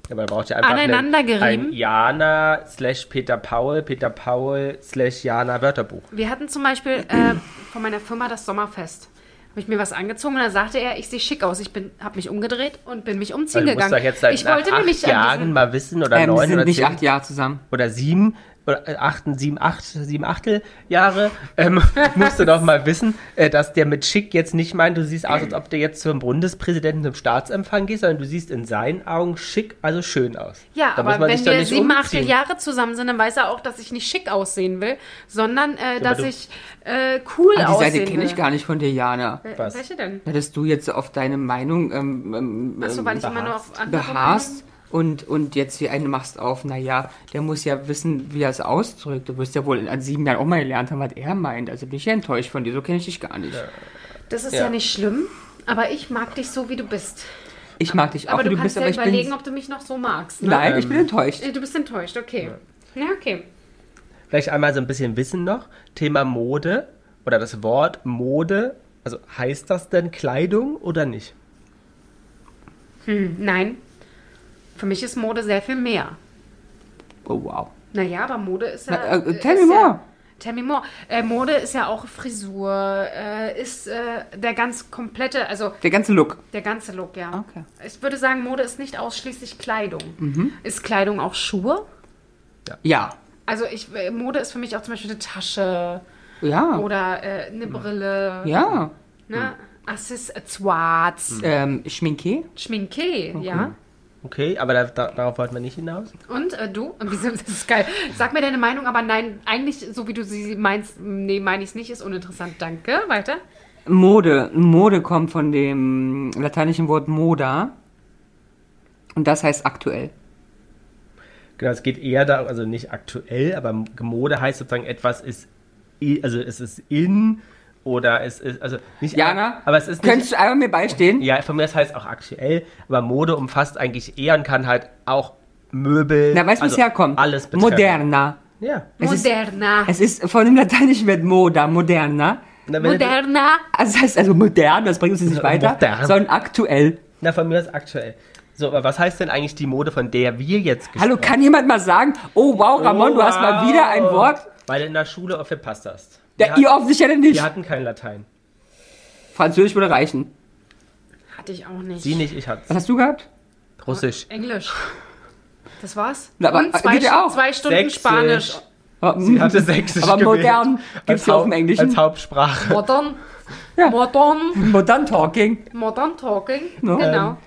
Speaker 3: Ja, man braucht ja einfach
Speaker 1: Aneinander
Speaker 3: einen,
Speaker 1: gerieben.
Speaker 3: ein Jana slash Peter Paul, Peter Paul slash Jana Wörterbuch.
Speaker 1: wir hatten zum Beispiel äh, von meiner Firma das Sommerfest. Habe ich mir was angezogen und da sagte er, ich sehe schick aus. Ich bin, habe mich umgedreht und bin mich umziehen
Speaker 3: Also du musst
Speaker 1: gegangen.
Speaker 3: doch jetzt seit
Speaker 1: ich
Speaker 3: nach
Speaker 1: wollte
Speaker 3: acht
Speaker 1: nämlich an
Speaker 3: Jahren
Speaker 1: diesem-
Speaker 3: mal wissen oder
Speaker 2: Ähm, die
Speaker 3: neun
Speaker 2: sind
Speaker 3: oder
Speaker 2: nicht
Speaker 3: zehn
Speaker 2: acht Jahre zusammen.
Speaker 3: oder sieben oder äh, achten, sieben, acht, sieben Achtel Jahre, ähm, musst du doch mal wissen, äh, dass der mit Schick jetzt nicht meint, du siehst aus, als ob du jetzt zum Bundespräsidenten zum Staatsempfang gehst, sondern du siehst in seinen Augen schick, also schön aus.
Speaker 1: ja,
Speaker 3: Da muss
Speaker 1: aber
Speaker 3: man
Speaker 1: wenn
Speaker 3: sich doch
Speaker 1: wir
Speaker 3: nicht
Speaker 1: sieben, acht
Speaker 3: umziehen.
Speaker 1: Jahre zusammen sind, dann weiß er auch, dass ich nicht schick aussehen will, sondern äh, dass
Speaker 3: du-
Speaker 1: ich äh, cool
Speaker 2: Ah, die
Speaker 1: aussehen ne?
Speaker 2: Seite kenne
Speaker 1: will.
Speaker 2: ich gar nicht von dir, Jana.
Speaker 1: Wel-
Speaker 3: Was?
Speaker 1: Welche denn?
Speaker 2: Ja, dass du jetzt auf deine Meinung ähm, ähm,
Speaker 1: Achso, weil ich immer nur auf andere
Speaker 2: beharrst und, und jetzt hier einen machst auf, naja, der muss ja wissen, wie er es ausdrückt. Du wirst ja wohl in an sieben Jahren auch mal gelernt haben, was er meint. Also bin ich ja enttäuscht von dir, so kenne ich dich gar nicht.
Speaker 1: Das ist ja.
Speaker 3: Ja.
Speaker 1: nicht schlimm, aber ich mag dich so, wie du bist.
Speaker 2: Ich mag dich auch,
Speaker 1: Aber du,
Speaker 2: wie du
Speaker 1: kannst
Speaker 2: bist,
Speaker 1: ja
Speaker 2: aber ich
Speaker 1: überlegen,
Speaker 2: bin...
Speaker 1: ob du mich noch so magst. Ne?
Speaker 2: Nein, ich bin enttäuscht.
Speaker 1: Äh, Du bist enttäuscht, okay. Ja, okay.
Speaker 3: Vielleicht einmal so ein bisschen Wissen noch. Thema Mode oder das Wort Mode. Also heißt das denn Kleidung oder nicht?
Speaker 1: Nein. Für mich ist Mode sehr viel mehr.
Speaker 2: Oh, wow.
Speaker 1: Naja, aber Mode ist ja.
Speaker 2: Na, äh,
Speaker 1: äh,
Speaker 2: tell
Speaker 1: ist
Speaker 2: me
Speaker 1: ja,
Speaker 2: more.
Speaker 1: Tell me more. Äh, Mode ist ja auch Frisur, äh, ist äh, der ganz komplette, also
Speaker 2: Der ganze Look.
Speaker 1: der ganze Look, ja.
Speaker 2: Okay. Mhm.
Speaker 1: Ich würde sagen, Mode ist nicht ausschließlich Kleidung. Ist Kleidung auch Schuhe?
Speaker 2: Ja.
Speaker 1: Also ich, äh, Mode ist für mich auch zum Beispiel eine Tasche
Speaker 2: Ja.
Speaker 1: oder äh, eine Brille,
Speaker 2: Oh. ja.
Speaker 1: ne? Accessoires,
Speaker 2: Ähm, Schminke?
Speaker 1: Schminke, ja.
Speaker 3: Okay, aber da, da, darauf wollten wir nicht hinaus.
Speaker 1: Und äh, du? Wieso- Das ist geil. Sag mir deine Meinung, aber nein, eigentlich, so wie du sie meinst, nee, meine ich es nicht, ist uninteressant. Danke. Weiter.
Speaker 2: Mode. Mode kommt von dem lateinischen Wort moda. Und das heißt aktuell.
Speaker 3: Genau, es geht eher da, also nicht aktuell, aber Mode heißt sozusagen etwas ist, i- also es ist in oder es ist, also nicht.
Speaker 2: Jana,
Speaker 3: aber es ist nicht.
Speaker 2: könntest du einmal mir beistehen?
Speaker 3: Ja, von mir das heißt auch aktuell, aber Mode umfasst eigentlich eher und kann halt auch Möbel. also
Speaker 2: Na, weißt du, wo es
Speaker 1: Also,
Speaker 2: herkommt?
Speaker 3: Alles betreffen.
Speaker 2: Moderna.
Speaker 3: Ja.
Speaker 2: Es ist-
Speaker 1: Moderna.
Speaker 2: Es ist von dem lateinischen Wort moda, moderna.
Speaker 3: Na, wenn du-
Speaker 1: Moderna.
Speaker 2: Also das heißt also modern, das bringt uns jetzt nicht weiter,
Speaker 3: Modern.
Speaker 2: sondern aktuell.
Speaker 3: Na, von mir ist aktuell. So, aber was heißt denn eigentlich die Mode, von der wir jetzt
Speaker 2: Hallo, kann jemand mal sagen, oh wow, Ramon,
Speaker 3: Oh,
Speaker 2: du hast mal
Speaker 3: wow.
Speaker 2: wieder ein Wort,
Speaker 3: Weil du in der Schule auf verpasst hast.
Speaker 2: der
Speaker 3: wir,
Speaker 2: ihr
Speaker 3: hat,
Speaker 2: offensichtlich nicht.
Speaker 3: wir hatten kein Latein.
Speaker 2: Französisch würde reichen.
Speaker 1: Hatte ich auch nicht.
Speaker 3: Sie nicht, ich hat's.
Speaker 2: Was hast du gehabt?
Speaker 3: Russisch.
Speaker 1: Englisch. Das war's.
Speaker 2: Na, aber-
Speaker 1: Und
Speaker 2: aber
Speaker 1: zwei,
Speaker 2: geht ja auch.
Speaker 1: zwei Stunden Spanisch.
Speaker 3: Sie hatte Sächsisch
Speaker 2: Oh, hm. Aber
Speaker 3: gewählt.
Speaker 2: modern gibt's
Speaker 3: Als
Speaker 2: ja
Speaker 3: Hau-
Speaker 2: auch im Englischen.
Speaker 3: Als Hauptsprache.
Speaker 1: Modern.
Speaker 2: Ja. Ähm,
Speaker 1: Modern.
Speaker 2: Modern Talking.
Speaker 1: Modern Talking.
Speaker 2: No.
Speaker 1: Genau.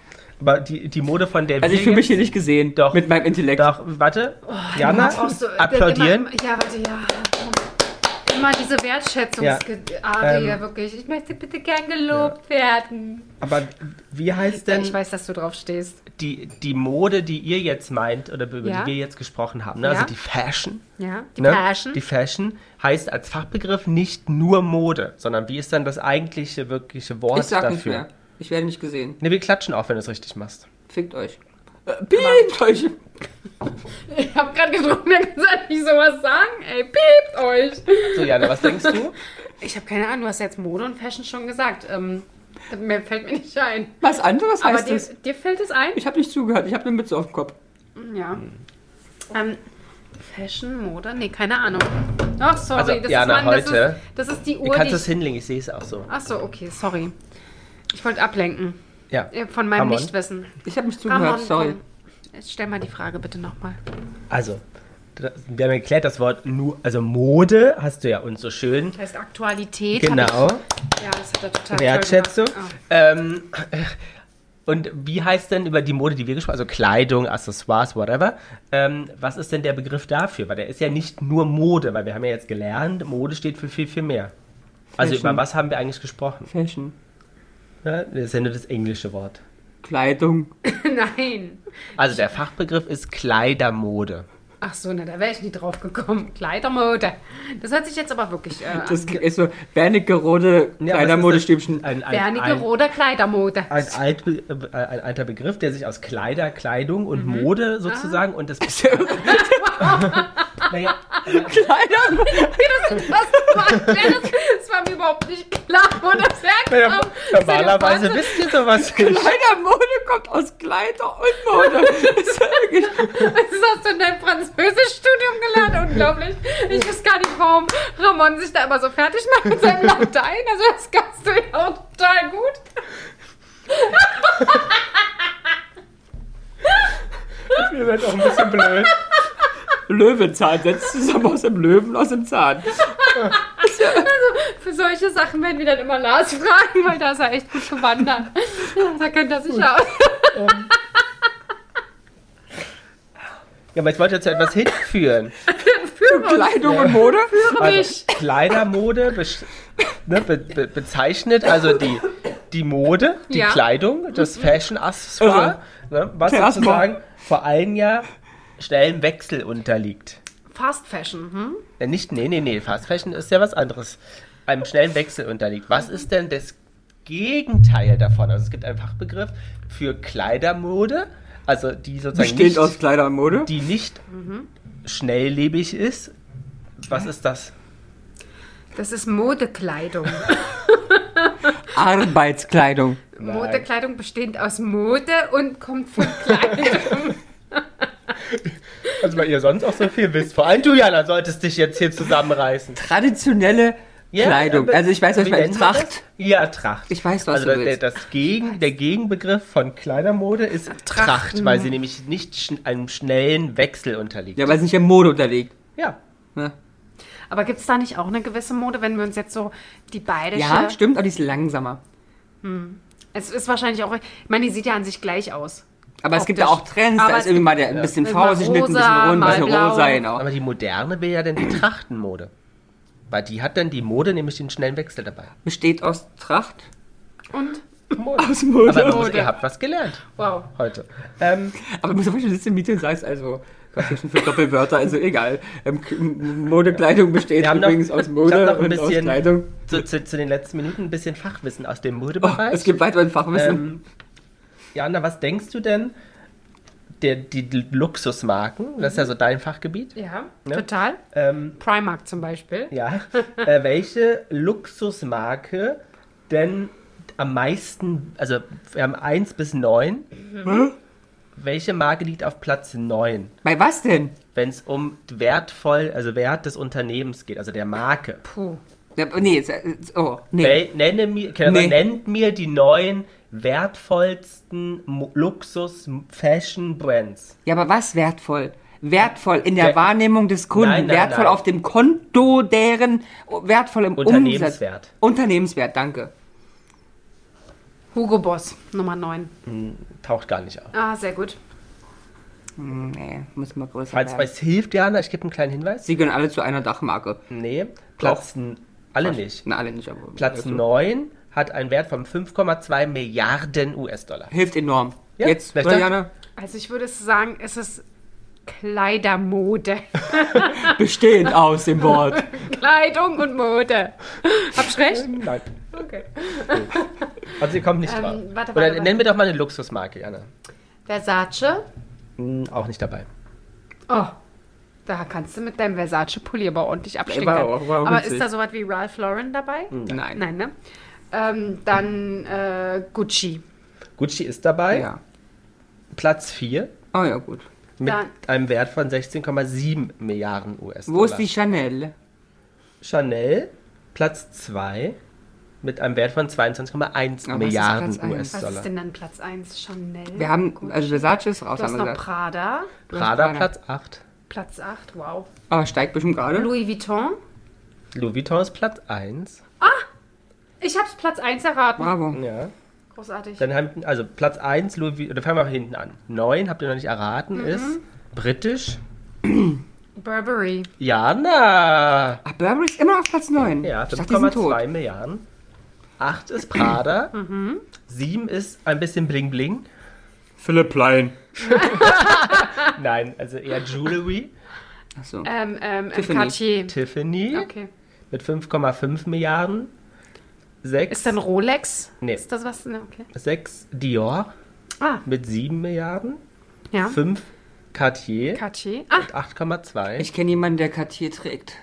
Speaker 3: Aber die, die Mode von der
Speaker 2: Also ich
Speaker 3: wir
Speaker 2: fühle mich
Speaker 3: jetzt-
Speaker 2: hier nicht gesehen.
Speaker 3: Doch.
Speaker 2: Mit meinem Intellekt.
Speaker 3: Doch, warte. Jana,
Speaker 1: Oh, Auch so, äh,
Speaker 3: applaudieren.
Speaker 1: Immer, ja, warte, ja. Immer diese Wertschätzungsarie,
Speaker 3: Ähm.
Speaker 1: wirklich. Ich möchte bitte gern gelobt werden.
Speaker 3: Aber wie heißt denn
Speaker 1: ich weiß, dass du drauf stehst.
Speaker 3: die, die Mode, die ihr jetzt meint oder über
Speaker 1: Ja.
Speaker 3: die wir jetzt gesprochen haben? Ne? Also
Speaker 1: Ja.
Speaker 3: die Fashion.
Speaker 1: Ja, die
Speaker 3: ne?
Speaker 1: Passion.
Speaker 3: Die Fashion heißt als Fachbegriff nicht nur Mode, sondern wie ist dann das eigentliche, wirkliche Wort
Speaker 2: Ich sag
Speaker 3: dafür?
Speaker 2: nicht mehr. Ich werde nicht gesehen.
Speaker 3: Ne, wir klatschen auch, wenn du es richtig machst.
Speaker 2: Fickt euch. Äh, piept euch.
Speaker 1: ich hab grad gedrückt und gesagt, ich sowas sagen. Ey, piept euch.
Speaker 3: So, Jana, was denkst du?
Speaker 1: Ich habe keine Ahnung, du hast jetzt Mode und Fashion schon gesagt. Ähm, mir fällt mir nicht ein.
Speaker 2: Was anderes
Speaker 1: Aber
Speaker 2: heißt
Speaker 1: dir,
Speaker 2: es?
Speaker 1: dir fällt es ein?
Speaker 2: Ich habe nicht zugehört. Ich habe eine Mütze auf dem Kopf.
Speaker 1: Mhm, Ja. Ähm, Fashion, Mode? Nee, keine Ahnung. Ach, sorry,
Speaker 3: Also,
Speaker 1: das,
Speaker 3: Jana,
Speaker 1: ist mein, das,
Speaker 3: heute-
Speaker 1: ist, das ist die
Speaker 3: Ihr
Speaker 1: Uhr,
Speaker 3: kannst
Speaker 1: die
Speaker 3: es
Speaker 1: ich...
Speaker 3: hinlegen, ich sehe es auch so.
Speaker 1: Ach so, okay, sorry. Ich wollte ablenken
Speaker 3: Ja.
Speaker 1: äh, von meinem
Speaker 3: Ramon.
Speaker 1: Nichtwissen.
Speaker 2: Ich habe nicht zugehört.
Speaker 1: Ramon,
Speaker 2: Sorry.
Speaker 1: komm. Jetzt stell mal die Frage bitte nochmal.
Speaker 3: Also, das- wir haben ja geklärt, das Wort nur, also Mode hast du ja uns so schön.
Speaker 1: Das heißt Aktualität. hab
Speaker 3: Genau.
Speaker 1: Ich, ja, das hat er total toll
Speaker 3: Wertschätzung.
Speaker 1: gemacht. Ah.
Speaker 3: Ähm, äh, und wie heißt denn über die Mode, die wir gesprochen haben, also Kleidung, Accessoires, whatever, ähm, was ist denn der Begriff dafür? Weil der ist ja nicht nur Mode, weil wir haben ja jetzt gelernt, Mode steht für viel, viel mehr. Also
Speaker 2: Fashion.
Speaker 3: über was haben wir eigentlich gesprochen?
Speaker 2: Fashion.
Speaker 3: Ne? Das ist ja nur das englische Wort.
Speaker 2: Kleidung.
Speaker 1: Ah. Nein.
Speaker 3: Also der Fachbegriff ist Kleidermode.
Speaker 1: Ach so, na, da wäre ich nie drauf gekommen. Kleidermode. Das hört sich jetzt aber wirklich äh, an.
Speaker 2: Das ist so Wernigerode
Speaker 3: Ah, Ja,
Speaker 2: Kleidermodestübchen.
Speaker 3: Ein, ein, ein,
Speaker 1: Bernige Roder Kleidermode.
Speaker 3: ein, alt, äh, ein alter Begriff, der sich aus Kleider, Kleidung und Mode sozusagen und das. naja,
Speaker 2: Kleider.
Speaker 1: Das, das, war, das war mir überhaupt nicht klar, wo Oh, das
Speaker 3: Ja,
Speaker 1: herkam.
Speaker 3: normalerweise
Speaker 1: Das ist
Speaker 3: wisst ihr sowas nicht.
Speaker 2: Kleidermode kommt aus Kleider und Mode. Das ist ja wirklich
Speaker 1: ja Wahnsinn. Das hast du in deinem Französischstudium gelernt. Unglaublich. Ich weiß gar nicht, warum Ramon sich da immer so fertig macht mit seinem Latein. Also das kannst du ja auch total gut.
Speaker 3: Ihr seid auch ein bisschen blöd.
Speaker 2: Löwenzahn. Setzt zusammen aus dem Löwen und aus dem Zahn.
Speaker 1: Also für solche Sachen werden wir dann immer Lars fragen, weil da ist er echt gut gewandert. Da kennt er sich ja aus.
Speaker 3: Ja, aber ich wollte jetzt zu etwas hinführen. Also
Speaker 2: Zu Kleidung und Mode.
Speaker 1: Mich.
Speaker 3: Kleidermode besch- ne, be be bezeichnet also die, die Mode, die
Speaker 1: Ja.
Speaker 3: Kleidung, das Fashion-Accessoire, ne, was
Speaker 2: Erstmal.
Speaker 3: sozusagen vor einem Jahr schnellem Wechsel unterliegt.
Speaker 1: Fast Fashion, hm?
Speaker 3: Ja, nicht, nee, nee, nee, Fast Fashion ist ja was anderes. Einem schnellen Wechsel unterliegt. Was ist denn das Gegenteil davon? Also es gibt einen Fachbegriff für Kleidermode, also die sozusagen
Speaker 2: Bestehend
Speaker 3: nicht-
Speaker 2: aus Kleider und Mode.
Speaker 3: die nicht schnelllebig ist. Was ist das?
Speaker 1: Das ist Modekleidung.
Speaker 2: Arbeitskleidung.
Speaker 1: Modekleidung bestehend aus Mode und kommt von Kleidung.
Speaker 3: Also weil ihr sonst auch so viel wisst. Vor allem du, Jana, solltest dich jetzt hier zusammenreißen.
Speaker 2: Traditionelle Kleidung.
Speaker 3: aber-
Speaker 2: Also ich weiß, was
Speaker 3: wie
Speaker 2: ich meine.
Speaker 3: nennt man
Speaker 2: Tracht.
Speaker 3: das? Ja, Tracht.
Speaker 2: Ich weiß, was
Speaker 3: also
Speaker 2: du
Speaker 3: der-
Speaker 2: willst.
Speaker 3: Der, das Gegen, der Gegenbegriff von Kleidermode ist Tracht, weil sie nämlich nicht schn einem schnellen Wechsel unterliegt.
Speaker 2: Mhm. Ja, weil es nicht der Mode unterliegt.
Speaker 3: ja.
Speaker 2: Ne?
Speaker 1: Aber gibt es da nicht auch eine gewisse Mode, wenn wir uns jetzt so die beide
Speaker 2: Ja, stimmt, aber die ist langsamer.
Speaker 1: Es ist wahrscheinlich auch. Ich meine, die sieht ja an sich gleich aus.
Speaker 2: Aber es gibt ja
Speaker 1: Optisch.
Speaker 2: auch Trends,
Speaker 1: Aber
Speaker 2: da
Speaker 1: es
Speaker 2: ist irgendwie mal der, ein bisschen
Speaker 1: Mal
Speaker 2: V-Schnitt, ein bisschen
Speaker 1: rosa,
Speaker 2: rund, ein
Speaker 1: mal
Speaker 2: bisschen
Speaker 1: blau.
Speaker 2: rosa, genau.
Speaker 3: Aber die Moderne will ja dann die Trachtenmode. Weil die hat dann die Mode nämlich den schnellen Wechsel dabei.
Speaker 2: Besteht aus Tracht.
Speaker 1: Und?
Speaker 2: Aus Mode.
Speaker 3: Aber man
Speaker 2: Aber,
Speaker 3: muss, ihr habt was gelernt
Speaker 1: Wow.
Speaker 3: heute. Ähm,
Speaker 2: aber zum Beispiel sitzt im Meeting und sagst also, was ist denn für Doppelwörter, also egal. Ähm, K- Modekleidung besteht
Speaker 3: Wir haben noch-
Speaker 2: übrigens aus
Speaker 3: ich hab
Speaker 2: Mode
Speaker 3: noch ein
Speaker 2: und aus
Speaker 3: bisschen-
Speaker 2: Kleidung.
Speaker 3: zu, zu, zu den letzten Minuten ein bisschen Fachwissen aus dem
Speaker 2: Oh,
Speaker 3: Modebereich.
Speaker 2: es gibt weiteren Fachwissen.
Speaker 3: Ähm, Jana, was denkst du denn? Der, die Luxusmarken, das ist ja so dein Fachgebiet.
Speaker 1: Ja,
Speaker 3: Ne?
Speaker 1: total.
Speaker 3: Ähm,
Speaker 1: Primark zum Beispiel.
Speaker 3: ja. äh, welche Luxusmarke denn am meisten, also wir haben 1 bis 9.
Speaker 1: Mhm.
Speaker 3: Welche Marke liegt auf Platz 9,
Speaker 2: Bei was denn?
Speaker 3: wenn es um wertvoll, also Wert des Unternehmens geht, also der Marke?
Speaker 1: Puh.
Speaker 2: Ja, Nee, es- es- oh, nee.
Speaker 3: Wel- Nenne mir, kann,
Speaker 2: Nee.
Speaker 3: nennt mir die neun wertvollsten Mo- Luxus-Fashion-Brands.
Speaker 2: Ja, aber was wertvoll? Wertvoll in der
Speaker 3: Wer-
Speaker 2: Wahrnehmung des Kunden,
Speaker 3: Nein, nein,
Speaker 2: wertvoll
Speaker 3: nein.
Speaker 2: auf dem Konto deren, wertvoll im
Speaker 3: Unternehmenswert.
Speaker 2: Umsatz. Unternehmenswert, danke.
Speaker 1: Hugo Boss, Nummer 9.
Speaker 3: Taucht gar nicht auf.
Speaker 1: Ah, sehr gut.
Speaker 2: Hm, Nee, muss mal größer
Speaker 3: Falls
Speaker 2: werden.
Speaker 3: es hilft, Jana, ich gebe einen kleinen Hinweis.
Speaker 2: Sie gehören alle zu einer Dachmarke.
Speaker 3: Nee, Platz n- alle nicht.
Speaker 2: Na, alle nicht, aber. also
Speaker 3: Platz 9 hat einen Wert von 5,2 Milliarden US-Dollar.
Speaker 2: Hilft enorm.
Speaker 3: Ja,
Speaker 2: Jetzt,
Speaker 3: vielleicht
Speaker 2: Marianne,
Speaker 1: Also ich würde sagen, es ist Kleidermode.
Speaker 2: bestehend aus dem Wort.
Speaker 1: Kleidung und Mode. Hab's recht?
Speaker 3: Nein.
Speaker 1: Okay.
Speaker 3: Also ihr kommt nicht
Speaker 1: Ähm,
Speaker 3: drauf.
Speaker 1: warte, warte,
Speaker 3: Oder
Speaker 1: warte.
Speaker 3: nennen wir doch mal eine Luxusmarke, Jana.
Speaker 1: Versace.
Speaker 3: Hm, auch nicht dabei.
Speaker 1: Oh, da kannst du mit deinem Versace-Pulli aber ordentlich
Speaker 2: war
Speaker 1: abschlingen.
Speaker 2: auch- war auch
Speaker 1: Aber
Speaker 2: witzig. Hm.
Speaker 1: ist da sowas wie Ralph Lauren dabei?
Speaker 2: Nein.
Speaker 1: Nein, ne? Ähm, dann äh, Gucci.
Speaker 3: Gucci ist dabei.
Speaker 2: Ja.
Speaker 3: Platz 4
Speaker 2: Oh ja, gut.
Speaker 3: mit
Speaker 1: Dann-
Speaker 3: einem Wert von 16,7 Milliarden US-Dollar.
Speaker 2: Wo ist die Chanel?
Speaker 3: Chanel? Platz 2 mit einem Wert von
Speaker 2: Aber
Speaker 3: 22,1
Speaker 2: was ist Platz
Speaker 3: Milliarden
Speaker 2: eins?
Speaker 1: Was
Speaker 3: US-Dollar.
Speaker 1: ist denn dann Platz 1? Chanel?
Speaker 2: Wir haben,
Speaker 1: Gucci.
Speaker 2: also Versace ist raus,
Speaker 1: Du hast
Speaker 2: haben wir
Speaker 1: noch
Speaker 2: gesagt.
Speaker 1: Prada.
Speaker 3: Prada
Speaker 2: Prada.
Speaker 3: Platz 8.
Speaker 1: Platz 8, wow.
Speaker 2: Aber Ah, steigt bestimmt gerade.
Speaker 1: Louis Vuitton.
Speaker 3: Louis Vuitton ist Platz 1.
Speaker 1: Ich hab's Platz 1 erraten.
Speaker 2: Bravo.
Speaker 3: Ja.
Speaker 1: Großartig.
Speaker 3: Dann haben, also Platz 1, Louis Vu- oder fangen wir hinten an. 9, habt ihr noch nicht erraten,
Speaker 1: Mhm.
Speaker 3: ist britisch.
Speaker 1: Burberry.
Speaker 3: Jana!
Speaker 2: Ach, Ah, Burberry ist immer auf Platz 9.
Speaker 3: Ja,
Speaker 2: ich dachte, die sind tot.
Speaker 3: 5,2 Milliarden. 8 ist Prada.
Speaker 1: Mhm.
Speaker 3: 7 ist ein bisschen Bling Bling.
Speaker 2: Philipp Plein.
Speaker 3: Nein, also eher Jewelry.
Speaker 2: Achso.
Speaker 1: Ähm, ähm, ähm,
Speaker 2: Tiffany.
Speaker 1: Cartier.
Speaker 3: Tiffany
Speaker 1: Okay.
Speaker 3: mit 5,5 Milliarden. 6,
Speaker 1: Ist dann Rolex?
Speaker 3: Nee.
Speaker 1: Ist das was? Ne, okay.
Speaker 3: 6 Dior
Speaker 1: Ah,
Speaker 3: mit 7 Milliarden.
Speaker 1: ja.
Speaker 3: 5 Cartier
Speaker 1: Cartier. Ah,
Speaker 3: mit 8,2.
Speaker 2: Ich kenne jemanden, der Cartier trägt.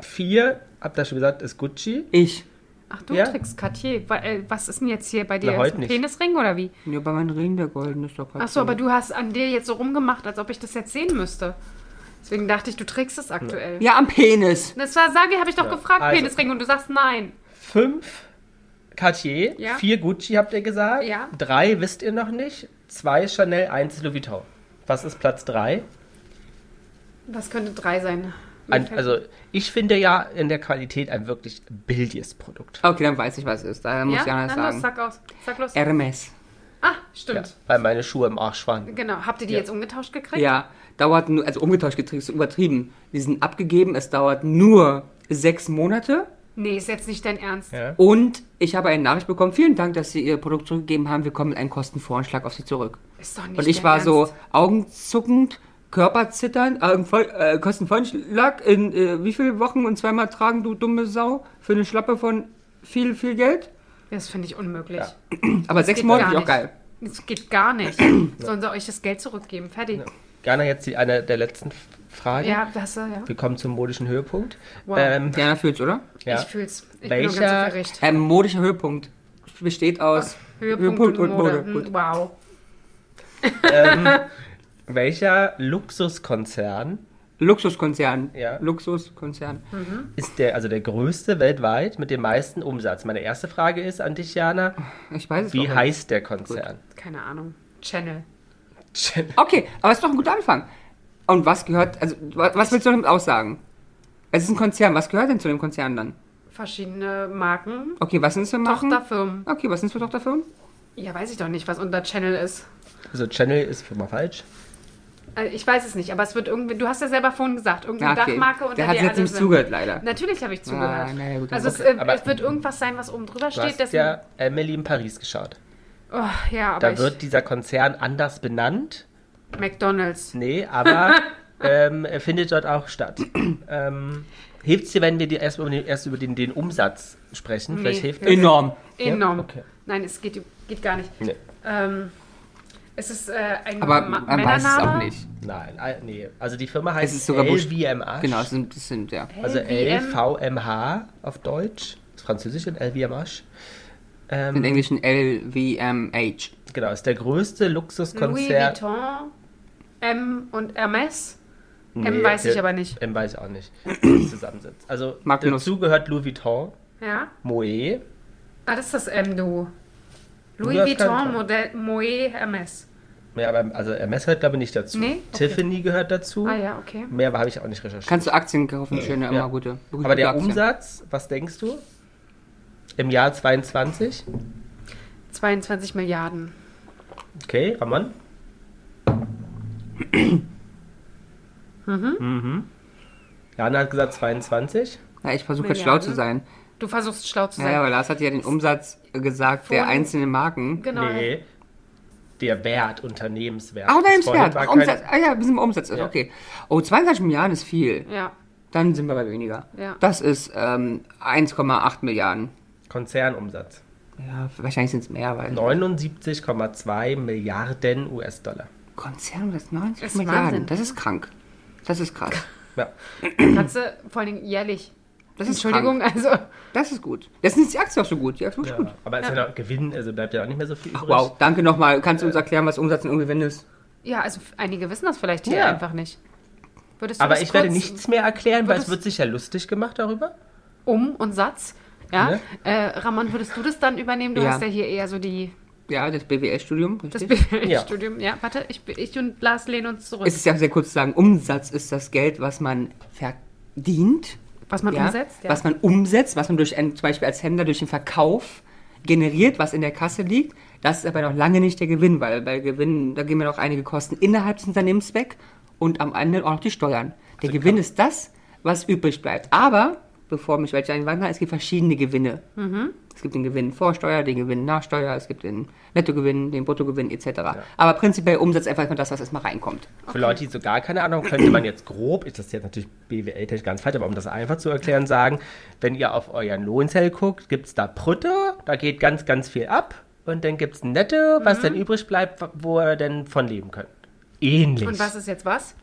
Speaker 3: 4, habt ihr schon gesagt, ist Gucci.
Speaker 2: Ich.
Speaker 1: ach du
Speaker 3: Ja.
Speaker 1: trägst Cartier. Wa- äh, Was ist denn jetzt hier bei dir?
Speaker 3: Na, heute
Speaker 1: Ist ein
Speaker 3: nicht.
Speaker 1: Penisring oder wie?
Speaker 2: Ja, bei meinem Ring, der golden ist doch Cartier.
Speaker 1: Ach so, aber du hast an dir jetzt so rumgemacht, als ob ich das jetzt sehen müsste. Deswegen dachte ich, du trägst es aktuell.
Speaker 2: Ja, am Penis.
Speaker 1: Das war, sage ich, habe ich doch gefragt,
Speaker 3: also-
Speaker 1: Penisring, und du sagst nein.
Speaker 3: 5 Cartier,
Speaker 1: Ja.
Speaker 3: 4 Gucci habt ihr gesagt,
Speaker 1: Ja.
Speaker 3: 3 wisst ihr noch nicht, 2 Chanel, 1 Louis Vuitton. Was ist Platz 3?
Speaker 1: Was könnte drei sein?
Speaker 3: Ein, also ich finde ja in der Qualität ein wirklich billiges Produkt.
Speaker 2: Okay, dann weiß ich, was es ist. Da muss
Speaker 1: ja?
Speaker 2: ich anders
Speaker 1: Dann
Speaker 2: sagen.
Speaker 1: los, sag aus. Sag los.
Speaker 2: Hermes.
Speaker 1: ah,
Speaker 3: Ja,
Speaker 1: stimmt.
Speaker 3: weil meine Schuhe im Arsch waren.
Speaker 1: Genau. Habt ihr die
Speaker 3: Ja.
Speaker 1: jetzt umgetauscht gekriegt?
Speaker 2: Ja, dauert nur, also umgetauscht getrieben, ist übertrieben. Die sind abgegeben, es dauert nur sechs Monate.
Speaker 1: Nee, ist jetzt nicht dein Ernst.
Speaker 3: Ja.
Speaker 2: Und ich habe eine Nachricht bekommen, vielen Dank, dass Sie Ihr Produkt zurückgegeben haben. Wir kommen mit einem Kostenvoranschlag auf Sie zurück.
Speaker 1: Ist doch nicht
Speaker 2: Und ich
Speaker 1: dein
Speaker 2: war
Speaker 1: Ernst.
Speaker 2: so augenzuckend, körperzitternd, äh, voll, äh, Kostenvoranschlag in äh, wie viele Wochen und zweimal tragen, du dumme Sau, für eine Schlappe von viel, viel Geld.
Speaker 1: Das finde ich unmöglich.
Speaker 3: Ja.
Speaker 2: Aber sechs
Speaker 1: Geht
Speaker 2: Monate
Speaker 1: gar
Speaker 2: finde ich auch
Speaker 1: nicht.
Speaker 2: geil.
Speaker 1: Das geht gar nicht. Sollen sie euch das Geld zurückgeben? Fertig.
Speaker 3: Gerne jetzt die, eine der letzten F- Fragen.
Speaker 1: Ja, das, äh, ja.
Speaker 3: Wir kommen zum modischen Höhepunkt.
Speaker 1: Wow.
Speaker 3: Ähm,
Speaker 2: Diana fühlt's, oder?
Speaker 3: ja.
Speaker 1: Ich fühl's. Ich bin nur
Speaker 3: Welcher-
Speaker 1: ganz verricht.
Speaker 2: Ähm, modischer Höhepunkt besteht aus
Speaker 1: Höhepunkt und Mode.
Speaker 2: Gut.
Speaker 1: Hm, Wow.
Speaker 3: Welcher Luxuskonzern
Speaker 2: Luxuskonzern.
Speaker 3: Ja.
Speaker 2: Luxuskonzern.
Speaker 3: ist der, also der größte weltweit mit dem meisten Umsatz? Meine erste Frage ist an dich, Jana.
Speaker 2: Ich weiß es
Speaker 3: Wie
Speaker 2: doch nicht.
Speaker 3: heißt der Konzern?
Speaker 1: Keine Ahnung. Channel.
Speaker 2: Okay, aber es ist doch ein guter Anfang. Und was gehört, also wa- was willst du damit aussagen? Es ist ein Konzern, was gehört denn zu dem Konzern dann?
Speaker 1: Verschiedene Marken.
Speaker 2: Okay, was sind es für Marken?
Speaker 1: Tochterfirmen.
Speaker 2: Okay, was sind es für Tochterfirmen?
Speaker 1: Ja, weiß ich doch nicht, was unter Channel ist.
Speaker 3: Also Channel ist schon mal falsch.
Speaker 1: Äh, Ich weiß es nicht, aber es wird irgendwie. Du hast ja selber vorhin gesagt,
Speaker 2: Ja,
Speaker 1: irgendeine
Speaker 2: Ah, okay.
Speaker 1: Dachmarke unter
Speaker 2: Der hat
Speaker 1: der
Speaker 2: jetzt
Speaker 1: alle
Speaker 2: nicht
Speaker 1: sind.
Speaker 2: zugehört, leider.
Speaker 1: Natürlich habe ich zugehört.
Speaker 2: naja, gut,
Speaker 1: also es,
Speaker 2: okay.
Speaker 1: äh,
Speaker 3: Aber-
Speaker 1: es wird irgendwas sein, was oben drüber
Speaker 3: Du
Speaker 1: steht.
Speaker 3: hast
Speaker 1: dessen-
Speaker 3: ja Emily in Paris geschaut.
Speaker 1: oh, ja, aber
Speaker 3: Da wird dieser Konzern anders benannt.
Speaker 1: ich, McDonalds.
Speaker 3: Nee, aber ähm, er findet dort auch statt. ähm, hilft's dir, wenn wir die erst über den, erst über den, den Umsatz sprechen?
Speaker 1: Nee.
Speaker 3: Vielleicht hilft
Speaker 2: Enorm.
Speaker 1: Enorm.
Speaker 3: okay.
Speaker 1: Nein, es geht, geht gar nicht.
Speaker 3: Nee.
Speaker 1: Ähm, es ist äh, ein
Speaker 2: Aber
Speaker 1: Ma-
Speaker 2: man weiß es auch
Speaker 1: Männername.
Speaker 2: nicht.
Speaker 3: Nein, ah, nee. Also die Firma
Speaker 2: Es
Speaker 3: heißt
Speaker 2: ist sogar Busch-
Speaker 3: LVMH.
Speaker 2: Genau, es sind, es sind ja.
Speaker 3: Also
Speaker 1: LVM.
Speaker 3: LVMH auf Deutsch. Ist Französisch und LVMH.
Speaker 2: Im
Speaker 3: Ähm,
Speaker 2: Englischen LVMH.
Speaker 3: genau, ist der größte
Speaker 1: Louis
Speaker 3: Luxuskonzern.
Speaker 1: Vuitton, M und Hermes.
Speaker 3: Nee,
Speaker 1: M weiß ich
Speaker 3: der-
Speaker 1: aber nicht.
Speaker 3: M weiß ich auch nicht. wie es Zusammensetzt. Also
Speaker 2: Magnus.
Speaker 3: dazu gehört Louis Vuitton,
Speaker 1: Ja.
Speaker 3: Moe,
Speaker 1: Ah, das ist das M, du. Louis
Speaker 3: hast keinen
Speaker 1: Vuitton
Speaker 3: Plan.
Speaker 1: Modell Moe Hermes.
Speaker 3: Ja, aber also Hermes gehört glaube ich nicht dazu.
Speaker 1: Nee? Okay.
Speaker 3: Tiffany gehört dazu.
Speaker 2: Hm.
Speaker 1: Ah ja, okay.
Speaker 3: Mehr habe ich auch nicht recherchiert.
Speaker 2: Kannst du Aktien kaufen, schöne, immer
Speaker 3: Äh, Ja.
Speaker 2: gute. gute
Speaker 3: aber der
Speaker 2: Aktien.
Speaker 3: Umsatz, was denkst du? Im Jahr 22?
Speaker 1: 22 Milliarden.
Speaker 3: Okay, Ramon? Mhm. Jana hat gesagt 22.
Speaker 2: Ja, ich versuche jetzt schlau zu sein.
Speaker 1: Du versuchst schlau zu sein.
Speaker 2: Naja, aber Lars hat ja den Umsatz gesagt der
Speaker 1: Von-
Speaker 2: einzelnen Marken.
Speaker 1: genau.
Speaker 3: Nee. Der Wert, Unternehmenswert.
Speaker 2: Ach, nein,
Speaker 3: Bis
Speaker 2: im
Speaker 3: vorhin
Speaker 2: Wert.
Speaker 3: war
Speaker 2: Ach,
Speaker 3: kein-
Speaker 2: Umsatz. Ah ja, wir sind im Umsatz.
Speaker 3: Ja.
Speaker 2: Okay. Oh, 22 Milliarden ist viel.
Speaker 1: Ja.
Speaker 2: Dann sind wir bei weniger.
Speaker 1: Ja.
Speaker 2: Das ist ähm, 1,8 Milliarden.
Speaker 3: Konzernumsatz.
Speaker 2: Ja, wahrscheinlich sind es mehr, weil
Speaker 3: 79,2 Milliarden US-Dollar.
Speaker 2: Konzern das 90
Speaker 1: Das ist
Speaker 2: Milliarden.
Speaker 1: Wahnsinn.
Speaker 2: Das ist krank. Das ist krass.
Speaker 3: Ja.
Speaker 1: Kannst du vor allen Dingen jährlich.
Speaker 2: Das ist
Speaker 1: Entschuldigung,
Speaker 2: Krank.
Speaker 1: also.
Speaker 2: Das ist gut. Deswegen ist die Aktie auch so gut. Die Aktie ist gut.
Speaker 3: ja. Aber es ist ja noch Gewinn, also bleibt ja auch nicht mehr so viel
Speaker 2: Ach,
Speaker 3: übrig.
Speaker 2: wow. Danke nochmal. Kannst du uns erklären, was Umsatz und Gewinn ist?
Speaker 1: Ja, also f- einige wissen das vielleicht hier
Speaker 3: Ja.
Speaker 1: einfach nicht. Würdest du
Speaker 3: Aber
Speaker 1: das
Speaker 3: ich werde
Speaker 1: kurz
Speaker 3: nichts mehr erklären, weil es
Speaker 1: Würdest-
Speaker 3: wird sich ja lustig gemacht darüber.
Speaker 1: Um und Satz. Ja.
Speaker 3: Ne?
Speaker 1: Äh, Ramon, würdest du das dann übernehmen? Du
Speaker 2: Ja.
Speaker 1: hast ja hier eher so die,
Speaker 2: Ja, das BWL-Studium.
Speaker 1: das
Speaker 2: richtig?
Speaker 1: BWL-Studium. Ja. warte, ich, ich und Lars lehnen uns zurück.
Speaker 2: Es ist ja sehr kurz zu sagen, Umsatz ist das Geld, was man verdient.
Speaker 1: was man
Speaker 2: ja,
Speaker 1: umsetzt, ja.
Speaker 2: was man umsetzt, was man durch einen, zum Beispiel als Händler durch den Verkauf generiert, was in der Kasse liegt. Das ist aber noch lange nicht der Gewinn, weil bei Gewinn, da gehen wir noch einige Kosten innerhalb des Unternehmens weg und am Ende auch noch die Steuern. Der Gewinn ist das, was übrig bleibt. Aber, bevor mich welche einwandern, es gibt verschiedene Gewinne.
Speaker 1: Mhm.
Speaker 2: Es gibt den Gewinn vor Steuer, den Gewinn nach Steuer, es gibt den Nettogewinn, den Bruttogewinn etc. Aber prinzipiell Umsatz einfach erstmal das, was erstmal reinkommt.
Speaker 3: Für Leute, die so gar keine Ahnung haben, könnte man jetzt grob, ist das jetzt natürlich BWL-technisch ganz falsch, aber um das einfach zu erklären, sagen, wenn ihr auf euren Lohnzettel guckt, gibt es da Brutto, da geht ganz, ganz viel ab und dann gibt es Netto,
Speaker 1: Mhm.
Speaker 3: was dann übrig bleibt, wo ihr dann von leben könnt. Ähnlich.
Speaker 1: und was ist jetzt was?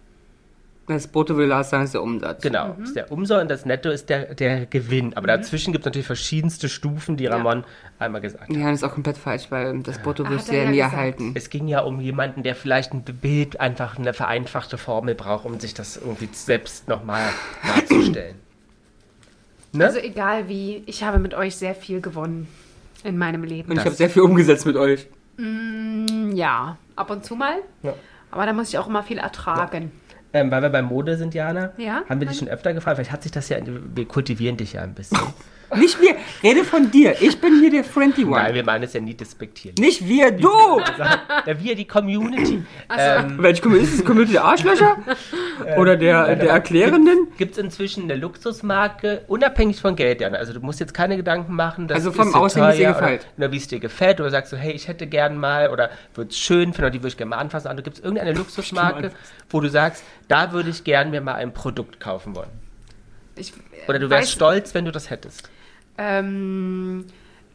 Speaker 2: Das Brutto will Lars sagen, ist der Umsatz.
Speaker 3: Genau, ist der Umsatz und das Netto ist der, der Gewinn. Aber dazwischen gibt es natürlich verschiedenste Stufen, die Ramon einmal gesagt hat.
Speaker 2: Ja, das ist auch komplett falsch, weil das Brutto wirst du
Speaker 1: Ah, er
Speaker 2: ja
Speaker 1: ja
Speaker 2: nie
Speaker 1: gesagt.
Speaker 2: erhalten.
Speaker 3: Es ging ja um jemanden, der vielleicht ein Bild einfach eine vereinfachte Formel braucht, um sich das irgendwie selbst nochmal darzustellen. Ne?
Speaker 1: Also egal wie, ich habe mit euch sehr viel gewonnen in meinem Leben.
Speaker 2: Und ich
Speaker 3: Das-
Speaker 2: habe sehr viel umgesetzt mit euch.
Speaker 1: Ja, ab und zu mal.
Speaker 3: Ja.
Speaker 1: Aber da muss ich auch immer viel ertragen.
Speaker 3: Ähm, weil wir bei Mode sind, Jana,
Speaker 1: Ja?
Speaker 3: haben wir dich schon öfter gefragt. Vielleicht hat sich das ja, wir kultivieren dich ja ein bisschen.
Speaker 2: Nicht wir. Rede von dir. Ich bin hier der friendly one.
Speaker 3: Nein, wir meinen es ja nie despektierlich.
Speaker 2: Nicht wir, du!
Speaker 3: Ja, wir, die Community. ähm,
Speaker 2: Welche Community ist das? Community der Arschlöcher?
Speaker 3: Äh,
Speaker 2: Oder der, der Erklärenden?
Speaker 3: Gibt es inzwischen eine Luxusmarke, unabhängig von Geld, Jana. Also du musst jetzt keine Gedanken machen, dass
Speaker 2: Also vom
Speaker 3: ist so
Speaker 2: Aussehen, wie es dir
Speaker 3: teuer oder-
Speaker 2: gefällt.
Speaker 3: Oder wie es dir gefällt. Oder sagst du, hey, ich hätte gern mal oder würde es schön finden oder die würde ich gerne mal anfassen. Also gibt es irgendeine Luxusmarke, wo du sagst, da würde ich gern mir mal ein Produkt kaufen wollen.
Speaker 1: Ich, äh,
Speaker 3: Oder du wärst
Speaker 1: weiß-
Speaker 3: stolz, wenn du das hättest.
Speaker 1: Ähm,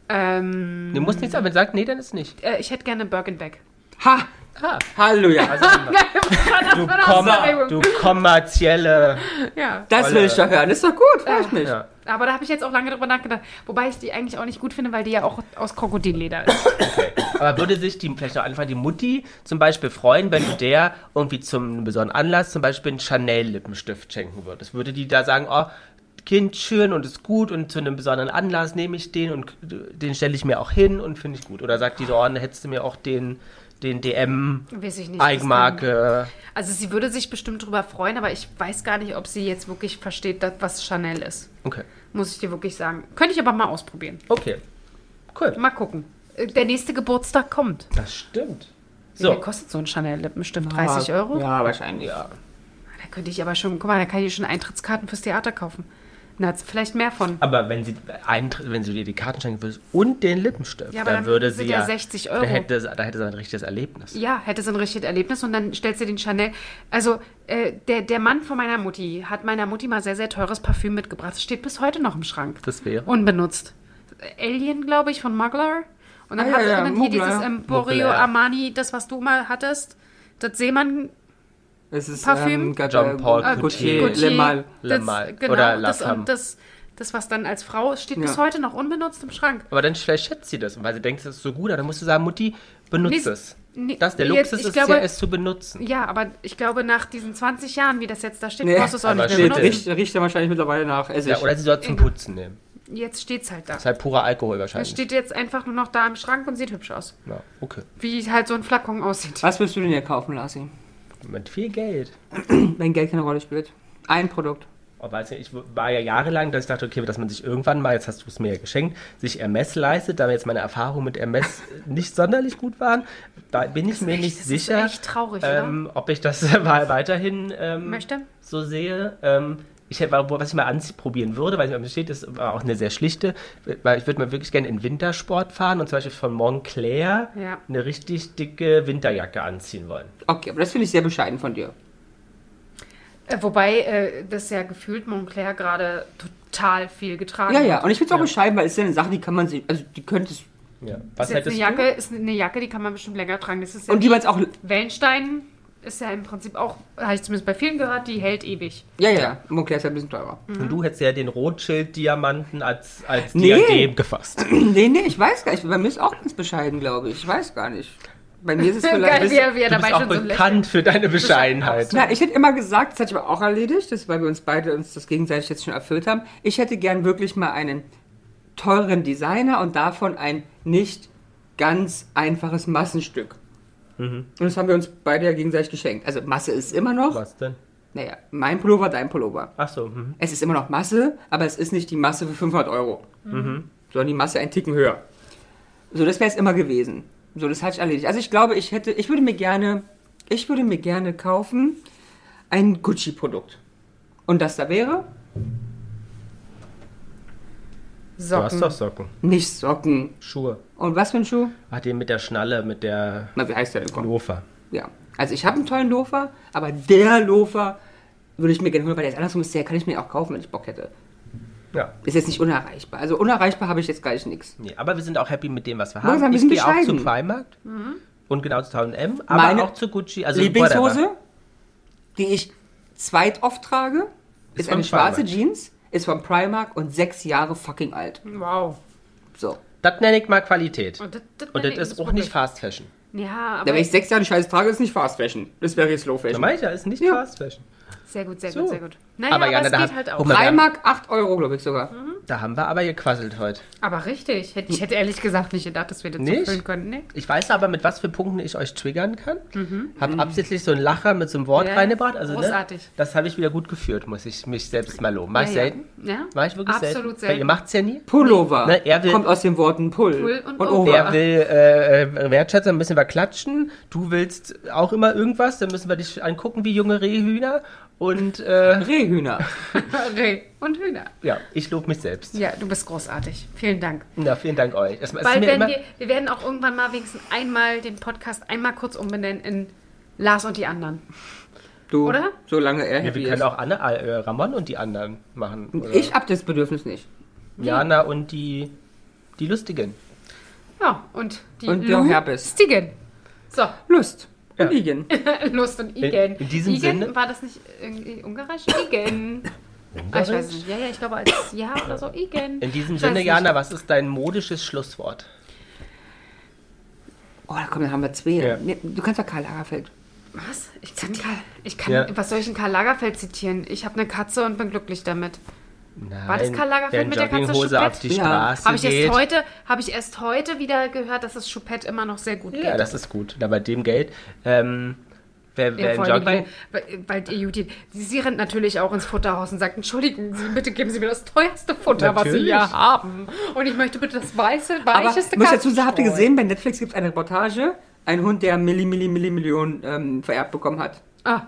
Speaker 1: ähm,
Speaker 3: Du
Speaker 2: Mm.
Speaker 3: musst nichts sagen, wenn du sagst, nee, dann ist nicht.
Speaker 1: äh, ich hätte gerne Birkenbeck.
Speaker 2: Ha!
Speaker 3: Ah,
Speaker 2: Halleluja!
Speaker 3: also immer.
Speaker 1: du
Speaker 3: Du, Komma, du kommerzielle.
Speaker 1: Ja.
Speaker 2: Das will ich doch hören. Ist doch gut, freut mich.
Speaker 3: Ja.
Speaker 1: Aber da habe ich jetzt auch lange drüber nachgedacht. Wobei ich die eigentlich auch nicht gut finde, weil die ja auch aus Krokodilleder ist.
Speaker 3: Aber würde sich die, vielleicht noch anfangen, die Mutti zum Beispiel freuen, wenn du der irgendwie zum besonderen Anlass zum Beispiel einen Chanel-Lippenstift schenken würdest? Würde die da sagen, oh, Kind, schön und ist gut und zu einem besonderen Anlass nehme ich den und den stelle ich mir auch hin und finde ich gut? Oder sagt die so, oh, dann hättest du mir auch den, den DM
Speaker 1: Weiß ich nicht.
Speaker 3: Eigenmarke.
Speaker 1: Also sie würde sich bestimmt drüber freuen, aber ich weiß gar nicht, ob sie jetzt wirklich versteht, dass- was Chanel ist.
Speaker 3: Okay.
Speaker 1: Muss ich dir wirklich sagen. Könnte ich aber mal ausprobieren.
Speaker 3: Okay. Cool.
Speaker 1: Mal gucken. Äh, Der nächste Geburtstag kommt.
Speaker 3: Das stimmt.
Speaker 1: So.
Speaker 3: So.
Speaker 1: Wie kostet so ein Chanel-Lippenstift? 30 Euro?
Speaker 2: Ja, wahrscheinlich.
Speaker 3: Ja.
Speaker 1: Da könnte ich aber schon, guck mal, da kann ich schon Eintrittskarten fürs Theater kaufen. Da hat's vielleicht mehr von.
Speaker 3: Aber wenn sie, eintritt, wenn sie dir die Karten schenken würdest und den Lippenstift,
Speaker 1: Ja, aber
Speaker 3: dann,
Speaker 1: dann
Speaker 3: würde
Speaker 1: sind
Speaker 3: sie
Speaker 1: ja
Speaker 3: ja
Speaker 1: 60 Euro.
Speaker 3: Da hätte, da hätte sie ein richtiges Erlebnis.
Speaker 1: Ja, hätte so ein richtiges Erlebnis und dann stellst du den Chanel. Also, äh, der, der Mann von meiner Mutti hat meiner Mutti mal sehr, sehr teures Parfüm mitgebracht. Es steht bis heute noch im Schrank.
Speaker 3: Das wäre.
Speaker 1: Unbenutzt. Alien, glaube ich, von Mugler. Und dann
Speaker 2: Ah, ja,
Speaker 1: hat
Speaker 2: ja,
Speaker 1: und dann hier
Speaker 2: Mugler.
Speaker 1: dieses Emporio
Speaker 3: Mugler.
Speaker 1: Armani, das, was du mal hattest. Das Seemann
Speaker 2: Es ist
Speaker 1: Parfüm?
Speaker 2: ähm, Gad-
Speaker 3: Jean-Paul
Speaker 2: äh,
Speaker 3: Gaultier.
Speaker 2: Gaultier. Le Mal.
Speaker 3: Le
Speaker 1: Ah, das-
Speaker 3: Mal
Speaker 1: Genau,
Speaker 3: oder La
Speaker 1: das,
Speaker 3: Femme.
Speaker 1: und das, das, was dann als Frau steht bis
Speaker 2: Ja.
Speaker 1: heute noch unbenutzt im Schrank.
Speaker 3: Aber dann vielleicht schätzt sie das. Und weil sie denkt, das ist so gut, aber dann musst du sagen, Mutti, benutze
Speaker 1: Nee,
Speaker 3: es.
Speaker 1: nee,
Speaker 3: das, der
Speaker 1: jetzt-
Speaker 3: Luxus
Speaker 1: ich
Speaker 3: ist
Speaker 1: glaube-
Speaker 3: ja, es zu benutzen.
Speaker 1: Ja, aber ich glaube, nach diesen 20 Jahren, wie das jetzt da steht,
Speaker 2: Nee,
Speaker 1: brauchst du es auch
Speaker 3: aber
Speaker 1: nicht mehr
Speaker 3: steht
Speaker 2: Nee,
Speaker 1: benutzen.
Speaker 2: riecht, riecht er wahrscheinlich mittlerweile nach Essig.
Speaker 3: Ja, oder sie soll es zum Putzen nehmen.
Speaker 1: Jetzt steht's halt da.
Speaker 3: Ist halt purer Alkohol
Speaker 1: Es
Speaker 3: wahrscheinlich.
Speaker 1: steht jetzt einfach nur noch da im Schrank und sieht hübsch aus.
Speaker 3: Ja, okay.
Speaker 1: Wie halt so ein Flakon aussieht.
Speaker 2: Was willst du denn hier kaufen, Lassi?
Speaker 3: Mit viel Geld.
Speaker 2: Wenn Geld keine Rolle spielt. Ein Produkt.
Speaker 3: Aber also ich war ja jahrelang, dass ich dachte, okay, dass man sich irgendwann mal, jetzt hast du es mir ja geschenkt, sich MS leistet, da jetzt meine Erfahrungen mit MS nicht sonderlich gut waren, da bin ich mir
Speaker 1: echt-
Speaker 3: nicht
Speaker 1: das ist
Speaker 3: sicher,
Speaker 1: echt traurig, oder?
Speaker 3: ähm, ob ich das mal weiterhin ähm,
Speaker 1: Möchte?
Speaker 3: so sehe. Ähm, ich hätte, mal- was ich mal anprobieren würde, weil es mir steht, ist aber auch eine sehr schlichte, weil ich würde mal wirklich gerne in Wintersport fahren und zum Beispiel von Montclair
Speaker 1: Ja.
Speaker 3: eine richtig dicke Winterjacke anziehen wollen.
Speaker 2: Okay, aber das finde ich sehr bescheiden von dir.
Speaker 1: Äh, wobei äh, das ja gefühlt Montclair gerade total viel getragen
Speaker 2: Ja,
Speaker 1: hat.
Speaker 2: ja, und ich finde es auch bescheiden, weil es sind Sachen, die kann man sich, also die könntest
Speaker 3: Ja. Was
Speaker 1: Ist jetzt eine
Speaker 3: hättest
Speaker 1: Jacke, ist eine Jacke, die kann man bestimmt länger tragen. Das ist ja
Speaker 2: und die man es auch,
Speaker 1: Wellenstein ist ja im Prinzip auch, habe ich zumindest bei vielen gehört, die hält ewig.
Speaker 2: ja, ja, Montclair ist ja ein bisschen teurer.
Speaker 3: du? Und du hättest ja den Rothschild-Diamanten als, als
Speaker 2: Nee.
Speaker 3: Diadem gefasst.
Speaker 2: nee, nee, ich weiß gar nicht, bei mir ist auch ganz bescheiden, glaube ich, ich weiß gar nicht. Bei mir ist es vielleicht...
Speaker 1: Geil, wie er, wie er
Speaker 3: du
Speaker 1: dabei
Speaker 3: bist auch
Speaker 1: schon so lächelt.
Speaker 3: bekannt für deine Bescheidenheit.
Speaker 2: Na, ich hätte immer gesagt, das hatte ich aber auch erledigt, das, weil wir uns beide uns das gegenseitig jetzt schon erfüllt haben. Ich hätte gern wirklich mal einen teuren Designer und davon ein nicht ganz einfaches Massenstück. Und das haben wir uns beide ja gegenseitig geschenkt. Also Masse ist immer noch,
Speaker 3: Was denn?
Speaker 2: naja, mein Pullover, dein Pullover.
Speaker 3: Ach so, mhm.
Speaker 2: Es ist immer noch Masse, aber es ist nicht die Masse für 500 Euro, sondern die Masse einen Ticken höher. So, das wäre es immer gewesen. So, das hatte ich erledigt. Also ich glaube, ich hätte, ich würde mir gerne, ich würde mir gerne kaufen ein Gucci-Produkt. Und das da wäre
Speaker 3: du hast
Speaker 1: Socken.
Speaker 3: doch Socken.
Speaker 2: nicht Socken.
Speaker 3: Schuhe.
Speaker 2: Und was für ein Schuh?
Speaker 3: Ach, den mit der Schnalle, mit der
Speaker 2: Na, wie heißt der denn? Komm.
Speaker 3: Lofer.
Speaker 2: Ja. Also ich habe einen tollen Lofer, aber der Lofer würde ich mir gerne holen, weil der ist andersrum ist, der kann ich mir auch kaufen, wenn ich Bock hätte.
Speaker 3: Ja.
Speaker 2: Ist jetzt nicht unerreichbar. Also unerreichbar habe ich jetzt gleich nichts.
Speaker 3: Nee, aber wir sind auch happy mit dem, was wir
Speaker 2: Muss
Speaker 3: haben.
Speaker 2: sagen, wir
Speaker 3: ich
Speaker 2: sind
Speaker 3: gehe auch
Speaker 2: bescheiden.
Speaker 3: zu
Speaker 2: Mhm.
Speaker 3: Primark und genau zu H&M, aber
Speaker 2: Meine
Speaker 3: auch zu Gucci. Also whatever.
Speaker 2: Lieblingshose, die ich zweit oft trage, ist,
Speaker 3: vom
Speaker 2: eine schwarze
Speaker 3: Primark.
Speaker 2: Jeans, ist von Primark und sechs Jahre fucking alt.
Speaker 1: Wow.
Speaker 2: So.
Speaker 3: Das nenne ich mal Qualität. Und
Speaker 1: das, das
Speaker 3: das
Speaker 1: meine ich,
Speaker 3: ist auch
Speaker 1: wirklich-
Speaker 3: nicht Fast Fashion.
Speaker 1: Ja,
Speaker 2: Da
Speaker 1: aber
Speaker 2: wenn ich sechs Jahre die Scheiße trage, ist nicht Fast Fashion. Das wäre Slow
Speaker 3: Da
Speaker 2: Fashion.
Speaker 3: meine ich ja, ist nicht
Speaker 2: Ja.
Speaker 3: Fast Fashion.
Speaker 1: sehr gut, sehr
Speaker 3: So.
Speaker 1: gut, sehr gut. Naja,
Speaker 3: Aber
Speaker 1: aber,
Speaker 3: Jana,
Speaker 1: es
Speaker 3: da
Speaker 1: geht
Speaker 3: hat-
Speaker 1: halt
Speaker 3: guck
Speaker 1: auch.
Speaker 3: mal.
Speaker 2: Primark 8 Euro, glaube ich sogar.
Speaker 3: Da haben wir aber gequasselt heute.
Speaker 1: Aber richtig. Hätte- Ich hätte ehrlich gesagt nicht gedacht, dass wir das
Speaker 3: Nicht?
Speaker 1: so füllen könnten. Nee.
Speaker 3: Ich weiß aber, mit was für Punkten ich euch triggern kann. Hab
Speaker 2: Mhm.
Speaker 3: absichtlich so einen Lacher mit so einem Wort
Speaker 1: Mhm. Ja,
Speaker 3: reingebracht. Also, Ne,
Speaker 1: großartig.
Speaker 3: das habe ich wieder gut geführt, muss ich mich selbst mal loben. Mach ich
Speaker 1: Ja, ja.
Speaker 3: selten.
Speaker 1: Ja?
Speaker 3: Mach ich wirklich
Speaker 1: Absolut
Speaker 3: Weil ihr
Speaker 1: selten.
Speaker 3: macht es ja nie.
Speaker 2: Pullover.
Speaker 3: Ne, er will-
Speaker 2: Kommt aus den Worten Pull,
Speaker 1: Pull und Over.
Speaker 2: Over.
Speaker 3: Er will äh, äh, Wertschätzung, müssen wir klatschen. Du willst auch immer irgendwas, dann müssen wir dich angucken wie junge Rehhühner. Und äh,
Speaker 2: Rehhühner.
Speaker 1: Reh und Hühner.
Speaker 3: ja, ich lobe mich selbst.
Speaker 1: Ja, du bist großartig. Vielen Dank.
Speaker 3: Na, vielen Dank euch. Es, es ist
Speaker 1: Bald
Speaker 3: mir
Speaker 1: werden
Speaker 3: immer,
Speaker 1: wir, wir werden auch irgendwann mal wenigstens einmal den Podcast einmal kurz umbenennen in Lars und die anderen.
Speaker 2: Du,
Speaker 1: Oder?
Speaker 2: solange er
Speaker 3: ja,
Speaker 2: happy
Speaker 3: wir
Speaker 2: ist.
Speaker 3: können auch Anna, äh, Ramon und die anderen machen. Oder
Speaker 2: Ich hab das Bedürfnis nicht.
Speaker 3: Jana und die, die Lustigen.
Speaker 1: Ja, und die
Speaker 2: Und der Herpes.
Speaker 1: Stigen. So,
Speaker 2: Lust.
Speaker 3: Ja.
Speaker 2: Und liegen.
Speaker 1: Lust und Igen.
Speaker 3: in diesem
Speaker 1: Igen,
Speaker 3: Sinne-
Speaker 1: war das nicht irgendwie ungarisch? Igen. Ah, ich weiß es nicht. Ja, ja, ich glaube als Ja oder so. Igen.
Speaker 3: In diesem
Speaker 1: Ich weiß
Speaker 3: Sinne,
Speaker 1: nicht.
Speaker 3: Jana, was ist dein modisches Schlusswort?
Speaker 2: Oh, komm, dann haben wir zwei.
Speaker 3: Ja.
Speaker 2: Nee, Du kannst ja Karl Lagerfeld.
Speaker 1: Was? Ich kann, Karl, ich kann
Speaker 3: Ja.
Speaker 1: was soll ich in Karl Lagerfeld zitieren? Ich habe eine Katze und bin glücklich damit.
Speaker 3: Nein,
Speaker 1: War das Karl Lagerfeld
Speaker 3: wer in
Speaker 1: mit der Katze
Speaker 3: Jogginghose
Speaker 1: Choupette?
Speaker 3: auf die
Speaker 2: Ja.
Speaker 3: Straße
Speaker 1: Habe ich,
Speaker 3: geht.
Speaker 1: erst heute- hab ich erst heute wieder gehört, dass es Choupette immer noch sehr gut
Speaker 3: Ja,
Speaker 1: geht.
Speaker 3: das ist gut. Na, bei dem Geld. Ähm, wer wer
Speaker 1: Ja,
Speaker 3: in
Speaker 1: vor allem, weil,
Speaker 3: Jogging...
Speaker 1: weil, weil die Judith, sie, sie rennt natürlich auch ins Futterhaus und sagt, entschuldigen Sie, bitte geben Sie mir das teuerste Futter, was Sie
Speaker 3: Natürlich.
Speaker 1: hier haben. Und ich möchte bitte das weiße,
Speaker 2: Aber
Speaker 1: weicheste
Speaker 2: ich muss dazu sagen, habt ihr
Speaker 1: Katzenstreu.
Speaker 2: gesehen, bei Netflix gibt es eine Reportage, ein Hund, der Milli, Milli, Milli Millionen ähm, vererbt bekommen hat.
Speaker 1: Ah,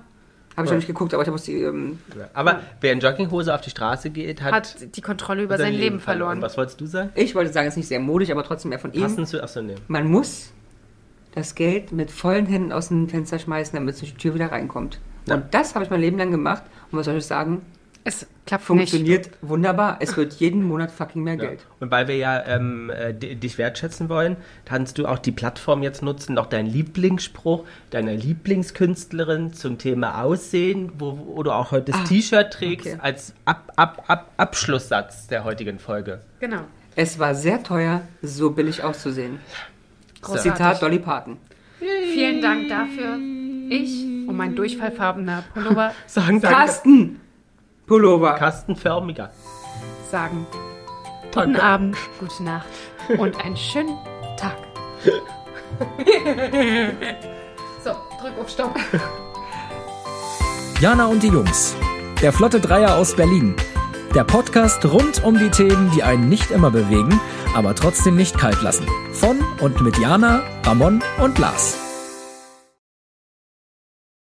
Speaker 2: Habe ich noch nicht geguckt, aber ich muss die... Ähm,
Speaker 3: Aber wer in Jogginghose auf die Straße geht, hat,
Speaker 1: hat die Kontrolle über sein Leben verloren.
Speaker 3: Was wolltest du sagen?
Speaker 2: ich wollte sagen, es ist nicht sehr modisch, aber trotzdem mehr von ihm.
Speaker 3: Passend zu... Achso, nee.
Speaker 2: Man muss das Geld mit vollen Händen aus dem Fenster schmeißen, damit es durch die Tür wieder reinkommt.
Speaker 3: Ja.
Speaker 2: Und das habe ich mein Leben lang gemacht. Und was soll ich sagen?
Speaker 1: Es klappt nicht.
Speaker 2: Funktioniert wunderbar. Es wird jeden Monat fucking mehr
Speaker 3: Ja.
Speaker 2: Geld.
Speaker 3: Und weil wir ja ähm, äh, di- dich wertschätzen wollen, kannst du auch die Plattform jetzt nutzen, noch deinen Lieblingsspruch deiner Lieblingskünstlerin zum Thema Aussehen, wo, wo du auch
Speaker 1: Ah,
Speaker 3: heute das T-Shirt trägst,
Speaker 2: okay.
Speaker 3: als ab, ab, ab, Abschlusssatz der heutigen Folge.
Speaker 1: Genau.
Speaker 2: Es war sehr teuer, so billig auszusehen.
Speaker 1: Großartig.
Speaker 2: Zitat Dolly Parton.
Speaker 1: Vielen Dank dafür. Ich und mein durchfallfarbener Pullover
Speaker 3: Sagen
Speaker 2: Carsten! Pullover.
Speaker 3: Kastenförmiger.
Speaker 1: sagen. Guten Abend, gute Nacht und einen schönen Tag. so, drück auf Stopp.
Speaker 4: Jana und die Jungs. Der Flotte Dreier aus Berlin. Der Podcast rund um die Themen, die einen nicht immer bewegen, aber trotzdem nicht kalt lassen. Von und mit Jana, Ramon und Lars.